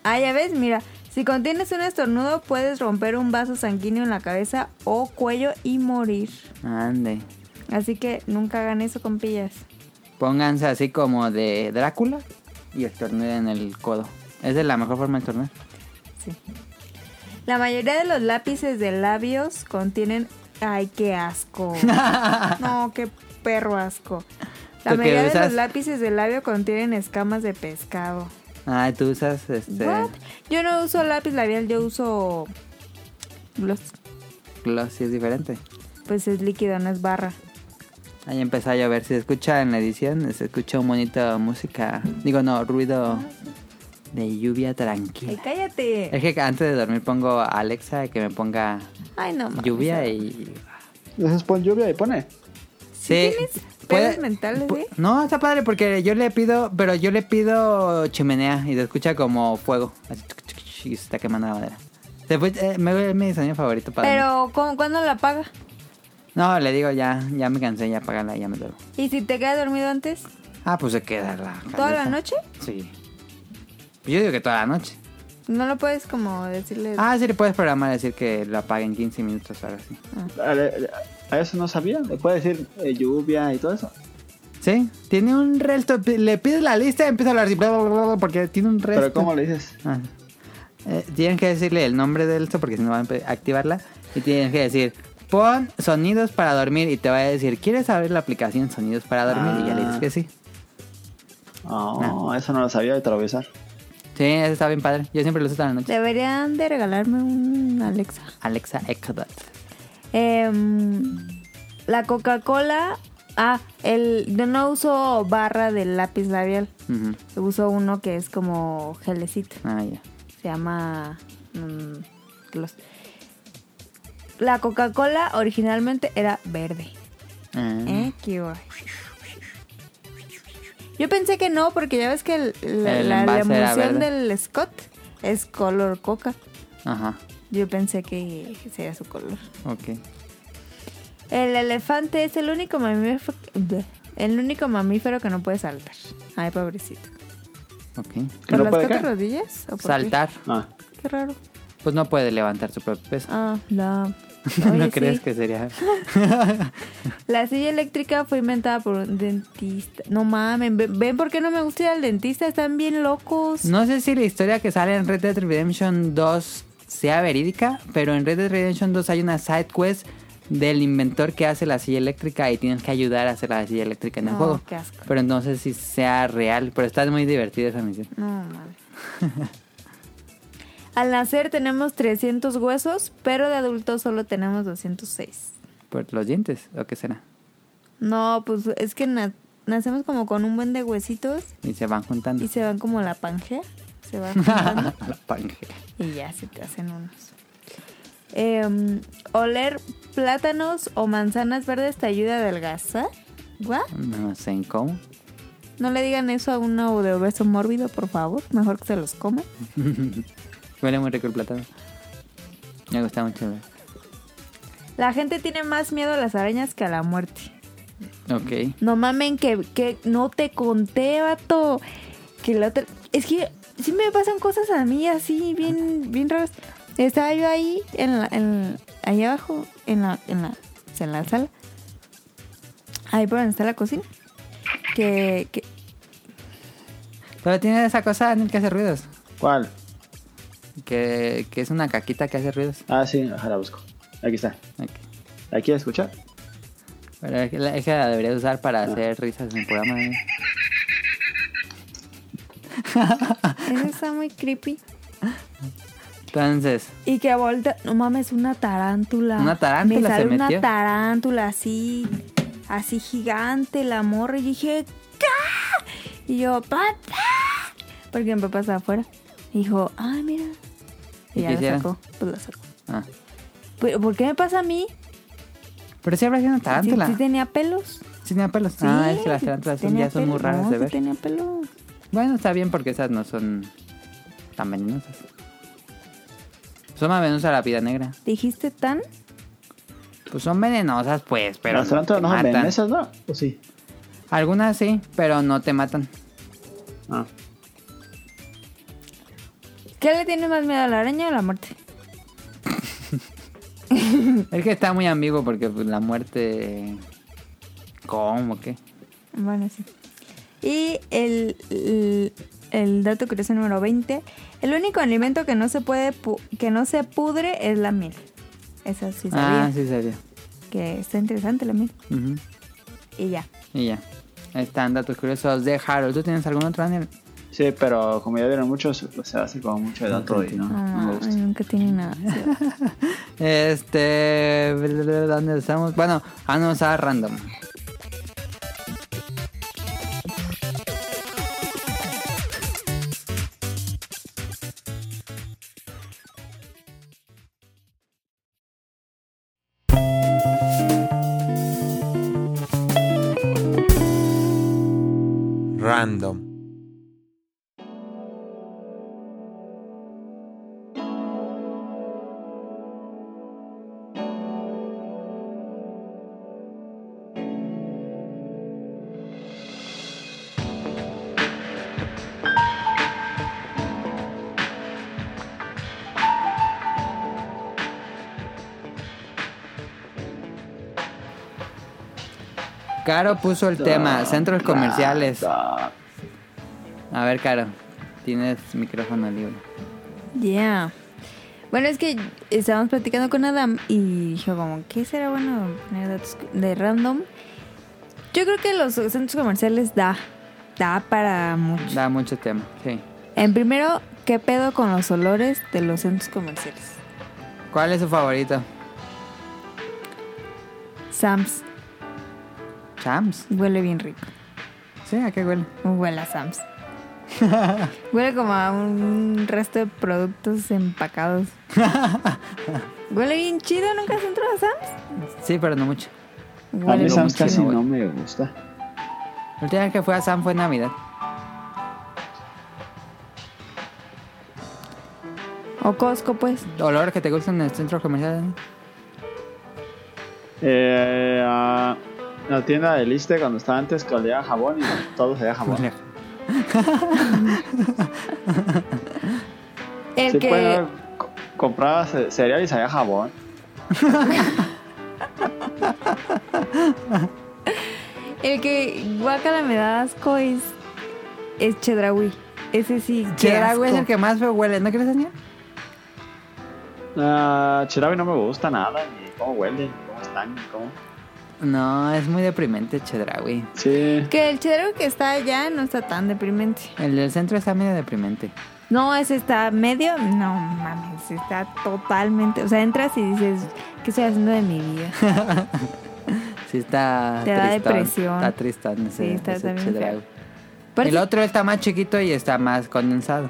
[SPEAKER 1] Ah, ya ves, mira, si contienes un estornudo puedes romper un vaso sanguíneo en la cabeza o cuello y morir.
[SPEAKER 2] Ande.
[SPEAKER 1] Así que nunca hagan eso con pillas.
[SPEAKER 2] Pónganse así como de Drácula y estornuden en el codo. Esa es la mejor forma de estornudar.
[SPEAKER 1] Sí. La mayoría de los lápices de labios contienen... Ay, qué
[SPEAKER 2] [LAUGHS]
[SPEAKER 1] asco. No, qué perro asco. La
[SPEAKER 2] ¿Tú qué
[SPEAKER 1] mayoría de
[SPEAKER 2] usas?
[SPEAKER 1] los lápices de labio contienen escamas de pescado.
[SPEAKER 2] Ah, tú usas este.
[SPEAKER 1] What? Yo no uso lápiz labial, yo uso gloss.
[SPEAKER 2] Gloss, sí es diferente.
[SPEAKER 1] Pues es líquido, no es barra.
[SPEAKER 2] Ahí empezó a llover. Si se escucha en la edición, se escucha un bonito música. Digo, no, ruido de lluvia
[SPEAKER 1] Ay,
[SPEAKER 2] tranquila.
[SPEAKER 1] cállate.
[SPEAKER 2] Es que antes de dormir pongo a Alexa que me ponga
[SPEAKER 1] Ay, no. mames.
[SPEAKER 2] lluvia y.
[SPEAKER 3] Entonces pon lluvia y pone.
[SPEAKER 2] Sí.
[SPEAKER 1] tienes
[SPEAKER 2] puede-
[SPEAKER 1] pedos mentales,
[SPEAKER 2] pu-
[SPEAKER 1] eh?
[SPEAKER 2] No, está padre porque yo le pido, pero yo le pido chimenea y se escucha como fuego. Así, tuc, tuc, tuc, y se está quemando la madera. Se fue- eh, me- es mi diseño favorito para. dormir.
[SPEAKER 1] Pero, ¿cómo, ¿cuándo la apaga?
[SPEAKER 2] No, le digo ya, ya me cansé, ya apágala, ya me duermo.
[SPEAKER 1] ¿Y si te quedas dormido antes?
[SPEAKER 2] Ah, pues se queda la.
[SPEAKER 1] ¿Toda la
[SPEAKER 2] candela.
[SPEAKER 1] noche?
[SPEAKER 2] Sí. Pues Yo digo que toda la noche.
[SPEAKER 1] No lo puedes como decirle...
[SPEAKER 2] Ah, sí, le puedes programar decir que lo apague en 15 minutos o algo así.
[SPEAKER 3] A, a- a eso no sabía. Le puede decir eh, lluvia y todo eso.
[SPEAKER 2] Sí, tiene un resto. Le pides la lista y empieza a hablar así, bla, bla, bla, bla, porque tiene un resto.
[SPEAKER 3] Pero ¿cómo le dices?
[SPEAKER 2] Ah. Eh, tienen que decirle el nombre de esto porque si no van a pe- activarla. Y tienen que decir, pon sonidos para dormir y te va a decir, ¿quieres abrir la aplicación sonidos para dormir? Y ya
[SPEAKER 3] Ah.
[SPEAKER 2] le dices que sí.
[SPEAKER 3] No, eso no lo sabía de atravesar.
[SPEAKER 2] Sí, eso está bien padre. Yo siempre lo uso toda la noche.
[SPEAKER 1] Deberían de regalarme un Alexa.
[SPEAKER 2] Alexa Echo Dot.
[SPEAKER 1] Em, la Coca-Cola... Ah, el, yo no uso barra de lápiz labial.
[SPEAKER 2] Ujú.
[SPEAKER 1] Uso uno que es como gelecito.
[SPEAKER 2] Ah, ya.
[SPEAKER 1] Se llama... mm, gloss. La Coca-Cola originalmente era verde.
[SPEAKER 2] Ah.
[SPEAKER 1] ¿Eh? ¿Qué hubo? Yo pensé que no, porque ya ves que el- la,
[SPEAKER 2] El
[SPEAKER 1] la- la
[SPEAKER 2] envase era
[SPEAKER 1] emulsión
[SPEAKER 2] verde.
[SPEAKER 1] del Scott es color coca.
[SPEAKER 2] Ah. Ajá,
[SPEAKER 1] Yo pensé que sería su color.
[SPEAKER 2] ok.
[SPEAKER 1] El elefante es el único mamífero, el único mamífero que no puede saltar. Ay, pobrecito.
[SPEAKER 2] Ok.
[SPEAKER 3] ¿Que
[SPEAKER 1] ¿Por
[SPEAKER 3] no
[SPEAKER 1] las cuatro
[SPEAKER 3] puede qué?
[SPEAKER 1] rodillas? ¿O por qué?
[SPEAKER 2] Saltar.
[SPEAKER 3] Ah,
[SPEAKER 1] Qué raro.
[SPEAKER 2] Pues no puede levantar su propio peso.
[SPEAKER 1] Ah, no.
[SPEAKER 2] [LAUGHS] no
[SPEAKER 1] Oye,
[SPEAKER 2] crees
[SPEAKER 1] sí.
[SPEAKER 2] que sería.
[SPEAKER 1] La silla eléctrica fue inventada por un dentista. No mamen, ve- ven por qué no me gusta ir al dentista, están bien locos.
[SPEAKER 2] No sé si la historia que sale en Red Dead Redemption 2 sea verídica, pero en Red Dead Redemption 2 hay una side quest del inventor que hace la silla eléctrica y tienes que ayudar a hacer la silla eléctrica en el
[SPEAKER 1] No,
[SPEAKER 2] juego.
[SPEAKER 1] Oh, qué asco.
[SPEAKER 2] Pero entonces si sea real, pero está muy divertida esa misión.
[SPEAKER 1] No mames. Al nacer tenemos 300 huesos, pero de adultos solo tenemos 206.
[SPEAKER 2] Por los dientes, o qué será.
[SPEAKER 1] No, pues es que na- nacemos como con un buen de huesitos
[SPEAKER 2] Y se van juntando. [LAUGHS]
[SPEAKER 1] y se van como la pangea. Se van juntando
[SPEAKER 2] la pangea.
[SPEAKER 1] y ya se te hacen unos. Em, oler plátanos o manzanas verdes te ayuda a adelgazar. ¿What?
[SPEAKER 2] No sé en cómo.
[SPEAKER 1] No le digan eso a uno de obeso mórbido, por favor. Mejor que se los coma.
[SPEAKER 2] Huele muy rico el plátano. Me gusta mucho.
[SPEAKER 1] La gente tiene más miedo a las arañas que a la muerte.
[SPEAKER 2] Ok.
[SPEAKER 1] No mamen, que, que no te conté, vato. Que la otra. Es que sí me pasan cosas a mí así, bien, bien raras. Estaba yo ahí, en la, en- ahí abajo, en la, en la, en la sala. Ahí por donde está la cocina. Que, que
[SPEAKER 2] Pero tiene esa cosa en el que hace ruidos.
[SPEAKER 3] ¿Cuál?
[SPEAKER 2] Que, que es una caquita que hace ruidos.
[SPEAKER 3] Ah, sí, ajá, la busco. Aquí está.
[SPEAKER 2] Ok.
[SPEAKER 3] ¿La quieres escuchar?
[SPEAKER 2] Pero es que la, es que la debería usar para hacer risas en el programa. ¿eh?
[SPEAKER 1] eso está muy creepy.
[SPEAKER 2] Entonces,
[SPEAKER 1] Y que voltea. No mames, una tarántula.
[SPEAKER 2] Una tarántula
[SPEAKER 1] Me
[SPEAKER 2] se
[SPEAKER 1] sale
[SPEAKER 2] metió.
[SPEAKER 1] una tarántula así. Así gigante, la morra. Y dije, "¡Ca!". Y yo, papá. Porque mi papá estaba afuera. Y dijo, ay, mira. Y,
[SPEAKER 2] ¿Y
[SPEAKER 1] ya
[SPEAKER 2] qué
[SPEAKER 1] la
[SPEAKER 2] hicieron?
[SPEAKER 1] sacó. Pues la sacó.
[SPEAKER 2] ah.
[SPEAKER 1] Pero, ¿por qué me pasa a mí?
[SPEAKER 2] pero si habrá sido una
[SPEAKER 1] Si
[SPEAKER 2] tarántula. Sí,
[SPEAKER 1] tenía pelos.
[SPEAKER 2] tenía pelos.
[SPEAKER 1] Sí,
[SPEAKER 2] ah, es que las tarántulas
[SPEAKER 1] sí
[SPEAKER 2] son- ya
[SPEAKER 1] tenía
[SPEAKER 2] son muy
[SPEAKER 1] pelos.
[SPEAKER 2] raras
[SPEAKER 1] No,
[SPEAKER 2] de
[SPEAKER 1] sí
[SPEAKER 2] ver.
[SPEAKER 1] tenía pelos.
[SPEAKER 2] Bueno, está bien porque esas no son tan venenosas. Son más venenosas la vida negra.
[SPEAKER 1] ¿Dijiste tan?
[SPEAKER 2] Pues son venenosas, pues, pero.
[SPEAKER 3] Las
[SPEAKER 2] no
[SPEAKER 3] tarántulas
[SPEAKER 2] te
[SPEAKER 3] no son
[SPEAKER 2] matan.
[SPEAKER 3] venenosas, ¿no? ¿O sí?
[SPEAKER 2] Algunas sí, pero no te matan.
[SPEAKER 3] Ah.
[SPEAKER 1] ¿Qué le tiene más miedo a la araña o a la muerte?
[SPEAKER 2] Es que está muy ambiguo porque pues, la muerte. ¿Cómo? ¿Qué?
[SPEAKER 1] Bueno, sí. Y el, el, el dato curioso número 20. El único alimento que no se puede pu- que no se pudre es la miel. Eso sí sabía.
[SPEAKER 2] ah, sí, serio.
[SPEAKER 1] Que está interesante la miel.
[SPEAKER 2] Ujú.
[SPEAKER 1] Y ya.
[SPEAKER 2] Y ya. Ahí Están datos curiosos de Harold. ¿Tú tienes algún otro, Daniel?
[SPEAKER 3] Sí, pero como ya vieron muchos, pues se hace como mucho de dato y no, no Ah, me
[SPEAKER 1] Ah, No,
[SPEAKER 3] gusta.
[SPEAKER 1] nunca tiene nada.
[SPEAKER 2] Este. ¿Dónde estamos? Bueno, vamos a random.
[SPEAKER 5] Random.
[SPEAKER 2] Caro puso el tema: centros comerciales.
[SPEAKER 3] Ah,
[SPEAKER 2] A ver, Caro. Tienes micrófono libre.
[SPEAKER 1] Ya. Bueno, es que estábamos platicando con Adam y dijo como, ¿qué será bueno poner datos de random? Yo creo que los centros comerciales da, da para mucho.
[SPEAKER 2] Da mucho tema, sí.
[SPEAKER 1] En primero, ¿qué pedo con los olores de los centros comerciales?
[SPEAKER 2] ¿Cuál es su favorito?
[SPEAKER 1] Sam's
[SPEAKER 2] Champs.
[SPEAKER 1] huele bien rico.
[SPEAKER 2] Sí, ¿a qué huele?
[SPEAKER 1] Huele a
[SPEAKER 3] [LAUGHS]
[SPEAKER 1] Sam's. huele como a un resto de productos
[SPEAKER 3] [LAUGHS]
[SPEAKER 1] empacados. huele bien chido, ¿nunca has entrado a Sam's?
[SPEAKER 2] Sí, pero no mucho.
[SPEAKER 3] A mí
[SPEAKER 1] Huele
[SPEAKER 3] Sam's
[SPEAKER 1] bien
[SPEAKER 3] casi
[SPEAKER 1] chido.
[SPEAKER 3] no me gusta.
[SPEAKER 2] La última vez que fui a Sam fue en Navidad.
[SPEAKER 1] O Costco, pues.
[SPEAKER 2] ¿Olores que te gustan en el centro comercial?
[SPEAKER 3] Eh, ah, la tienda de Liste cuando estaba antes que olía a jabón y todo se
[SPEAKER 2] Ah,
[SPEAKER 3] jabón.
[SPEAKER 1] El
[SPEAKER 3] Sí,
[SPEAKER 1] que...
[SPEAKER 3] pues, co- comprabas eh, cereal y sabía a jabón.
[SPEAKER 1] El que guacala me da asco es, es Chedraui. Ese sí,
[SPEAKER 2] Qué
[SPEAKER 1] Chedraui
[SPEAKER 2] asco.
[SPEAKER 1] es
[SPEAKER 2] es
[SPEAKER 1] el
[SPEAKER 2] el que más feo huele, ¿no crees, Daniel?
[SPEAKER 3] Ah, Chirabi no me gusta nada, ni cómo huele, ni cómo están, ni cómo.
[SPEAKER 2] No, es muy deprimente Chedraui.
[SPEAKER 3] Sí,
[SPEAKER 1] Que el Chedraui que está allá no está tan deprimente.
[SPEAKER 2] El del centro está medio deprimente.
[SPEAKER 1] No, ese está medio. No mames, está totalmente. O sea, entras y dices, ¿qué estoy haciendo de mi vida?
[SPEAKER 2] Sí está
[SPEAKER 1] Te da
[SPEAKER 2] tristón,
[SPEAKER 1] depresión.
[SPEAKER 2] Está tristón ese,
[SPEAKER 1] Sí, está
[SPEAKER 2] ese
[SPEAKER 1] también feo.
[SPEAKER 2] Chedraui.
[SPEAKER 1] Parece-
[SPEAKER 2] [LAUGHS] El otro está más chiquito y está más condensado.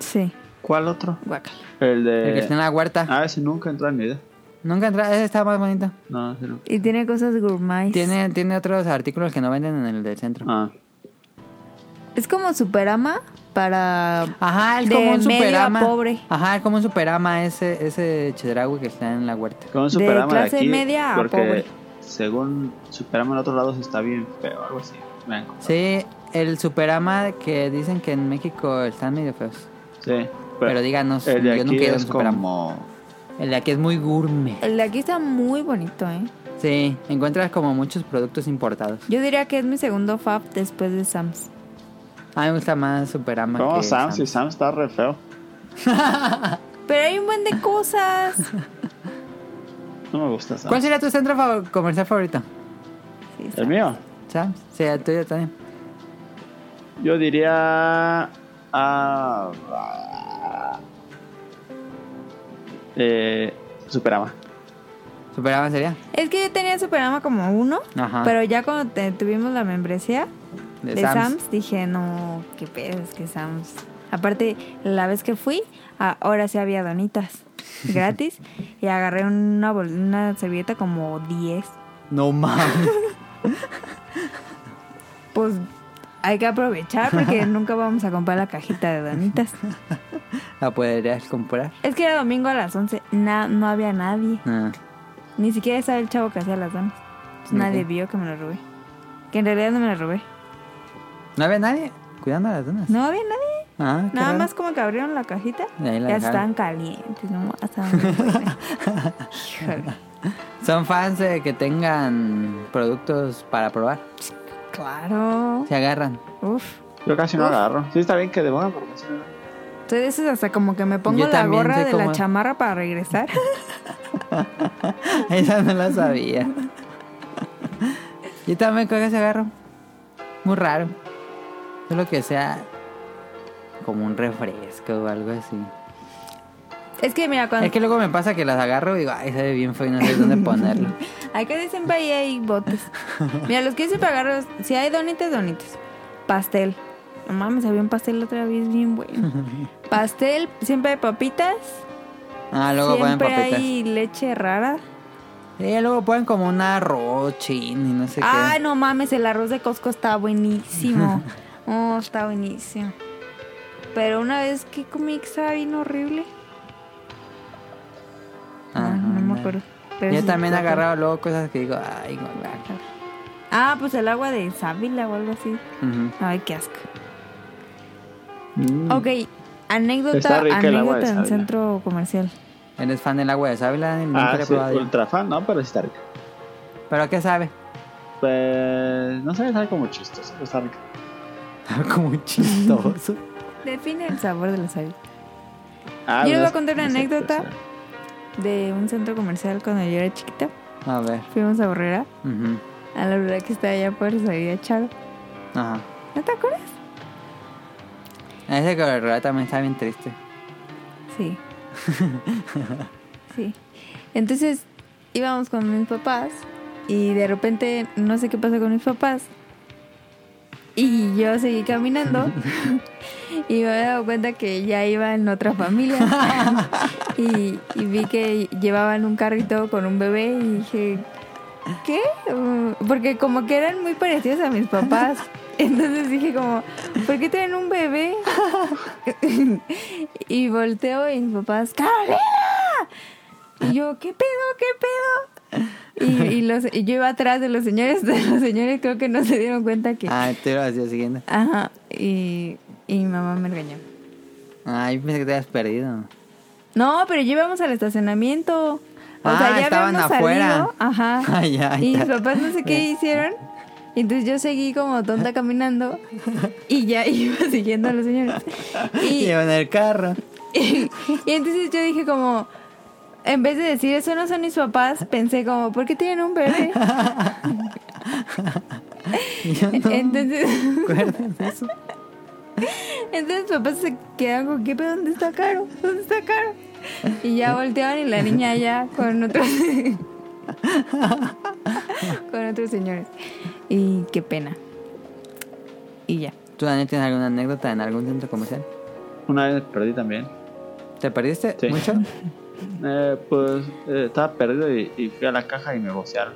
[SPEAKER 1] Sí,
[SPEAKER 3] ¿cuál otro?
[SPEAKER 1] guacala.
[SPEAKER 3] El de.
[SPEAKER 2] El que está en la huerta.
[SPEAKER 3] Ah, ese nunca entró en mi vida.
[SPEAKER 2] Nunca entra, ese está más bonito.
[SPEAKER 3] No, ese no.
[SPEAKER 1] Y tiene cosas gourmet.
[SPEAKER 2] Tiene, tiene otros artículos que no venden en el del centro.
[SPEAKER 3] Ah,
[SPEAKER 1] Es como Superama para.
[SPEAKER 2] Ajá, es
[SPEAKER 1] De
[SPEAKER 2] como un
[SPEAKER 1] medio a
[SPEAKER 2] superama.
[SPEAKER 1] pobre.
[SPEAKER 2] Ajá, es como un superama ese, ese chedraui que está en la huerta.
[SPEAKER 3] con Superama de,
[SPEAKER 1] clase
[SPEAKER 3] aquí.
[SPEAKER 1] media a
[SPEAKER 3] porque
[SPEAKER 1] pobre.
[SPEAKER 3] según Superama en otros lados está bien feo, algo así. Blanco.
[SPEAKER 2] Sí, el superama que dicen que en México están medio feos.
[SPEAKER 3] Sí.
[SPEAKER 2] Pero díganos,
[SPEAKER 3] el de
[SPEAKER 2] yo
[SPEAKER 3] aquí
[SPEAKER 2] nunca he ido a un
[SPEAKER 3] es
[SPEAKER 2] superama.
[SPEAKER 3] como.
[SPEAKER 2] El de aquí es muy gourmet.
[SPEAKER 1] El de aquí está muy bonito, ¿eh?
[SPEAKER 2] Sí, encuentras como muchos productos importados.
[SPEAKER 1] Yo diría que es mi segundo fab después de Sam's.
[SPEAKER 2] A mí me gusta más superama.
[SPEAKER 3] ¿Cómo
[SPEAKER 2] que
[SPEAKER 3] Oh, Sam? Si
[SPEAKER 2] Sam's.
[SPEAKER 3] Sam está re feo.
[SPEAKER 1] Pero hay un buen de cosas.
[SPEAKER 2] [LAUGHS]
[SPEAKER 3] No me gusta Sam.
[SPEAKER 2] ¿Cuál sería tu centro favor- comercial favorito?
[SPEAKER 1] Sí,
[SPEAKER 3] ¿El
[SPEAKER 1] Sam's.
[SPEAKER 3] mío?
[SPEAKER 2] Sam, sí, el tuyo también.
[SPEAKER 3] Yo diría. ah, ah, eh, Superama.
[SPEAKER 2] Superama sería.
[SPEAKER 1] Es que yo tenía Superama como uno,
[SPEAKER 2] Ajá.
[SPEAKER 1] pero ya cuando te- tuvimos la membresía
[SPEAKER 2] De
[SPEAKER 1] de,
[SPEAKER 2] Sam's.
[SPEAKER 1] Sam's. dije, no, qué pedo, es que Sam's. Aparte, la vez que fui, ah, ahora sí había donitas gratis y agarré una, bol- una servilleta como 10.
[SPEAKER 2] No mames. [LAUGHS]
[SPEAKER 1] Pues hay que aprovechar porque nunca vamos a comprar la cajita de donitas.
[SPEAKER 2] ¿La podrías comprar?
[SPEAKER 1] Es que era domingo a las 11, na- no había nadie.
[SPEAKER 2] Ah.
[SPEAKER 1] Ni siquiera estaba el chavo que hacía las donas. Entonces,
[SPEAKER 2] Sí.
[SPEAKER 1] Nadie vio que me lo robé. Que en realidad no me lo robé.
[SPEAKER 2] ¿No había nadie cuidando a las donas?
[SPEAKER 1] No había nadie.
[SPEAKER 2] Ah, qué
[SPEAKER 1] Nada
[SPEAKER 2] raro.
[SPEAKER 1] más como que abrieron la cajita.
[SPEAKER 2] Y ahí la
[SPEAKER 1] ya
[SPEAKER 2] dejaron.
[SPEAKER 1] estaban calientes, ¿no? Hasta donde fuera.
[SPEAKER 2] [LAUGHS]
[SPEAKER 1] Híjole.
[SPEAKER 2] Son fans de que tengan productos para probar.
[SPEAKER 1] Claro.
[SPEAKER 2] Se agarran. [LAUGHS]
[SPEAKER 1] Uf.
[SPEAKER 3] Yo casi no agarro. Sí, está bien que de buena porque sí.
[SPEAKER 1] Entonces eso es hasta como que me pongo
[SPEAKER 2] Yo
[SPEAKER 1] la
[SPEAKER 2] también
[SPEAKER 1] gorra
[SPEAKER 2] sé
[SPEAKER 1] de
[SPEAKER 2] cómo-
[SPEAKER 1] la chamarra para
[SPEAKER 2] [LAUGHS]
[SPEAKER 1] regresar.
[SPEAKER 2] Esa no la sabía. [LAUGHS] Yo también creo que se agarro. Muy raro. Solo que sea como un refresco o algo así.
[SPEAKER 1] es que mira, cuando...
[SPEAKER 2] Es que luego me pasa que las agarro y digo, ay, se ve bien feo y no sé
[SPEAKER 1] [LAUGHS]
[SPEAKER 2] dónde ponerlo.
[SPEAKER 1] Acá dicen ahí hay
[SPEAKER 2] [LAUGHS]
[SPEAKER 1] botes. Mira, los que yo siempre agarro, si hay donitas, donitas. Pastel. No mames, había un pastel la otra vez bien
[SPEAKER 2] [LAUGHS]
[SPEAKER 1] bueno. Pastel, siempre hay papitas.
[SPEAKER 2] Ah, luego
[SPEAKER 1] siempre
[SPEAKER 2] ponen papitas.
[SPEAKER 1] hay leche rara.
[SPEAKER 2] Sí, luego ponen como un arroz chin y no sé
[SPEAKER 1] Ah,
[SPEAKER 2] qué.
[SPEAKER 1] no mames, el arroz de Costco está buenísimo. oh, está buenísimo. Pero una vez que comí que estaba bien horrible.
[SPEAKER 2] Ajá,
[SPEAKER 1] Ah, no me
[SPEAKER 2] ándale.
[SPEAKER 1] acuerdo. Pero
[SPEAKER 2] Yo
[SPEAKER 1] sí,
[SPEAKER 2] también he
[SPEAKER 1] está
[SPEAKER 2] agarrado luego cosas que digo, ay, guaca.
[SPEAKER 1] bueno. Ah, pues el agua de sábila o algo así.
[SPEAKER 2] Ujú.
[SPEAKER 1] Ay, qué asco.
[SPEAKER 3] Mm.
[SPEAKER 1] Ok, anécdota,
[SPEAKER 3] Está rica el
[SPEAKER 1] anécdota
[SPEAKER 3] agua de
[SPEAKER 1] en
[SPEAKER 3] sábila.
[SPEAKER 1] centro comercial.
[SPEAKER 2] ¿Eres fan del agua de sábila? Dani? Nunca
[SPEAKER 3] Ah,
[SPEAKER 2] la he
[SPEAKER 3] sí,
[SPEAKER 2] probado yo.
[SPEAKER 3] ultra fan, no, pero sí está rica.
[SPEAKER 2] ¿Pero a qué sabe? [LAUGHS]
[SPEAKER 3] Pues. No sé, sabe como chistoso, pero está rica.
[SPEAKER 2] como
[SPEAKER 1] [LAUGHS]
[SPEAKER 2] chistoso.
[SPEAKER 1] Define el sabor de la sábila.
[SPEAKER 3] Ah,
[SPEAKER 1] Yo le voy
[SPEAKER 3] pues,
[SPEAKER 1] a contar una
[SPEAKER 3] no sé,
[SPEAKER 1] anécdota.
[SPEAKER 3] pues, eh,
[SPEAKER 1] De un centro comercial cuando yo era chiquita,
[SPEAKER 2] A ver.
[SPEAKER 1] fuimos a Borrera,
[SPEAKER 2] ujú.
[SPEAKER 1] a la verdad que estaba allá por salir a Charo.
[SPEAKER 2] Ajá.
[SPEAKER 1] ¿No te acuerdas?
[SPEAKER 2] Ese colorado también está bien triste.
[SPEAKER 1] Sí. sí. Entonces íbamos con mis papás y de repente no sé qué pasó con mis papás. Y yo seguí caminando y me había dado cuenta que ya iba en otra familia. y, y vi que llevaban un carrito con un bebé y dije, ¿qué? Uh, Porque como que eran muy parecidos a mis papás. Entonces dije como, ¿por qué tienen un bebé? [LAUGHS] Y volteo y mis papás, ¡Carolina! Y yo, ¿qué pedo? ¿Qué pedo? Y, y los, y yo iba atrás de los señores, [LAUGHS] de los señores creo que no se dieron cuenta que...
[SPEAKER 2] Ah, te lo hacía siguiendo.
[SPEAKER 1] Ajá, y, y mi mamá me regañó.
[SPEAKER 2] Ay, pensé que te habías perdido.
[SPEAKER 1] No, pero llevamos al estacionamiento. O sea,
[SPEAKER 2] Ah,
[SPEAKER 1] ya
[SPEAKER 2] estaban
[SPEAKER 1] habíamos
[SPEAKER 2] afuera.
[SPEAKER 1] salido, ajá.
[SPEAKER 2] [LAUGHS] Ay, ya,
[SPEAKER 1] y
[SPEAKER 2] [LAUGHS] ya.
[SPEAKER 1] mis papás no sé qué hicieron. Y entonces yo seguí como tonta
[SPEAKER 2] [LAUGHS]
[SPEAKER 1] caminando y ya iba siguiendo a los señores.
[SPEAKER 2] [LAUGHS] Y
[SPEAKER 1] Y,
[SPEAKER 2] en el carro.
[SPEAKER 1] [LAUGHS] y, y entonces yo dije como, en vez de decir eso no son mis papás, pensé como, ¿por qué tienen un bebé?
[SPEAKER 2] [LAUGHS] Yo no
[SPEAKER 1] [LAUGHS] Entonces,
[SPEAKER 2] me acuerdo de eso.
[SPEAKER 1] entonces mis papás se quedan con, ¿qué pedo? ¿Dónde está Caro? ¿Dónde está Caro? Y ya volteaban y la niña ya con otros... [LAUGHS] con otros señores. Y qué pena. Y ya.
[SPEAKER 2] ¿Tú, Daniel, tienes alguna anécdota en algún centro comercial?
[SPEAKER 3] Una vez me perdí también.
[SPEAKER 2] ¿Te perdiste
[SPEAKER 3] Sí.
[SPEAKER 2] mucho?
[SPEAKER 3] Eh, pues eh, estaba perdido y, y fui a la caja y me vocearon.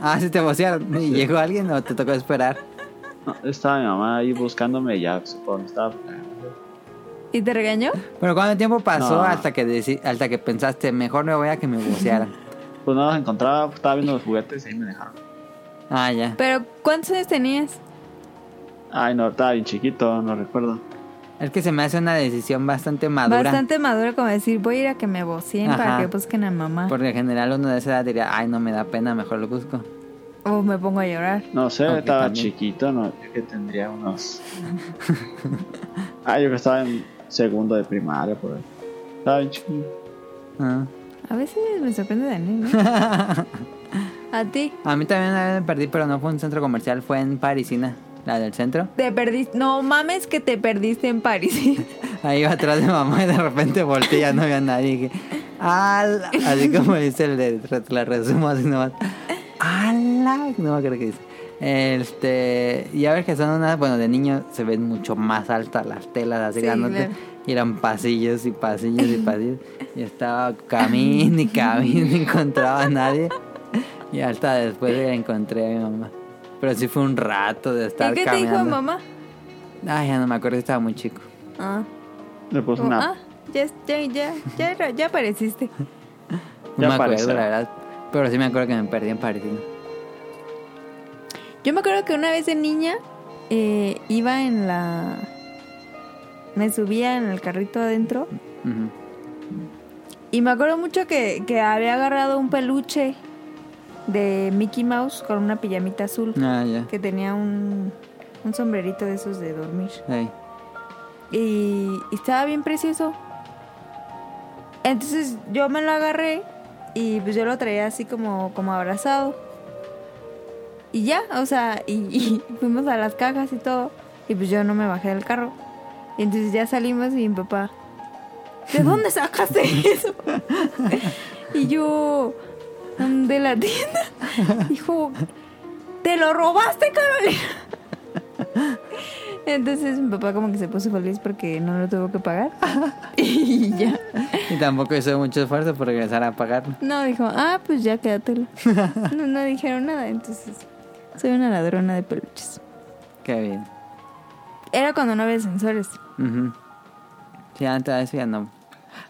[SPEAKER 2] Ah, sí, te emocionaron. ¿Y llegó alguien o te tocó esperar?
[SPEAKER 3] No, estaba mi mamá ahí buscándome y ya supo dónde estaba.
[SPEAKER 1] ¿Y te regañó?
[SPEAKER 2] Pero ¿cuánto tiempo pasó
[SPEAKER 3] No.
[SPEAKER 2] hasta, que deci- hasta que pensaste, mejor me voy a que me
[SPEAKER 3] [LAUGHS]
[SPEAKER 2] bucearan?
[SPEAKER 3] Pues no los encontraba, estaba viendo los juguetes y ahí me dejaron.
[SPEAKER 2] Ah, ya.
[SPEAKER 1] Pero ¿cuántos años tenías?
[SPEAKER 3] Ay, no, estaba bien chiquito, no recuerdo.
[SPEAKER 2] Es que se me hace una decisión bastante madura.
[SPEAKER 1] Bastante maduro como decir, voy a ir a que me vocien para
[SPEAKER 2] Ajá.
[SPEAKER 1] que busquen a mamá.
[SPEAKER 2] Porque en general uno de esa edad diría, ay, no me da pena, mejor lo busco.
[SPEAKER 1] O me pongo a llorar.
[SPEAKER 3] No sé,
[SPEAKER 2] Ok,
[SPEAKER 3] estaba
[SPEAKER 2] también.
[SPEAKER 3] chiquito, no, yo que tendría unos. [LAUGHS] ah, yo creo que estaba en segundo de primaria, por ahí. Estaba bien chiquito.
[SPEAKER 2] Ah.
[SPEAKER 1] A veces me sorprende
[SPEAKER 2] [LAUGHS]
[SPEAKER 1] Daniel, ¿no? ¿A ti?
[SPEAKER 2] A mí también una vez me perdí, pero no fue en un centro comercial, fue en Parisina, la del centro.
[SPEAKER 1] Te perdiste... No mames que te perdiste en París.
[SPEAKER 2] Ahí iba atrás de mamá y de repente volteé y ya no había nadie. Y dije, "Ala", Así como dice el de, te la resumo así nomás. ¡Ala! No me acuerdo qué dice. Este, y a ver que son unas, bueno, de niño se ven mucho más altas las telas, así
[SPEAKER 1] Sí,
[SPEAKER 2] grandotes.
[SPEAKER 1] claro.
[SPEAKER 2] Y eran pasillos y pasillos y pasillos. Y estaba camino y camino y no encontraba a nadie. Y hasta después la encontré a mi mamá. Pero sí fue un rato de
[SPEAKER 1] ¿Y
[SPEAKER 2] estar
[SPEAKER 1] qué te dijo
[SPEAKER 2] caminando.
[SPEAKER 1] mamá?
[SPEAKER 2] Ay, ya no me acuerdo, estaba muy chico.
[SPEAKER 1] Ah,
[SPEAKER 3] Le puse
[SPEAKER 1] como,
[SPEAKER 3] una.
[SPEAKER 1] ah, ya, ya, ya, ya, era- ya apareciste.
[SPEAKER 2] No
[SPEAKER 3] Ya
[SPEAKER 2] me acuerdo,
[SPEAKER 3] aparecerá.
[SPEAKER 2] la verdad. Pero sí me acuerdo que me perdí en París.
[SPEAKER 1] Yo me acuerdo que una vez de niña eh, iba en la... Me subía en el carrito adentro
[SPEAKER 2] Ujú.
[SPEAKER 1] Y me acuerdo mucho que, que había agarrado un peluche de Mickey Mouse con una pijamita azul
[SPEAKER 2] Ah, ya.
[SPEAKER 1] que tenía un, un sombrerito de esos de dormir.
[SPEAKER 2] Ahí.
[SPEAKER 1] Y, y estaba bien precioso. Entonces yo me lo agarré y pues yo lo traía así como, como abrazado. Y ya, o sea, y, y [LAUGHS] fuimos a las cajas y todo. Y pues yo no me bajé del carro. Y entonces ya salimos y mi papá, ¿de dónde sacaste eso? y yo, "Mm, de la tienda. Dijo, ¿te lo robaste, Carolina? Entonces mi papá como que se puso feliz porque no lo tuvo que
[SPEAKER 2] [LAUGHS]
[SPEAKER 1] pagar. y ya.
[SPEAKER 2] Y tampoco hizo mucho esfuerzo por regresar a pagarlo.
[SPEAKER 1] No, dijo, ah, pues ya quédatelo. no, no dijeron nada, entonces soy una ladrona de peluches.
[SPEAKER 2] Qué bien.
[SPEAKER 1] Era cuando no había sensores.
[SPEAKER 2] Ujú. Sí, antes de eso ya no.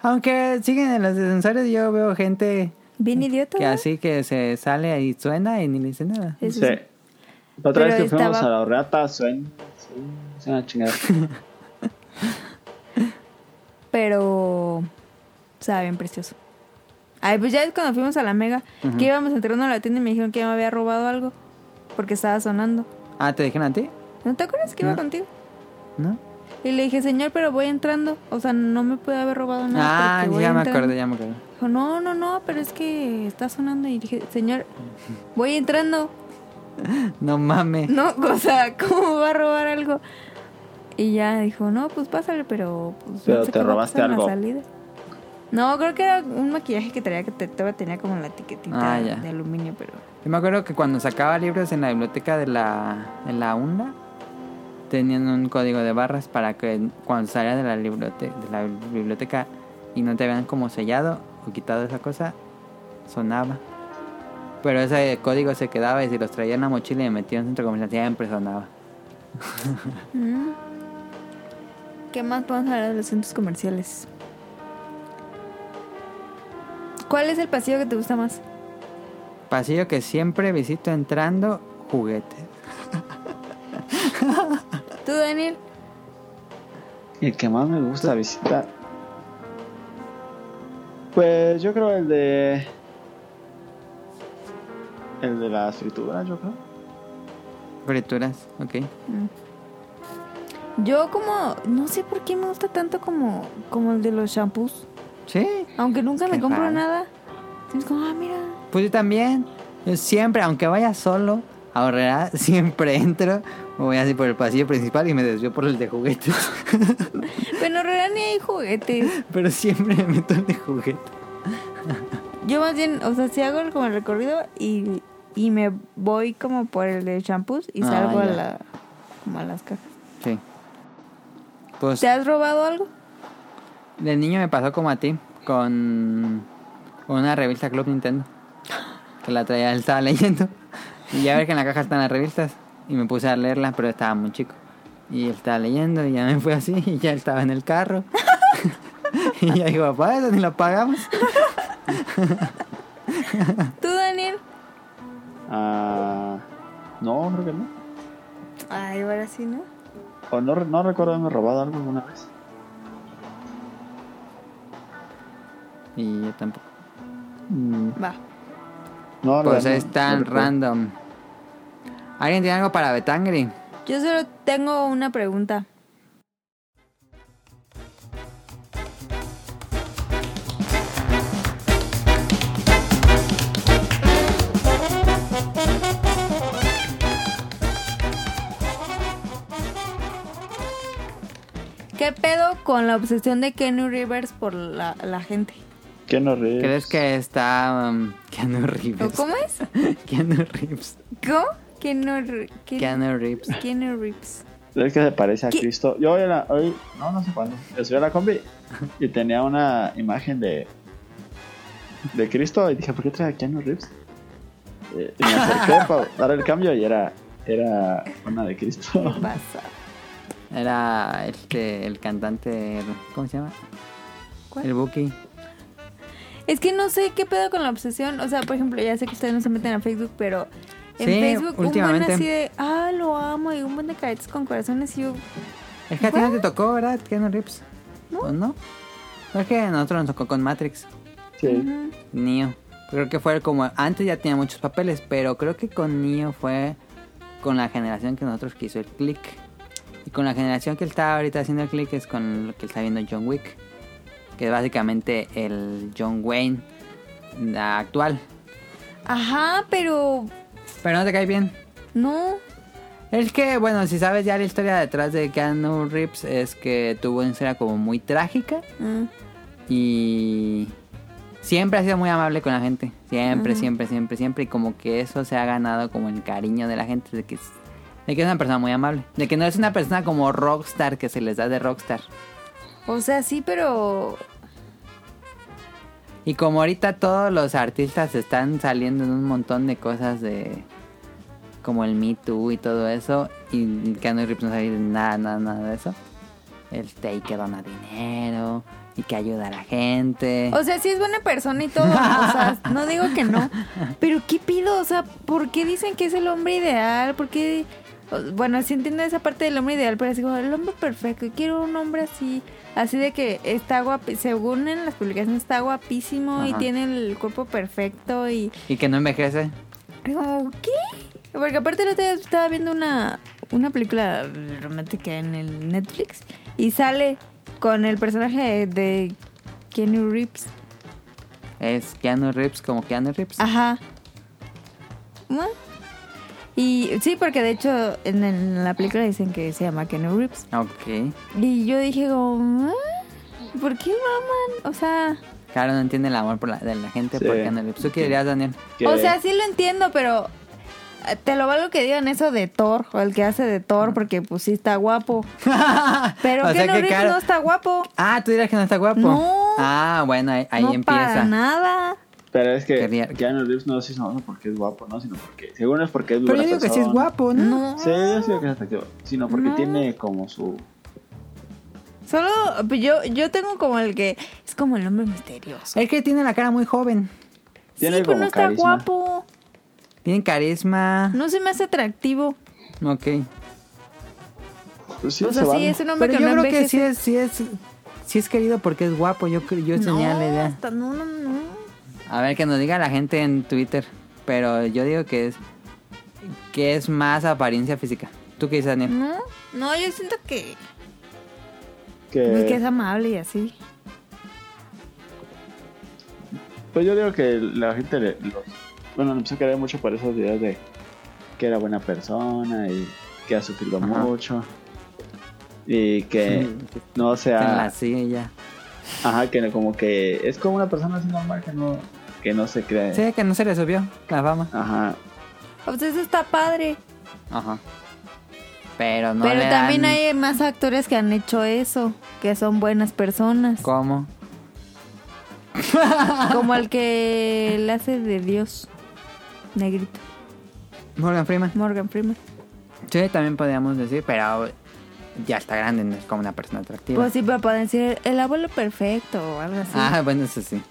[SPEAKER 2] Aunque siguen en los ascensores, yo veo gente
[SPEAKER 1] Bien idiota.
[SPEAKER 2] Mm, que
[SPEAKER 1] ¿no?
[SPEAKER 2] así que se sale y suena y ni le dice nada.
[SPEAKER 1] Eso
[SPEAKER 3] Sí.
[SPEAKER 1] sí.
[SPEAKER 3] La otra
[SPEAKER 1] Pero
[SPEAKER 3] vez que fuimos
[SPEAKER 1] estaba-
[SPEAKER 3] a la horreata, suena. suena-
[SPEAKER 1] [LAUGHS]
[SPEAKER 3] Suena chingada.
[SPEAKER 1] Pero estaba bien precioso. Ay, pues ya es cuando fuimos a la mega, que íbamos entrando a la tienda y me dijeron que ya me había robado algo porque estaba sonando.
[SPEAKER 2] Ah, ¿te dijeron a ti?
[SPEAKER 1] ¿No te acuerdas que iba contigo?
[SPEAKER 2] ¿No?
[SPEAKER 1] Y le dije, señor, pero voy entrando. O sea, no me puede haber robado nada.
[SPEAKER 2] ah,
[SPEAKER 1] porque voy
[SPEAKER 2] ya me
[SPEAKER 1] entrando".
[SPEAKER 2] acuerdo, ya me acuerdo.
[SPEAKER 1] Dijo, no, no, no, pero es que está sonando. Y dije, señor, voy entrando.
[SPEAKER 2] No mames.
[SPEAKER 1] No, [LAUGHS] o sea, ¿cómo va a robar algo? Y ya dijo, no, pues pásale, pero... Pues,
[SPEAKER 3] Pero
[SPEAKER 1] no sé
[SPEAKER 3] te
[SPEAKER 1] qué va a
[SPEAKER 3] robaste
[SPEAKER 1] pasar en la
[SPEAKER 3] algo.
[SPEAKER 1] salida". No, creo que era un maquillaje que traía, que te- todavía tenía como la etiquetita
[SPEAKER 2] Ah, ya.
[SPEAKER 1] de aluminio, pero...
[SPEAKER 2] Yo me acuerdo que cuando sacaba libros en la biblioteca de la, de la UNDA, tenían un código de barras para que cuando salías de la, bibliote- de la biblioteca y no te habían como sellado o quitado esa cosa, sonaba. Pero ese código se quedaba y si los traía en la mochila y me metía en un centro comercial, siempre sonaba.
[SPEAKER 1] Mm. ¿Qué más podemos hablar de los centros comerciales? ¿Cuál es el pasillo que te gusta más?
[SPEAKER 2] Pasillo que siempre visito entrando, juguetes.
[SPEAKER 1] ¿Tú, Daniel?
[SPEAKER 3] El que más me gusta visitar. Pues yo creo el de. El de las frituras, yo creo.
[SPEAKER 2] Frituras, ok.
[SPEAKER 1] Yo como, no sé por qué me gusta tanto como, como el de los shampoos.
[SPEAKER 2] Sí,
[SPEAKER 1] Aunque nunca me
[SPEAKER 2] Qué
[SPEAKER 1] compro
[SPEAKER 2] raro.
[SPEAKER 1] nada. Es como, ah, mira.
[SPEAKER 2] pues yo también. Yo siempre, aunque vaya solo, ahorrará, [LAUGHS] siempre entro. Me voy así por el pasillo principal y me desvío por el de juguetes. [LAUGHS]
[SPEAKER 1] Pero en realidad ni hay juguetes.
[SPEAKER 2] Pero siempre me meto en el de juguetes.
[SPEAKER 1] Yo más bien, o sea, si hago el- como el recorrido y, y me voy como por el de shampoos y
[SPEAKER 2] Ah,
[SPEAKER 1] salgo a
[SPEAKER 2] ya.
[SPEAKER 1] la como a las cajas.
[SPEAKER 2] Sí. Pues
[SPEAKER 1] ¿Te has robado algo?
[SPEAKER 2] de niño me pasó como a ti, con una revista Club Nintendo. Que la traía, [LAUGHS] estaba leyendo. Y ya ver que en la caja están las revistas. Y me puse a leerlas, pero estaba muy chico. Y él estaba leyendo y ya me fue así. [LAUGHS] Y ya él estaba en el carro. [LAUGHS] y ya digo, papá, eso ni lo pagamos.
[SPEAKER 1] ¿Tú, Daniel?
[SPEAKER 3] Ah, no, creo que no.
[SPEAKER 1] Ay, ahora sí, ¿no?
[SPEAKER 3] O no, re- no recuerdo haberme robado algo alguna vez.
[SPEAKER 2] Y yo tampoco. Mm,
[SPEAKER 1] Va.
[SPEAKER 3] No, la
[SPEAKER 2] Pues
[SPEAKER 3] verdad,
[SPEAKER 2] es
[SPEAKER 3] no-
[SPEAKER 2] tan
[SPEAKER 3] no recuerdo.
[SPEAKER 2] random. ¿Alguien tiene algo para Betangri?
[SPEAKER 1] Yo solo tengo una pregunta. ¿Qué pedo con la obsesión de Kenny Rivers por la, la gente?
[SPEAKER 3] ¿Qué no ríes?
[SPEAKER 2] ¿Crees que está um, Keanu
[SPEAKER 1] ¿O
[SPEAKER 2] Reeves?
[SPEAKER 1] cómo es?
[SPEAKER 2] [LAUGHS] Keanu Reeves.
[SPEAKER 1] ¿Cómo? Keanu, Re- Ken-
[SPEAKER 2] Keanu Reeves.
[SPEAKER 1] Keanu Reeves.
[SPEAKER 3] ¿Crees que se parece a
[SPEAKER 1] ¿Qué?
[SPEAKER 3] Cristo? Yo hoy, en la- hoy- no, no sé cuándo. Me subí a la combi y tenía una imagen de. de Cristo y dije, ¿por qué trae a Keanu Reeves? Eh, Y
[SPEAKER 2] [LAUGHS]
[SPEAKER 3] me acerqué para dar el cambio y era. era una de Cristo.
[SPEAKER 1] ¿Qué pasa?
[SPEAKER 2] Era este, el cantante. ¿Cómo se llama?
[SPEAKER 1] ¿Cuál?
[SPEAKER 2] El Buki.
[SPEAKER 1] Es que no sé qué pedo con la obsesión. O sea, por ejemplo, ya sé que ustedes no se meten a Facebook, pero en
[SPEAKER 2] Sí,
[SPEAKER 1] Facebook un buen
[SPEAKER 2] últimamente.
[SPEAKER 1] así de, ah, lo amo, y un buen de caretas con corazones y yo,
[SPEAKER 2] Es que a ti no te tocó, ¿verdad? Keanu Reeves.
[SPEAKER 1] ¿No?
[SPEAKER 2] ¿O no? No es que a nosotros nos tocó con Matrix.
[SPEAKER 3] Sí.
[SPEAKER 1] "Ujú".
[SPEAKER 2] Neo. Creo que fue como. Antes ya tenía muchos papeles, pero creo que con Neo fue con la generación que nosotros quiso el click. Y con la generación que él está ahorita haciendo el click es con lo que está viendo John Wick. Que es básicamente el John Wayne mm, actual.
[SPEAKER 1] Ajá, pero
[SPEAKER 2] Pero no te cae bien.
[SPEAKER 1] no.
[SPEAKER 2] Es que, bueno, si sabes ya la historia detrás de Keanu Reeves es que tuvo una historia como muy trágica
[SPEAKER 1] Mm.
[SPEAKER 2] y siempre ha sido muy amable con la gente. Siempre, siempre, siempre, siempre. Y como que eso se ha ganado como el cariño de la gente, de que, es, de que es una persona muy amable. De que no es una persona como rockstar que se les da de rockstar.
[SPEAKER 1] O sea, sí, pero
[SPEAKER 2] Y como ahorita todos los artistas están saliendo en un montón de cosas de... Como el Me Too y todo eso. Y Keanu Reeves no sabía de nada, nada, nada de eso. Este, y que dona dinero. Y que ayuda a la gente.
[SPEAKER 1] O sea, sí es buena persona y todo. O sea, no digo que no. Pero ¿qué pido? O sea, ¿por qué dicen que es el hombre ideal? ¿Por qué? o- Bueno, sí entiendo esa parte del hombre ideal, pero es como el hombre perfecto. Yo quiero un hombre así. Así de que está guapo. Según en las publicaciones, está guapísimo y
[SPEAKER 2] Ajá.
[SPEAKER 1] tiene el cuerpo perfecto. Y
[SPEAKER 2] Y que no envejece.
[SPEAKER 1] es como, ¿qué? Porque aparte el otro día estaba viendo una, una película romántica en el Netflix y sale con el personaje de Kenny Reeves.
[SPEAKER 2] Es Keanu Reeves como Keanu Reeves.
[SPEAKER 1] Ajá. ¿No? Y sí, porque de hecho en, el- en la película dicen que se llama Keanu Reeves.
[SPEAKER 2] Ok.
[SPEAKER 1] Y yo dije como, "Ah, ¿por qué maman? O sea,
[SPEAKER 2] Claro, no entiende el amor por la, de la gente
[SPEAKER 3] Sí.
[SPEAKER 2] por Keanu Reeves. ¿Tú qué dirías, Daniel?
[SPEAKER 3] Que-
[SPEAKER 1] o sea, sí lo entiendo, pero eh, te lo valgo que digan eso de Thor, o el que hace de Thor, porque pues sí está guapo. [LAUGHS] Pero
[SPEAKER 2] [LAUGHS] O sea
[SPEAKER 1] Keanu
[SPEAKER 2] que
[SPEAKER 1] Reeves
[SPEAKER 2] Caro-
[SPEAKER 1] no está guapo.
[SPEAKER 2] Ah, ¿tú dirías que no está guapo?
[SPEAKER 1] No.
[SPEAKER 2] Ah, bueno, ahí, ahí
[SPEAKER 1] no para
[SPEAKER 2] empieza.
[SPEAKER 1] nada.
[SPEAKER 3] Pero es que
[SPEAKER 2] Quería-
[SPEAKER 3] Keanu Reeves no es no porque es guapo, ¿no? Sino porque. Según es porque es
[SPEAKER 2] Pero yo
[SPEAKER 3] buena
[SPEAKER 2] digo que sí es
[SPEAKER 3] persona.
[SPEAKER 2] guapo, ¿no?
[SPEAKER 3] Sí, yo digo que es atractivo. Sino porque
[SPEAKER 1] No.
[SPEAKER 3] tiene como su.
[SPEAKER 1] Solo pues, yo, yo tengo como el que es como el hombre misterioso.
[SPEAKER 2] Es que tiene la cara muy joven.
[SPEAKER 3] Tiene
[SPEAKER 1] sí, pero
[SPEAKER 3] como
[SPEAKER 1] no está
[SPEAKER 3] carisma.
[SPEAKER 1] guapo.
[SPEAKER 2] Tiene carisma.
[SPEAKER 1] No se me hace atractivo.
[SPEAKER 2] Ok.
[SPEAKER 3] Pues sí,
[SPEAKER 1] O
[SPEAKER 3] se
[SPEAKER 1] sea, sí,
[SPEAKER 3] vale.
[SPEAKER 1] es un hombre
[SPEAKER 2] Pero
[SPEAKER 3] Pues
[SPEAKER 1] que
[SPEAKER 2] yo
[SPEAKER 1] no
[SPEAKER 2] creo que sí
[SPEAKER 1] envejece.
[SPEAKER 2] es, sí es, Sí es querido porque es guapo, yo, cre- yo tenía la idea.
[SPEAKER 1] hasta- no, no, no.
[SPEAKER 2] A ver, que nos diga la gente en Twitter. Pero yo digo que es que es más apariencia física. ¿Tú qué dices, Daniel?
[SPEAKER 1] No, no, yo siento que,
[SPEAKER 3] Eh.
[SPEAKER 1] pues que es
[SPEAKER 3] Que,
[SPEAKER 1] amable y así.
[SPEAKER 3] pues yo digo que la gente le- los- bueno, lo empezó a querer mucho por esas ideas de que era buena persona y que ha sufrido
[SPEAKER 2] Ajá.
[SPEAKER 3] mucho. Y que no sea...
[SPEAKER 2] En Eh, la silla.
[SPEAKER 3] Ajá, que no- como que es como una persona así normal que no, que no se cree.
[SPEAKER 2] Sí, que no se le subió la fama.
[SPEAKER 3] Ajá,
[SPEAKER 1] O sea, Pues eso está padre.
[SPEAKER 2] Ajá. Pero no
[SPEAKER 1] Pero
[SPEAKER 2] le
[SPEAKER 1] también
[SPEAKER 2] dan-
[SPEAKER 1] hay más actores que han hecho eso, que son buenas personas.
[SPEAKER 2] ¿Cómo?
[SPEAKER 1] [LAUGHS] Como el que le hace de Dios. Negrito.
[SPEAKER 2] Morgan Freeman.
[SPEAKER 1] Morgan Freeman.
[SPEAKER 2] Sí, también podríamos decir, pero ya está grande, no es como una persona atractiva.
[SPEAKER 1] Pues sí, pero para decir el abuelo perfecto o algo así.
[SPEAKER 2] Ah, bueno, eso sí.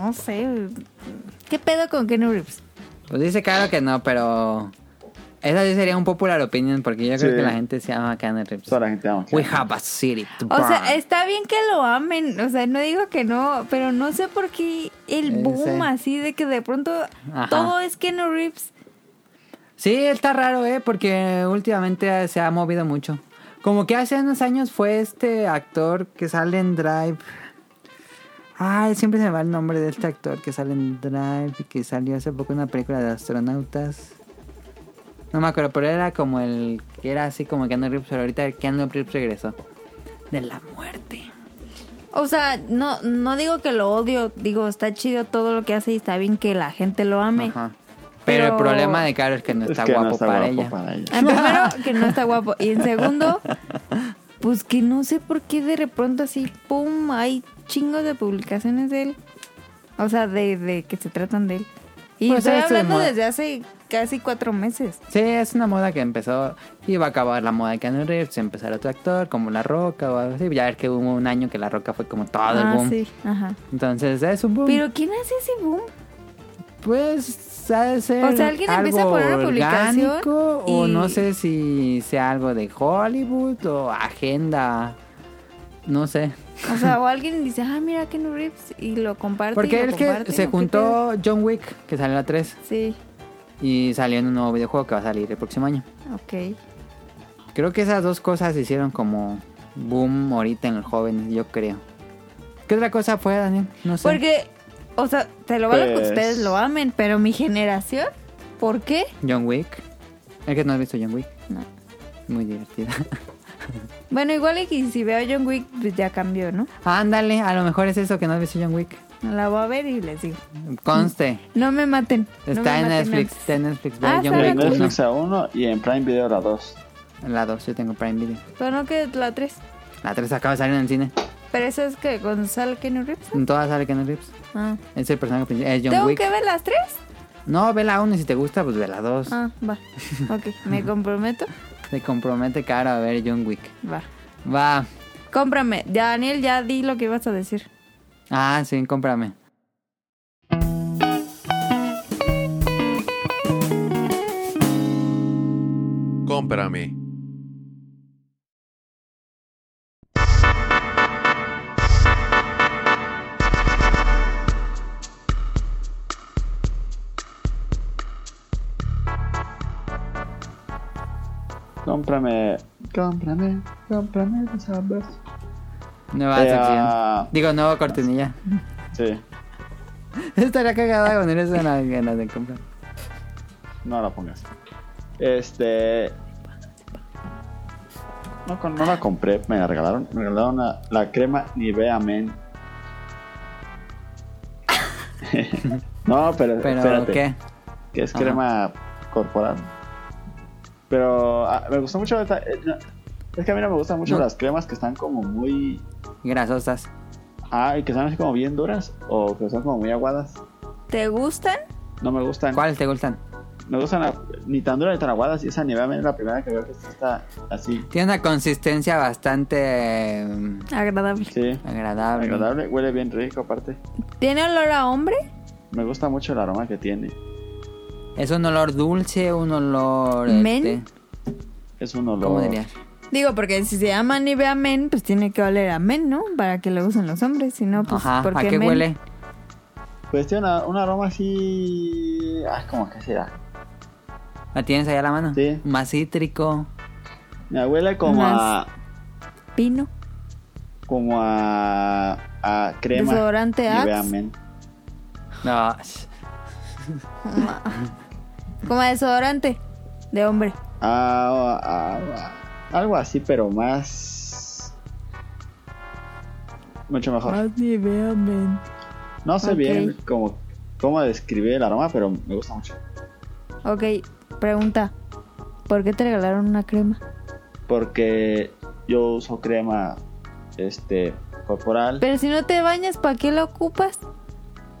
[SPEAKER 1] No sé. ¿Qué pedo con Kenny Reeves?
[SPEAKER 2] Pues dice claro que no, pero... Esa sí sería un popular opinion, porque yo creo
[SPEAKER 3] Sí.
[SPEAKER 2] que la gente se ama Keanu Reeves.
[SPEAKER 3] toda la gente ama.
[SPEAKER 2] We have a city to
[SPEAKER 1] O
[SPEAKER 2] burn.
[SPEAKER 1] sea, está bien que lo amen. O sea, no digo que no, pero no sé por qué el
[SPEAKER 2] Ese.
[SPEAKER 1] boom así de que de pronto
[SPEAKER 2] Ajá.
[SPEAKER 1] todo es Kenny Reeves.
[SPEAKER 2] Sí, está raro, ¿eh? Porque últimamente se ha movido mucho. Como que hace unos años fue este actor que sale en Drive. Ay, siempre se me va el nombre de este actor que sale en Drive y que salió hace poco en una película de astronautas. No me acuerdo, pero era como el que era así como Keanu Reeves, pero ahorita Keanu Reeves regresó. De la muerte.
[SPEAKER 1] O sea, no, no digo que lo odio, digo, está chido todo lo que hace y está bien que la gente lo ame.
[SPEAKER 2] Ajá. Pero,
[SPEAKER 1] Pero-
[SPEAKER 2] el problema de Caro es que no
[SPEAKER 3] Es
[SPEAKER 2] está
[SPEAKER 3] que no
[SPEAKER 2] guapo
[SPEAKER 3] está
[SPEAKER 2] para
[SPEAKER 3] guapo
[SPEAKER 2] ella.
[SPEAKER 3] para ella.
[SPEAKER 1] En
[SPEAKER 2] [LAUGHS]
[SPEAKER 1] primero, que no está guapo. Y en segundo, pues que no sé por qué de pronto así, pum, hay chingos de publicaciones de él. O sea, de, de que se tratan de él. Y
[SPEAKER 2] Pues
[SPEAKER 1] estoy
[SPEAKER 2] eso es
[SPEAKER 1] hablando
[SPEAKER 2] moda.
[SPEAKER 1] desde hace casi cuatro meses.
[SPEAKER 2] Sí, es una moda que empezó, iba a acabar la moda de Keanu Reeves, empezar otro actor como La Roca o algo así. Ya ver que hubo un año que La Roca fue como todo el
[SPEAKER 1] ah,
[SPEAKER 2] boom.
[SPEAKER 1] sí. Ajá.
[SPEAKER 2] Entonces es un boom.
[SPEAKER 1] Pero ¿quién hace ese boom?
[SPEAKER 2] pues ha de ser
[SPEAKER 1] O sea, alguien empieza a
[SPEAKER 2] algo
[SPEAKER 1] poner una publicación
[SPEAKER 2] orgánico, o
[SPEAKER 1] y-
[SPEAKER 2] no sé si sea algo de Hollywood o agenda, no sé.
[SPEAKER 1] O sea, o alguien dice, ah, mira, Ken Reeves, y lo comparte. y
[SPEAKER 2] Porque
[SPEAKER 1] lo
[SPEAKER 2] es que
[SPEAKER 1] comparten, ¿o
[SPEAKER 2] se
[SPEAKER 1] qué
[SPEAKER 2] juntó John Wick, que salió la 3,
[SPEAKER 1] pedo? Sí,
[SPEAKER 2] y salió en un nuevo videojuego que va a salir el próximo año.
[SPEAKER 1] ok.
[SPEAKER 2] Creo que esas dos cosas hicieron como boom ahorita en los jóvenes, yo creo. ¿Qué otra cosa fue, Daniel? No sé.
[SPEAKER 1] Porque, o sea, te lo vale que
[SPEAKER 3] Pues-
[SPEAKER 1] ustedes lo amen, pero mi generación, ¿por qué?
[SPEAKER 2] John Wick. Es que no has visto John Wick.
[SPEAKER 1] No.
[SPEAKER 2] Muy divertida.
[SPEAKER 1] Bueno, igual y que si veo a John Wick, pues ya cambió, ¿no?
[SPEAKER 2] [LAUGHS] Ándale, a lo mejor es eso que no has visto John Wick.
[SPEAKER 1] La voy a ver y les digo.
[SPEAKER 2] Conste.
[SPEAKER 1] No me maten. no me
[SPEAKER 2] Está en
[SPEAKER 1] maten
[SPEAKER 2] Netflix.
[SPEAKER 1] antes.
[SPEAKER 2] Está en Netflix. Ve
[SPEAKER 1] Ah,
[SPEAKER 2] John
[SPEAKER 1] sale
[SPEAKER 3] En
[SPEAKER 2] Wick uno.
[SPEAKER 3] Netflix a uno y en Prime Video a la dos.
[SPEAKER 2] La 2, yo tengo Prime Video.
[SPEAKER 1] Pero no que la 3.
[SPEAKER 2] La 3 acaba de salir en el cine.
[SPEAKER 1] Pero eso es que Gonzalo Kenny Reeves.
[SPEAKER 2] En todas sale Keanu Reeves.
[SPEAKER 1] Ah.
[SPEAKER 2] Es el personaje principal. Es Mm, John
[SPEAKER 1] ¿Tengo
[SPEAKER 2] Wick.
[SPEAKER 1] que ver las 3?
[SPEAKER 2] No, ve la 1 y si te gusta, pues ve la 2.
[SPEAKER 1] Ah,
[SPEAKER 2] [LAUGHS]
[SPEAKER 1] va. Ok, me comprometo.
[SPEAKER 2] Te compromete caro a ver John Wick.
[SPEAKER 1] Va.
[SPEAKER 2] Va.
[SPEAKER 1] Cómprame. Daniel, ya di lo que ibas a decir.
[SPEAKER 2] Ah, sí, cómprame.
[SPEAKER 5] Cómprame.
[SPEAKER 3] Cómprame, cómprame, cómprame los abrazos.
[SPEAKER 2] Nueva
[SPEAKER 3] Eh,
[SPEAKER 2] sección.
[SPEAKER 3] ah,
[SPEAKER 2] Digo, nueva cortinilla. [LAUGHS]
[SPEAKER 3] Sí,
[SPEAKER 2] Estaría cagada poner eso en la, en la de compra.
[SPEAKER 3] no la pongas. Este. No, con- no la compré, me la regalaron. Me regalaron la, la crema Nivea Men. [LAUGHS] no, pero,
[SPEAKER 2] Pero,
[SPEAKER 3] espérate.
[SPEAKER 2] ¿qué?
[SPEAKER 3] que es
[SPEAKER 2] Ajá.
[SPEAKER 3] crema corporal. Pero ah, me gustó mucho. esta- eh, no, es que a mí no me gustan mucho
[SPEAKER 2] No.
[SPEAKER 3] las cremas que están como muy.
[SPEAKER 2] Grasosas.
[SPEAKER 3] Ah, y que están así como bien duras o que están como muy aguadas.
[SPEAKER 1] ¿Te gustan?
[SPEAKER 3] No me gustan.
[SPEAKER 2] ¿Cuáles te gustan?
[SPEAKER 3] Me gustan la- ni tan duras ni tan aguadas. Y esa Nivea Men es la primera que veo que está así.
[SPEAKER 2] Tiene una consistencia bastante eh,
[SPEAKER 1] Agradable.
[SPEAKER 3] Sí,
[SPEAKER 2] agradable.
[SPEAKER 3] agradable. Huele bien rico, aparte.
[SPEAKER 1] ¿Tiene olor a hombre?
[SPEAKER 3] Me gusta mucho el aroma que tiene.
[SPEAKER 2] Es un olor dulce, un olor...
[SPEAKER 1] Men.
[SPEAKER 2] este,
[SPEAKER 3] Es un olor.
[SPEAKER 2] ¿Cómo dirías?
[SPEAKER 1] Digo, porque si se llama Nive Amén, pues tiene que oler Amén, ¿no? Para que lo usen los hombres. Si no, pues
[SPEAKER 2] Ajá,
[SPEAKER 1] ¿por
[SPEAKER 2] ¿a
[SPEAKER 1] qué
[SPEAKER 2] qué
[SPEAKER 1] men?
[SPEAKER 2] huele?
[SPEAKER 3] Pues tiene una- un aroma así. Ah, como que será.
[SPEAKER 2] ¿La tienes ahí a la mano?
[SPEAKER 3] Sí.
[SPEAKER 2] Más cítrico.
[SPEAKER 3] Me huele como
[SPEAKER 1] Más.
[SPEAKER 3] a.
[SPEAKER 1] Pino.
[SPEAKER 3] Como a. A crema.
[SPEAKER 1] Desodorante
[SPEAKER 3] Y
[SPEAKER 1] Axe.
[SPEAKER 3] vean,
[SPEAKER 2] No, sh-
[SPEAKER 1] Como desodorante de hombre.
[SPEAKER 3] Ah, ah, ah, algo así, pero más. Mucho mejor.
[SPEAKER 4] Más ni vean,
[SPEAKER 3] No sé
[SPEAKER 1] ok.
[SPEAKER 3] bien cómo, cómo describir el aroma, pero me gusta mucho.
[SPEAKER 1] Ok, pregunta. ¿Por qué te regalaron una crema?
[SPEAKER 3] Porque yo uso crema este corporal,
[SPEAKER 1] Pero si no te bañas, ¿para qué la ocupas?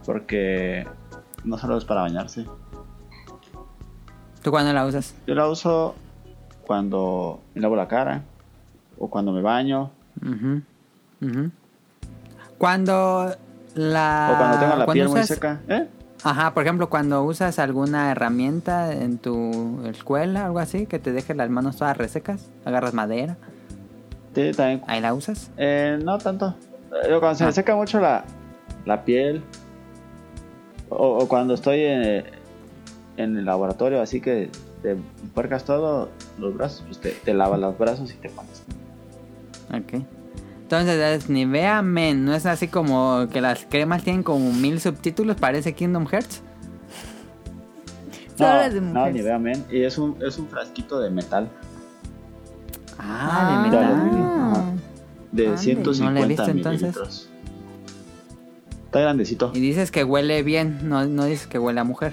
[SPEAKER 3] porque no solo es para bañarse.
[SPEAKER 2] ¿Tú cuándo la usas?
[SPEAKER 3] Yo la uso cuando me lavo la cara o cuando me baño.
[SPEAKER 2] Ujú, ujú. Cuando la...
[SPEAKER 3] o cuando tengo la
[SPEAKER 2] Ah, cuando
[SPEAKER 3] piel muy
[SPEAKER 2] usas-
[SPEAKER 3] seca. ¿Eh?
[SPEAKER 2] Ajá, por ejemplo, cuando usas alguna herramienta en tu escuela, algo así, que te deje las manos todas resecas, agarras madera,
[SPEAKER 3] Sí, también.
[SPEAKER 2] ahí la usas.
[SPEAKER 3] Eh, no tanto. Eh, Cuando se me
[SPEAKER 2] Ah.
[SPEAKER 3] seca mucho la, la piel. O, o cuando estoy en, en el laboratorio, así que te puercas todo los brazos, pues te, te lavas los brazos y te pones.
[SPEAKER 2] Ok. Entonces es Nivea Men, no es así como que las cremas tienen como mil subtítulos, parece Kingdom Hearts.
[SPEAKER 1] Solo
[SPEAKER 3] No,
[SPEAKER 1] es de
[SPEAKER 3] no, ni
[SPEAKER 1] mujeres.
[SPEAKER 3] vea, men. Y es un, es un frasquito de metal.
[SPEAKER 2] Ah, de
[SPEAKER 3] Ah.
[SPEAKER 2] metal.
[SPEAKER 3] metal. De
[SPEAKER 1] Ande.
[SPEAKER 3] 150
[SPEAKER 2] No la he visto, entonces.
[SPEAKER 3] mililitros. Está grandecito.
[SPEAKER 2] Y dices que huele bien, no, no dices que huele a mujer.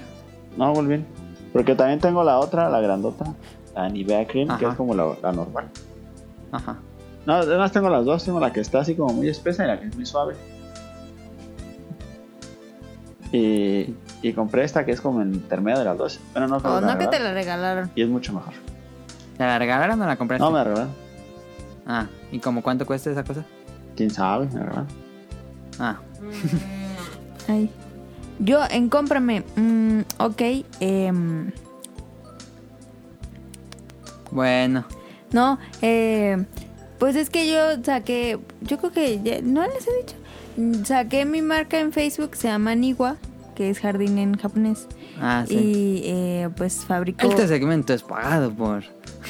[SPEAKER 3] No, muy bien. Porque también tengo la otra, la grandota, la Nivea Cream, que
[SPEAKER 2] Ajá.
[SPEAKER 3] es como la, la normal.
[SPEAKER 2] Ajá.
[SPEAKER 3] No, además tengo las dos, tengo la que está así como muy espesa y la que es muy suave. Y, y compré esta que es como en intermedio de las dos. Pero no,
[SPEAKER 1] Oh,
[SPEAKER 3] me
[SPEAKER 1] no que te
[SPEAKER 3] regalaron.
[SPEAKER 1] la regalaron.
[SPEAKER 3] Y es mucho mejor.
[SPEAKER 2] ¿Te la regalaron o la compraste?
[SPEAKER 3] No, me la regalaron.
[SPEAKER 2] Ah, ¿y como cuánto cuesta esa cosa?
[SPEAKER 3] ¿Quién sabe? Me la regalaron.
[SPEAKER 2] Ah,
[SPEAKER 1] Ay. Yo, en cómprame. Mm, ok. em,
[SPEAKER 2] bueno.
[SPEAKER 1] no, eh, pues es que yo saqué. Yo creo que. ya- no les he dicho. Mm, Saqué mi marca en Facebook, se llama Niwa, que es jardín en japonés.
[SPEAKER 2] Ah, sí.
[SPEAKER 1] Y eh, pues fabrico.
[SPEAKER 2] Este segmento es pagado por...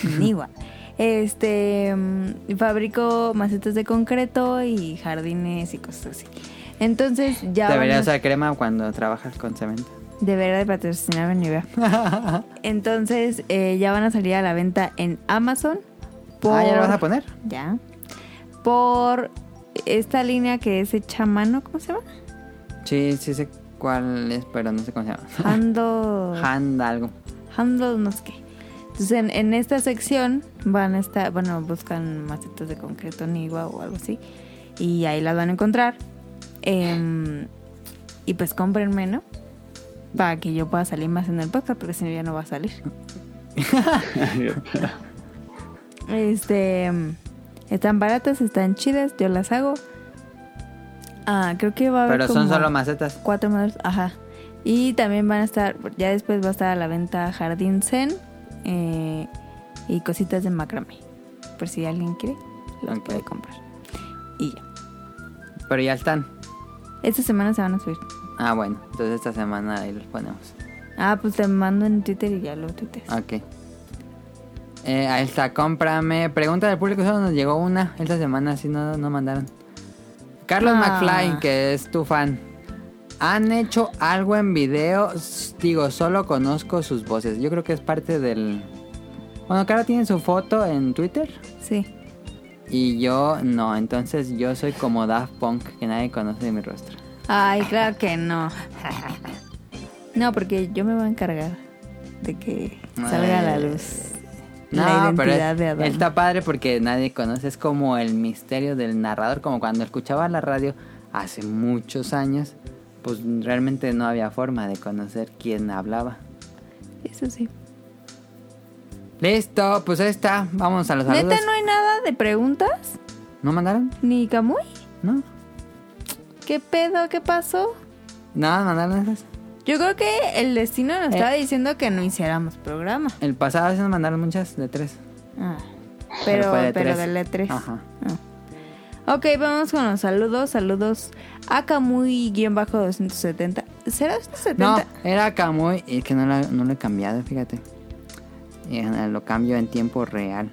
[SPEAKER 1] [LAUGHS] Niwa. Este, mm, fabrico macetas de concreto y jardines y cosas así. Entonces ya
[SPEAKER 2] Debería
[SPEAKER 1] van a-
[SPEAKER 2] usar crema cuando trabajas con cemento.
[SPEAKER 1] debería de patrocinarme Nivea.
[SPEAKER 2] [LAUGHS]
[SPEAKER 1] Entonces eh, ya van a salir a la venta en Amazon.
[SPEAKER 2] Ah, ¿ya lo vas a poner?
[SPEAKER 1] Ya. Por esta línea que es hecha a mano, ¿cómo se llama?
[SPEAKER 2] Sí, sí sé cuál es, pero no sé cómo
[SPEAKER 1] [LAUGHS]
[SPEAKER 2] se llama.
[SPEAKER 1] Hando.
[SPEAKER 2] Hand algo.
[SPEAKER 1] Handle no sé qué. Entonces en, en esta sección van a estar, bueno, buscan macetas de concreto Niwa o algo así. Y ahí las van a encontrar. Em, y pues cómprenme, ¿no? Para que yo pueda salir más en el podcast, porque si no ya no va a salir. Este em, están baratas, están chidas, yo las hago. Ah, creo que va a haber.
[SPEAKER 2] Pero son
[SPEAKER 1] como-
[SPEAKER 2] solo macetas.
[SPEAKER 1] cuatro modelos, ajá. Y también van a estar, ya después va a estar a la venta Jardín Zen eh, y cositas de macramé. Por si alguien quiere, las
[SPEAKER 2] Ok.
[SPEAKER 1] puede comprar. Y ya.
[SPEAKER 2] Pero ya están.
[SPEAKER 1] Esta semana se van a subir.
[SPEAKER 2] Ah, bueno. Entonces esta semana ahí los ponemos.
[SPEAKER 1] Ah, pues te mando en Twitter y ya lo tuiteas.
[SPEAKER 2] Ok. Eh, ahí está, cómprame. Pregunta del público, solo nos llegó una esta semana, si no, no mandaron. Carlos
[SPEAKER 1] Ah.
[SPEAKER 2] McFly, que es tu fan. ¿Han hecho algo en video? S- Digo, solo conozco sus voces. Yo creo que es parte del... Bueno, Cara tiene su foto en Twitter
[SPEAKER 1] Sí.
[SPEAKER 2] y yo no. Entonces yo soy como Daft Punk, que nadie conoce de mi rostro.
[SPEAKER 1] Ay, claro que no. [LAUGHS] No, porque yo me voy a encargar de que salga a la luz la
[SPEAKER 2] No, pero
[SPEAKER 1] identidad de Adán.
[SPEAKER 2] está padre porque nadie conoce. Es como el misterio del narrador. Como cuando escuchaba la radio hace muchos años, pues realmente no había forma de conocer quién hablaba.
[SPEAKER 1] Eso sí.
[SPEAKER 2] Listo, pues ahí está. Vamos a los saludos.
[SPEAKER 1] ¿Neta no hay nada de preguntas?
[SPEAKER 2] ¿No mandaron?
[SPEAKER 1] ¿Ni Camuy?
[SPEAKER 2] ¿No?
[SPEAKER 1] ¿Qué pedo? ¿Qué pasó?
[SPEAKER 2] ¿No mandaron esas?
[SPEAKER 1] Yo creo que el destino nos
[SPEAKER 2] Eh.
[SPEAKER 1] estaba diciendo que no hiciéramos programa.
[SPEAKER 2] El pasado sí nos mandaron muchas de tres.
[SPEAKER 1] Ah. Pero,
[SPEAKER 2] fue de
[SPEAKER 1] pero
[SPEAKER 2] tres.
[SPEAKER 1] de letres.
[SPEAKER 2] Ajá.
[SPEAKER 1] Ok, vamos con los saludos. Saludos a Kamui-270. ¿Será 270?
[SPEAKER 2] No, era Kamui. Es que no, la- no lo he cambiado, fíjate. Y, eh, Lo cambio en tiempo real.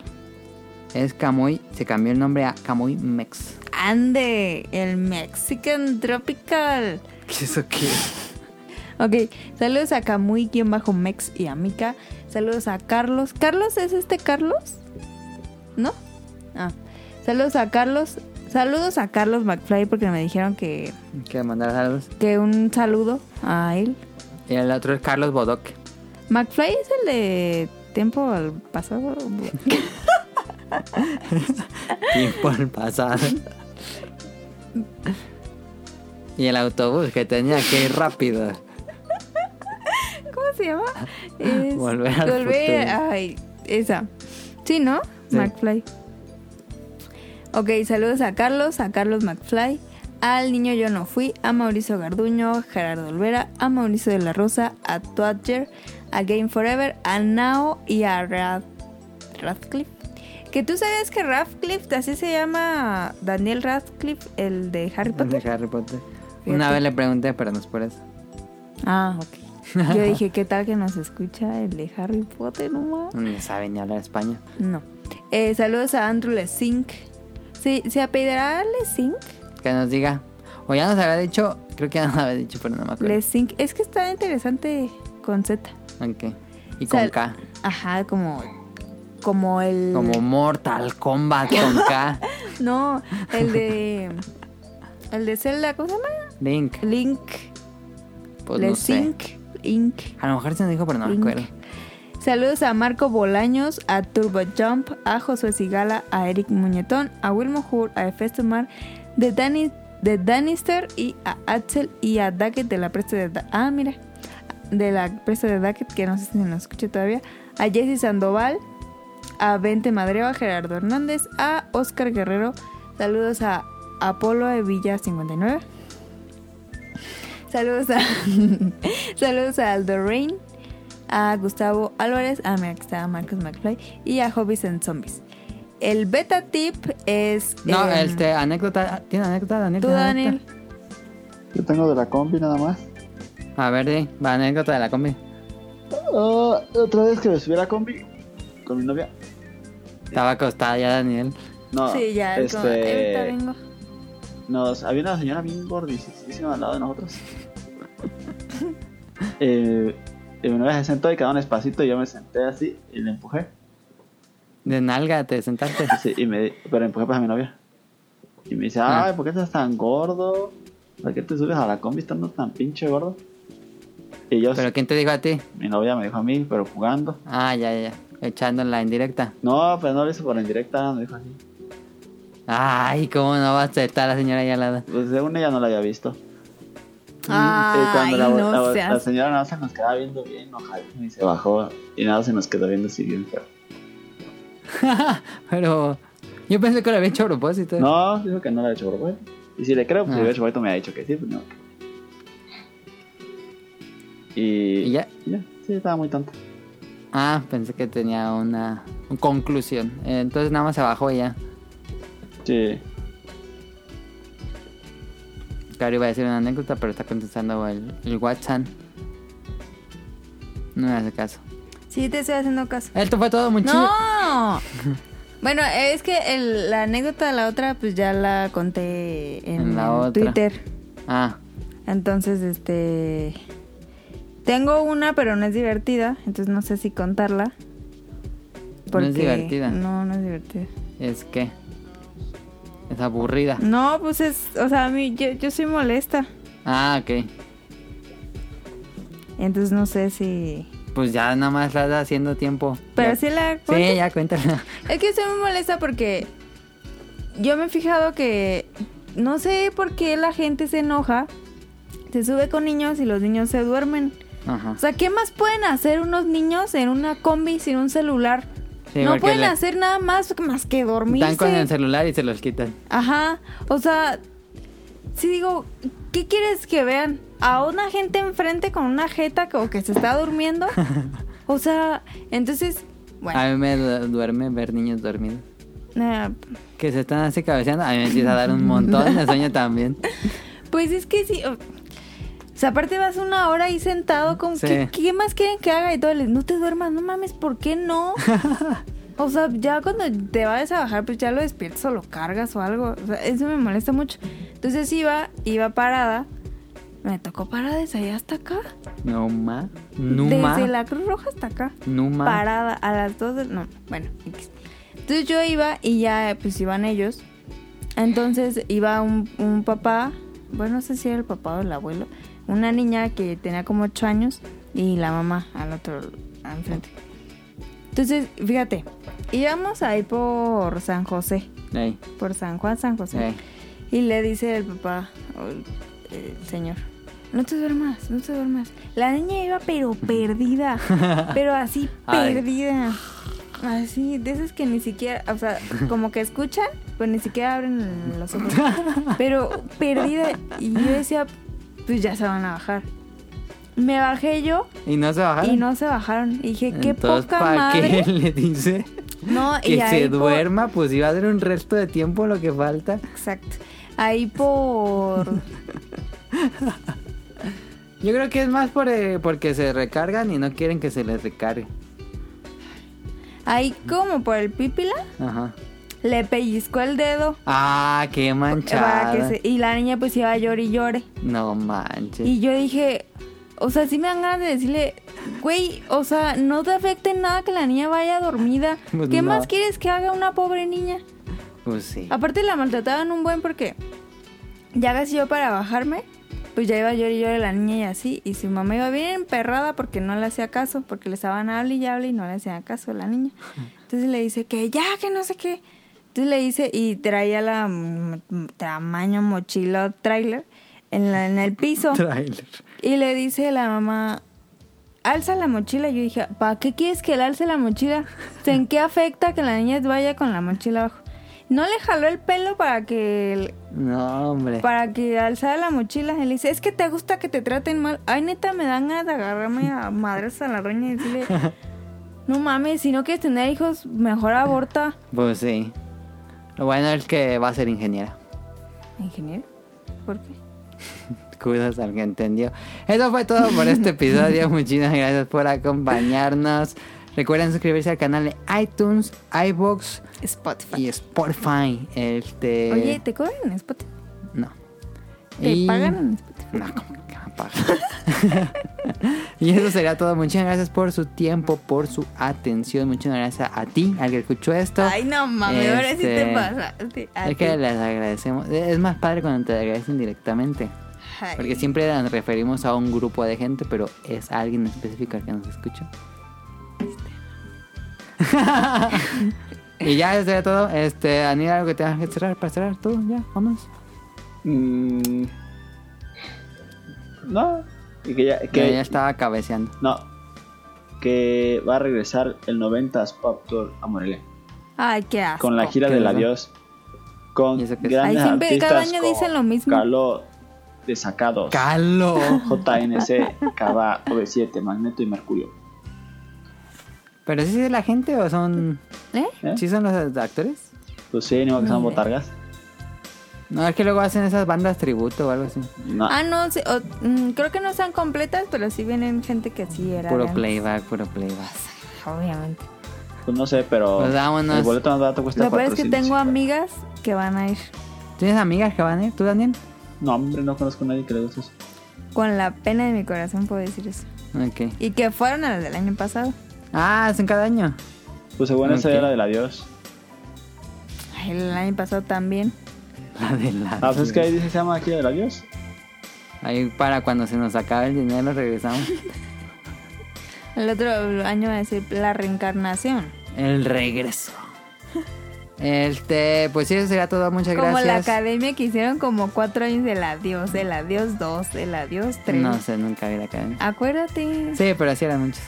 [SPEAKER 2] Es Kamui. Se cambió el nombre a Kamui [LAUGHS] Mex.
[SPEAKER 1] Ande, el Mexican Tropical.
[SPEAKER 2] ¿Qué eso qué?
[SPEAKER 1] Ok, saludos a Kamui, quien bajo Mex y a Mika. Saludos a Carlos. ¿Carlos es este Carlos? ¿No? Ah. Saludos a Carlos. Saludos a Carlos McFly porque me dijeron que,
[SPEAKER 2] Que mandar saludos.
[SPEAKER 1] que un saludo a él.
[SPEAKER 2] Y el otro es Carlos Bodoque.
[SPEAKER 1] McFly es el de tiempo al
[SPEAKER 2] [LAUGHS]
[SPEAKER 1] pasado.
[SPEAKER 2] [LAUGHS] Tiempo al pasado. [LAUGHS] y el autobús que tenía que ir rápido.
[SPEAKER 1] ¿Cómo se llama? Es-
[SPEAKER 2] Volver al
[SPEAKER 1] Volver-
[SPEAKER 2] futuro.
[SPEAKER 1] Ay, esa. Sí, ¿no?
[SPEAKER 2] Sí.
[SPEAKER 1] McFly. Ok, saludos a Carlos, a Carlos McFly, al niño yo no fui, a Mauricio Garduño, Gerardo Olvera, a Mauricio de la Rosa, a Twatcher, a Game Forever, a Nao y a Rad Radcliffe. Que tú sabías que Radcliffe, así se llama Daniel Radcliffe, el de Harry
[SPEAKER 2] El
[SPEAKER 1] Potter.
[SPEAKER 2] de Harry Potter. Una vez le pregunté, pero no es por eso.
[SPEAKER 1] Ah, ok.
[SPEAKER 2] [LAUGHS]
[SPEAKER 1] Yo dije, ¿qué tal que nos escucha el de Harry Potter nomás?
[SPEAKER 2] No sabe ni hablar español.
[SPEAKER 1] No. Eh, saludos a Andrew Lesink. Sí, ¿Se apellidará Lesink?
[SPEAKER 2] Que nos diga. O ya nos había dicho. Creo que ya nos había dicho, pero no me acuerdo.
[SPEAKER 1] Lesink. Es que está interesante con Z.
[SPEAKER 2] Ok. Y con
[SPEAKER 1] Sal-
[SPEAKER 2] K.
[SPEAKER 1] Ajá, como. Como el.
[SPEAKER 2] Como Mortal Kombat con K.
[SPEAKER 1] [LAUGHS] No, el
[SPEAKER 2] [LAUGHS]
[SPEAKER 1] de. El de Zelda, ¿cómo se llama?
[SPEAKER 2] Link.
[SPEAKER 1] Link.
[SPEAKER 2] Pues no sé.
[SPEAKER 1] Lesink. Link.
[SPEAKER 2] A lo mejor se nos dijo, pero no me
[SPEAKER 1] Link.
[SPEAKER 2] acuerdo.
[SPEAKER 1] Saludos a Marco Bolaños, a Turbo Jump, a Josué Sigala, a Eric Muñetón, a Wilmo Hur, a Hefesto Mar, de Dani, de Danister y a Axel y a Daggett de la presa de Da- Ah, mira. De la presa de Daggett, que no sé si nos escucha todavía. A Jesse Sandoval, a Vente Madreo, a Gerardo Hernández, a Oscar Guerrero. Saludos a Apolo de Villa 59. Saludos a [LAUGHS] Saludos a Aldo Rain, a Gustavo Álvarez, a Mar- está Marcus McFly y a Hobbies and Zombies. El beta tip es
[SPEAKER 2] No,
[SPEAKER 1] em,
[SPEAKER 2] este, anécdota. ¿Tiene anécdota,
[SPEAKER 1] tú
[SPEAKER 2] Daniel? ¿Tiene
[SPEAKER 1] Daniel.
[SPEAKER 2] anécdota?
[SPEAKER 3] [LAUGHS] Yo tengo de la combi nada más.
[SPEAKER 2] A ver, di, va, anécdota de la combi.
[SPEAKER 3] Ah, otra vez que me subí a la combi con mi novia.
[SPEAKER 2] Estaba acostada ya, Daniel.
[SPEAKER 3] No,
[SPEAKER 1] sí, ya es como, eh, ahorita
[SPEAKER 3] este,
[SPEAKER 1] vengo.
[SPEAKER 3] nos, había una señora bien gordísima al lado de nosotros. [LAUGHS] eh, y mi novia se sentó y quedó un espacito y yo me senté así y le empujé.
[SPEAKER 2] De nalga, te
[SPEAKER 3] [LAUGHS]
[SPEAKER 2] sentaste.
[SPEAKER 3] Sí, y me, pero empujé pues a mi novia. Y me dice,
[SPEAKER 2] Ah.
[SPEAKER 3] ay, ¿por qué estás tan gordo? ¿Por qué te subes a la combi estando tan pinche gordo? Y yo,
[SPEAKER 2] ¿Pero quién te dijo a ti?
[SPEAKER 3] mi novia me dijo a mí, pero jugando.
[SPEAKER 2] Ah, ya, ya, ya. Echándola en directa.
[SPEAKER 3] No, pero no lo hizo por indirecta, me dijo así.
[SPEAKER 2] Ay, cómo no va a aceptar la señora ahí al lado.
[SPEAKER 3] Pues según ella no la había visto. y eh,
[SPEAKER 1] Ay,
[SPEAKER 3] cuando la,
[SPEAKER 1] no
[SPEAKER 3] la- la
[SPEAKER 1] seas.
[SPEAKER 3] señora nada más se nos quedaba viendo bien enojada y se bajó y nada se nos quedó viendo así bien feo.
[SPEAKER 2] Pero yo pensé que lo había hecho a propósito.
[SPEAKER 3] No, dijo que no la había hecho por güey. Y si le creo, pues
[SPEAKER 2] Ah.
[SPEAKER 3] si hubiera hecho por güey, me ha dicho que sí, pues no. Y,
[SPEAKER 2] ¿Y ya?
[SPEAKER 3] y ya, sí, estaba muy tonta.
[SPEAKER 2] Ah, pensé que tenía una conclusión. Eh, Entonces nada más se bajó y ya.
[SPEAKER 3] Sí.
[SPEAKER 2] Claro, iba a decir una anécdota, pero está contestando el, el WhatsApp. No me hace caso.
[SPEAKER 1] Sí, te estoy haciendo caso.
[SPEAKER 2] Esto fue todo, muchachos.
[SPEAKER 1] ¡No! [LAUGHS] bueno, es que el- la anécdota de la otra, pues ya la conté en,
[SPEAKER 2] En la otra.
[SPEAKER 1] Twitter.
[SPEAKER 2] Ah,
[SPEAKER 1] Entonces, este. Tengo una, pero no es divertida. Entonces no sé si contarla. porque-
[SPEAKER 2] divertida.
[SPEAKER 1] No, no es divertida.
[SPEAKER 2] es que. Es aburrida.
[SPEAKER 1] No, pues es. O sea, a mí, yo, yo soy molesta.
[SPEAKER 2] Ah, ok.
[SPEAKER 1] Entonces no sé si.
[SPEAKER 2] Pues ya nada más la da haciendo tiempo.
[SPEAKER 1] Pero
[SPEAKER 2] Ya.
[SPEAKER 1] sí la.
[SPEAKER 2] Sí, ya cuéntala. [LAUGHS]
[SPEAKER 1] Es que soy muy molesta porque. Yo me he fijado que. No sé por qué la gente se enoja. Se sube con niños y los niños se duermen.
[SPEAKER 2] Ajá.
[SPEAKER 1] O sea, ¿qué más pueden hacer unos niños en una combi sin un celular?
[SPEAKER 2] Sí,
[SPEAKER 1] no
[SPEAKER 2] porque
[SPEAKER 1] pueden
[SPEAKER 2] le-
[SPEAKER 1] hacer nada más, más que dormirse.
[SPEAKER 2] Están con el celular y se los quitan.
[SPEAKER 1] Ajá. O sea, si digo, ¿qué quieres que vean? ¿A una gente enfrente con una jeta como que se está
[SPEAKER 2] [LAUGHS]
[SPEAKER 1] durmiendo? O sea, entonces, bueno.
[SPEAKER 2] Ah. A mí me du- duerme ver niños dormidos.
[SPEAKER 1] Ah,
[SPEAKER 2] que se están así cabeceando, a mí me empieza a dar un montón de sueño también.
[SPEAKER 1] pues es que sí. O o sea, aparte vas una hora ahí sentado como,
[SPEAKER 2] Sí.
[SPEAKER 1] ¿qué, qué más quieren que haga? Y todo, les, no te duermas, no mames, ¿por qué no? O sea, ya cuando te vayas a bajar, pues ya lo despiertas o lo cargas o algo. O sea, eso me molesta mucho. Entonces iba, iba parada. Me tocó parada desde allá hasta acá.
[SPEAKER 2] Numa, Numa,
[SPEAKER 1] Desde la Cruz Roja hasta acá.
[SPEAKER 2] Numa.
[SPEAKER 1] Parada a las 2 de... No, bueno. X. Entonces yo iba y ya pues iban ellos. Entonces iba un, un papá, bueno, no sé si era el papá o el abuelo, una niña que tenía como 8 años y la mamá al otro, al frente. Entonces, fíjate, íbamos ahí por San José,
[SPEAKER 2] Ey,
[SPEAKER 1] por San Juan, San José.
[SPEAKER 2] ey.
[SPEAKER 1] Y le dice el papá, o el, el señor, no te duermas, no te duermas. La niña iba pero
[SPEAKER 2] [LAUGHS]
[SPEAKER 1] perdida, pero así
[SPEAKER 2] Ay.
[SPEAKER 1] perdida. Así, de esas que ni siquiera, o sea, como que escuchan, pero ni siquiera abren los
[SPEAKER 2] [LAUGHS]
[SPEAKER 1] ojos. Pero perdida. Y yo decía, pues ya se van a bajar. Me bajé yo
[SPEAKER 2] Y no se bajaron.
[SPEAKER 1] y no se bajaron. Y dije, qué
[SPEAKER 2] Entonces,
[SPEAKER 1] poca
[SPEAKER 2] ¿para
[SPEAKER 1] madre.
[SPEAKER 2] qué [LAUGHS] le
[SPEAKER 1] [LAUGHS]
[SPEAKER 2] dice [LAUGHS]
[SPEAKER 1] No, y
[SPEAKER 2] que
[SPEAKER 1] ahí
[SPEAKER 2] se
[SPEAKER 1] por-
[SPEAKER 2] duerma? Pues iba a ser un resto de tiempo lo que falta.
[SPEAKER 1] Exacto. Ahí por
[SPEAKER 2] Yo creo que es más por, eh, porque se recargan y no quieren que se les recargue.
[SPEAKER 1] Ahí como por el pípila,
[SPEAKER 2] Ajá.
[SPEAKER 1] le pellizcó el dedo.
[SPEAKER 2] Ah, qué
[SPEAKER 1] para
[SPEAKER 2] manchada.
[SPEAKER 1] que se- y la niña pues iba a llorar y llore.
[SPEAKER 2] No manches.
[SPEAKER 1] Y yo dije, o sea, sí me dan ganas de decirle, güey, o sea, no te afecte en nada que la niña vaya dormida.
[SPEAKER 2] Pues
[SPEAKER 1] ¿Qué
[SPEAKER 2] no.
[SPEAKER 1] más quieres que haga una pobre niña?
[SPEAKER 2] Pues sí.
[SPEAKER 1] Aparte la maltrataban un buen porque ya casi yo para bajarme, pues ya iba yo y yo la niña y así, y su mamá iba bien emperrada porque no le hacía caso, porque le estaban hable y hable y no le hacía caso a la niña. Entonces le dice que ya, que no sé qué. Entonces le dice y traía la mm, tamaño mochila trailer en, la- en el
[SPEAKER 2] [LAUGHS]
[SPEAKER 1] piso.
[SPEAKER 2] Trailer.
[SPEAKER 1] Y le dice la mamá, alza la mochila. Yo dije, ¿para qué quieres que le alce la mochila? O sea, ¿En qué afecta que la niña vaya con la mochila abajo? No le jaló el pelo para que
[SPEAKER 2] No, hombre.
[SPEAKER 1] para que alzara la mochila. Él dice, es que te gusta que te traten mal. Ay, neta, me dan ganas de agarrarme a madres a la roña y
[SPEAKER 2] [LAUGHS]
[SPEAKER 1] decirle, no mames, si no quieres tener hijos, mejor aborta.
[SPEAKER 2] Pues sí. Lo bueno es que va a ser ingeniera.
[SPEAKER 1] Ingeniero, ¿por qué?
[SPEAKER 2] Cuidas al que entendió. Eso fue todo por este
[SPEAKER 1] [LAUGHS]
[SPEAKER 2] episodio. Muchísimas gracias por acompañarnos. Recuerden suscribirse al canal de iTunes, iBox
[SPEAKER 1] Spotify.
[SPEAKER 2] y Spotify. Este.
[SPEAKER 1] Oye, ¿te cobran en Spotify?
[SPEAKER 2] No.
[SPEAKER 1] ¿Te
[SPEAKER 2] Y-
[SPEAKER 1] pagan en Spotify?
[SPEAKER 2] No, como que me pagan. [LAUGHS] y eso sería todo. Muchas gracias por su tiempo, por su atención. Muchas gracias a ti, al que escuchó esto.
[SPEAKER 1] Ay, no mames, ahora sí
[SPEAKER 2] Este,
[SPEAKER 1] te pasa. Sí, a
[SPEAKER 2] Es
[SPEAKER 1] ti.
[SPEAKER 2] que les agradecemos. Es más padre cuando te agradecen directamente.
[SPEAKER 1] Ay.
[SPEAKER 2] Porque siempre nos referimos a un grupo de gente, pero es alguien específico al que nos escucha.
[SPEAKER 1] Este.
[SPEAKER 2] [LAUGHS] y ya, eso sería todo. Este, Anil, algo que tengas que cerrar para cerrar tú. Ya, vamos.
[SPEAKER 3] Mm, no. Y que ya,
[SPEAKER 2] Que
[SPEAKER 3] que-
[SPEAKER 2] ya estaba cabeceando.
[SPEAKER 3] No. Que va a regresar el 90s Pop Tour a Morelia.
[SPEAKER 1] Ay, qué asco.
[SPEAKER 3] Con la gira
[SPEAKER 2] Qué
[SPEAKER 3] del
[SPEAKER 2] verdad.
[SPEAKER 3] adiós. Con
[SPEAKER 2] ¿Y eso qué es?
[SPEAKER 3] grandes
[SPEAKER 1] Ay, siempre-
[SPEAKER 3] artistas
[SPEAKER 1] cada año
[SPEAKER 3] con
[SPEAKER 1] dicen lo mismo.
[SPEAKER 3] Caló de sacados.
[SPEAKER 1] [LAUGHS]
[SPEAKER 2] ¡Calo!
[SPEAKER 3] JNC, Cava, OV7, Magneto y Mercurio.
[SPEAKER 2] ¿Pero si es la gente o son.?
[SPEAKER 1] ¿Eh?
[SPEAKER 3] ¿Eh?
[SPEAKER 2] ¿Sí son los actores?
[SPEAKER 3] Pues sí, ni modo que
[SPEAKER 1] Ni
[SPEAKER 3] sean
[SPEAKER 1] idea.
[SPEAKER 3] botargas.
[SPEAKER 2] No, es que luego hacen esas bandas tributo o algo así.
[SPEAKER 3] No.
[SPEAKER 1] Ah, no, sí, o- mm, creo que no están completas, pero sí vienen gente que sí era.
[SPEAKER 2] Puro
[SPEAKER 1] de
[SPEAKER 2] playback, puro playback.
[SPEAKER 1] antes, Obviamente.
[SPEAKER 3] Pues no sé, pero
[SPEAKER 2] Pues vámonos.
[SPEAKER 3] el boleto más barato cuesta
[SPEAKER 1] Lo peor es que
[SPEAKER 3] 450.
[SPEAKER 1] tengo amigas que van a ir
[SPEAKER 2] ¿Tienes amigas que van a ir? ¿Tú, Daniel?
[SPEAKER 3] No, hombre, no conozco a nadie que le guste eso.
[SPEAKER 1] con la pena de mi corazón, puedo decir eso.
[SPEAKER 2] Ok.
[SPEAKER 1] Y que fueron a la del año pasado.
[SPEAKER 2] Ah, hacen cada año. [LAUGHS]
[SPEAKER 3] Pues según esa
[SPEAKER 2] Ok.
[SPEAKER 3] era la del adiós.
[SPEAKER 1] Ay, el año pasado también.
[SPEAKER 2] La de la.
[SPEAKER 3] Ah, pues es que ahí dice que se llama aquí del adiós.
[SPEAKER 2] Ahí para cuando se nos acabe el dinero regresamos.
[SPEAKER 1] El otro año va a decir la reencarnación.
[SPEAKER 2] el regreso. Este, pues sí, eso sería todo. Muchas
[SPEAKER 1] Como la
[SPEAKER 2] gracias.
[SPEAKER 1] academia que hicieron como cuatro años del adiós, el adiós dos, el adiós tres.
[SPEAKER 2] no sé, nunca vi la academia.
[SPEAKER 1] Acuérdate.
[SPEAKER 2] Sí, pero así eran muchos.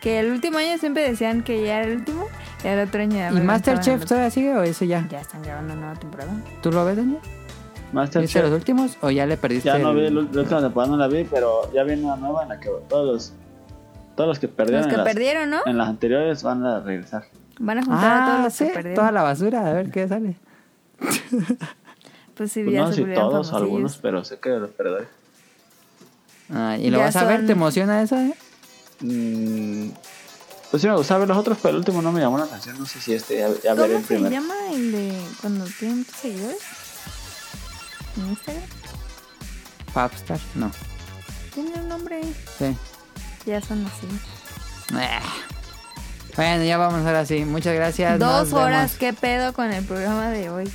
[SPEAKER 1] Que el último año siempre decían que ya era el último y al otro año ya
[SPEAKER 2] ¿Y
[SPEAKER 1] me
[SPEAKER 2] Masterchef
[SPEAKER 1] lanzaban
[SPEAKER 2] todavía sigue o eso ya?
[SPEAKER 1] el- Ya están grabando una nueva temporada.
[SPEAKER 2] ¿Tú lo ves, Daniel? ¿Viste los
[SPEAKER 3] Masterchef.
[SPEAKER 2] últimos o ya le perdiste?
[SPEAKER 3] Ya no
[SPEAKER 2] el-
[SPEAKER 3] vi, la última temporada no la vi, pero ya viene una nueva en la que todos los, todos los que perdieron,
[SPEAKER 1] Los que
[SPEAKER 3] en, las,
[SPEAKER 1] perdieron, ¿no?
[SPEAKER 3] en las anteriores van a regresar.
[SPEAKER 1] Van a juntar a todos
[SPEAKER 2] Ah,
[SPEAKER 1] los
[SPEAKER 2] sí,
[SPEAKER 1] que perdieron.
[SPEAKER 2] toda la basura, a ver qué sale.
[SPEAKER 1] Pues sí,
[SPEAKER 3] Pues
[SPEAKER 1] ya
[SPEAKER 3] no sé
[SPEAKER 1] se
[SPEAKER 3] si
[SPEAKER 1] volvieron
[SPEAKER 3] todos, algunos,
[SPEAKER 1] famosillos.
[SPEAKER 3] pero sé que los perdedores.
[SPEAKER 2] Ah, y lo
[SPEAKER 1] Ya
[SPEAKER 2] vas a ver,
[SPEAKER 1] son-
[SPEAKER 2] ¿te emociona eso? eh?
[SPEAKER 3] Mm, pues sí, me gustaba ver los otros, pero el último no me llamó la atención. No sé si este, ya, ya veré
[SPEAKER 1] ¿Cómo
[SPEAKER 3] el
[SPEAKER 1] se
[SPEAKER 3] primero.
[SPEAKER 1] llama el de cuando tienen muchos seguidores? ¿En Instagram?
[SPEAKER 2] Popstar, no.
[SPEAKER 1] Tiene un nombre.
[SPEAKER 2] Sí.
[SPEAKER 1] Ya son así.
[SPEAKER 2] Ah. Bueno, ya vamos ahora sí. Muchas gracias.
[SPEAKER 1] Dos
[SPEAKER 2] nos
[SPEAKER 1] horas,
[SPEAKER 2] vemos.
[SPEAKER 1] qué pedo con el programa de hoy.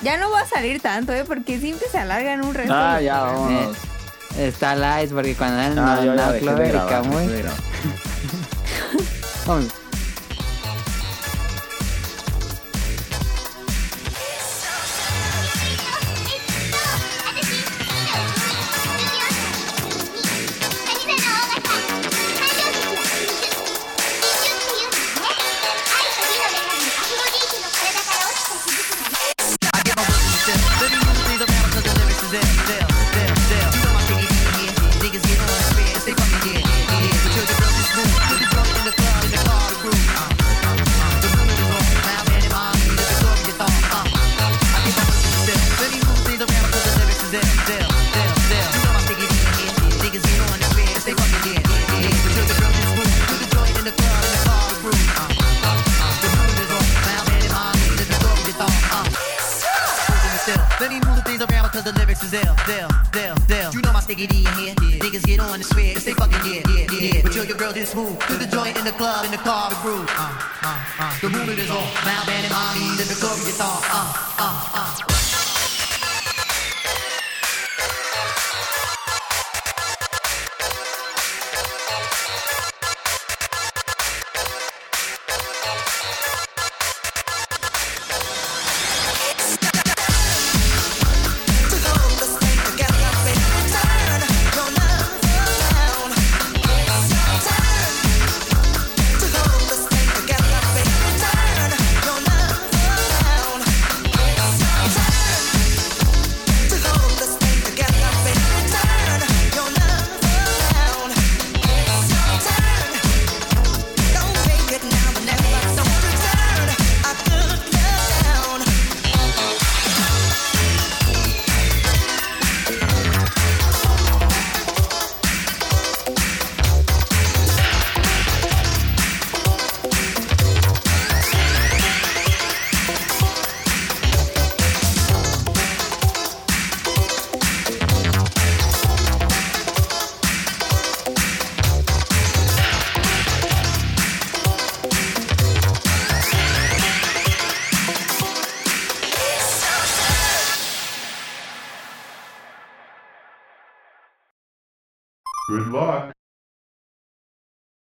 [SPEAKER 1] ya no va a salir tanto, ¿eh? Porque siempre se alargan un resto.
[SPEAKER 3] Ah,
[SPEAKER 1] de-
[SPEAKER 3] ya, vamos.
[SPEAKER 2] Eh, está light porque cuando eran
[SPEAKER 3] Ah, yo
[SPEAKER 2] no,
[SPEAKER 3] ya
[SPEAKER 2] no,
[SPEAKER 3] dejé de
[SPEAKER 2] Clover y
[SPEAKER 3] grabar,
[SPEAKER 2] Kamui.
[SPEAKER 3] dejé de grabar.
[SPEAKER 2] Vamos.
[SPEAKER 6] Let me move the things around because the lyrics is ill, ill, ill, ill. You know my sticky D in here. Niggas get on the square, it's they fucking yeah, yeah, yeah. But yo, your girl just moved to the joint in the club, in the car with groove. Uh, uh, uh. The movement is on. Mount Bandit, mommy, the Victoria guitar. Uh, uh, uh.
[SPEAKER 7] Good luck.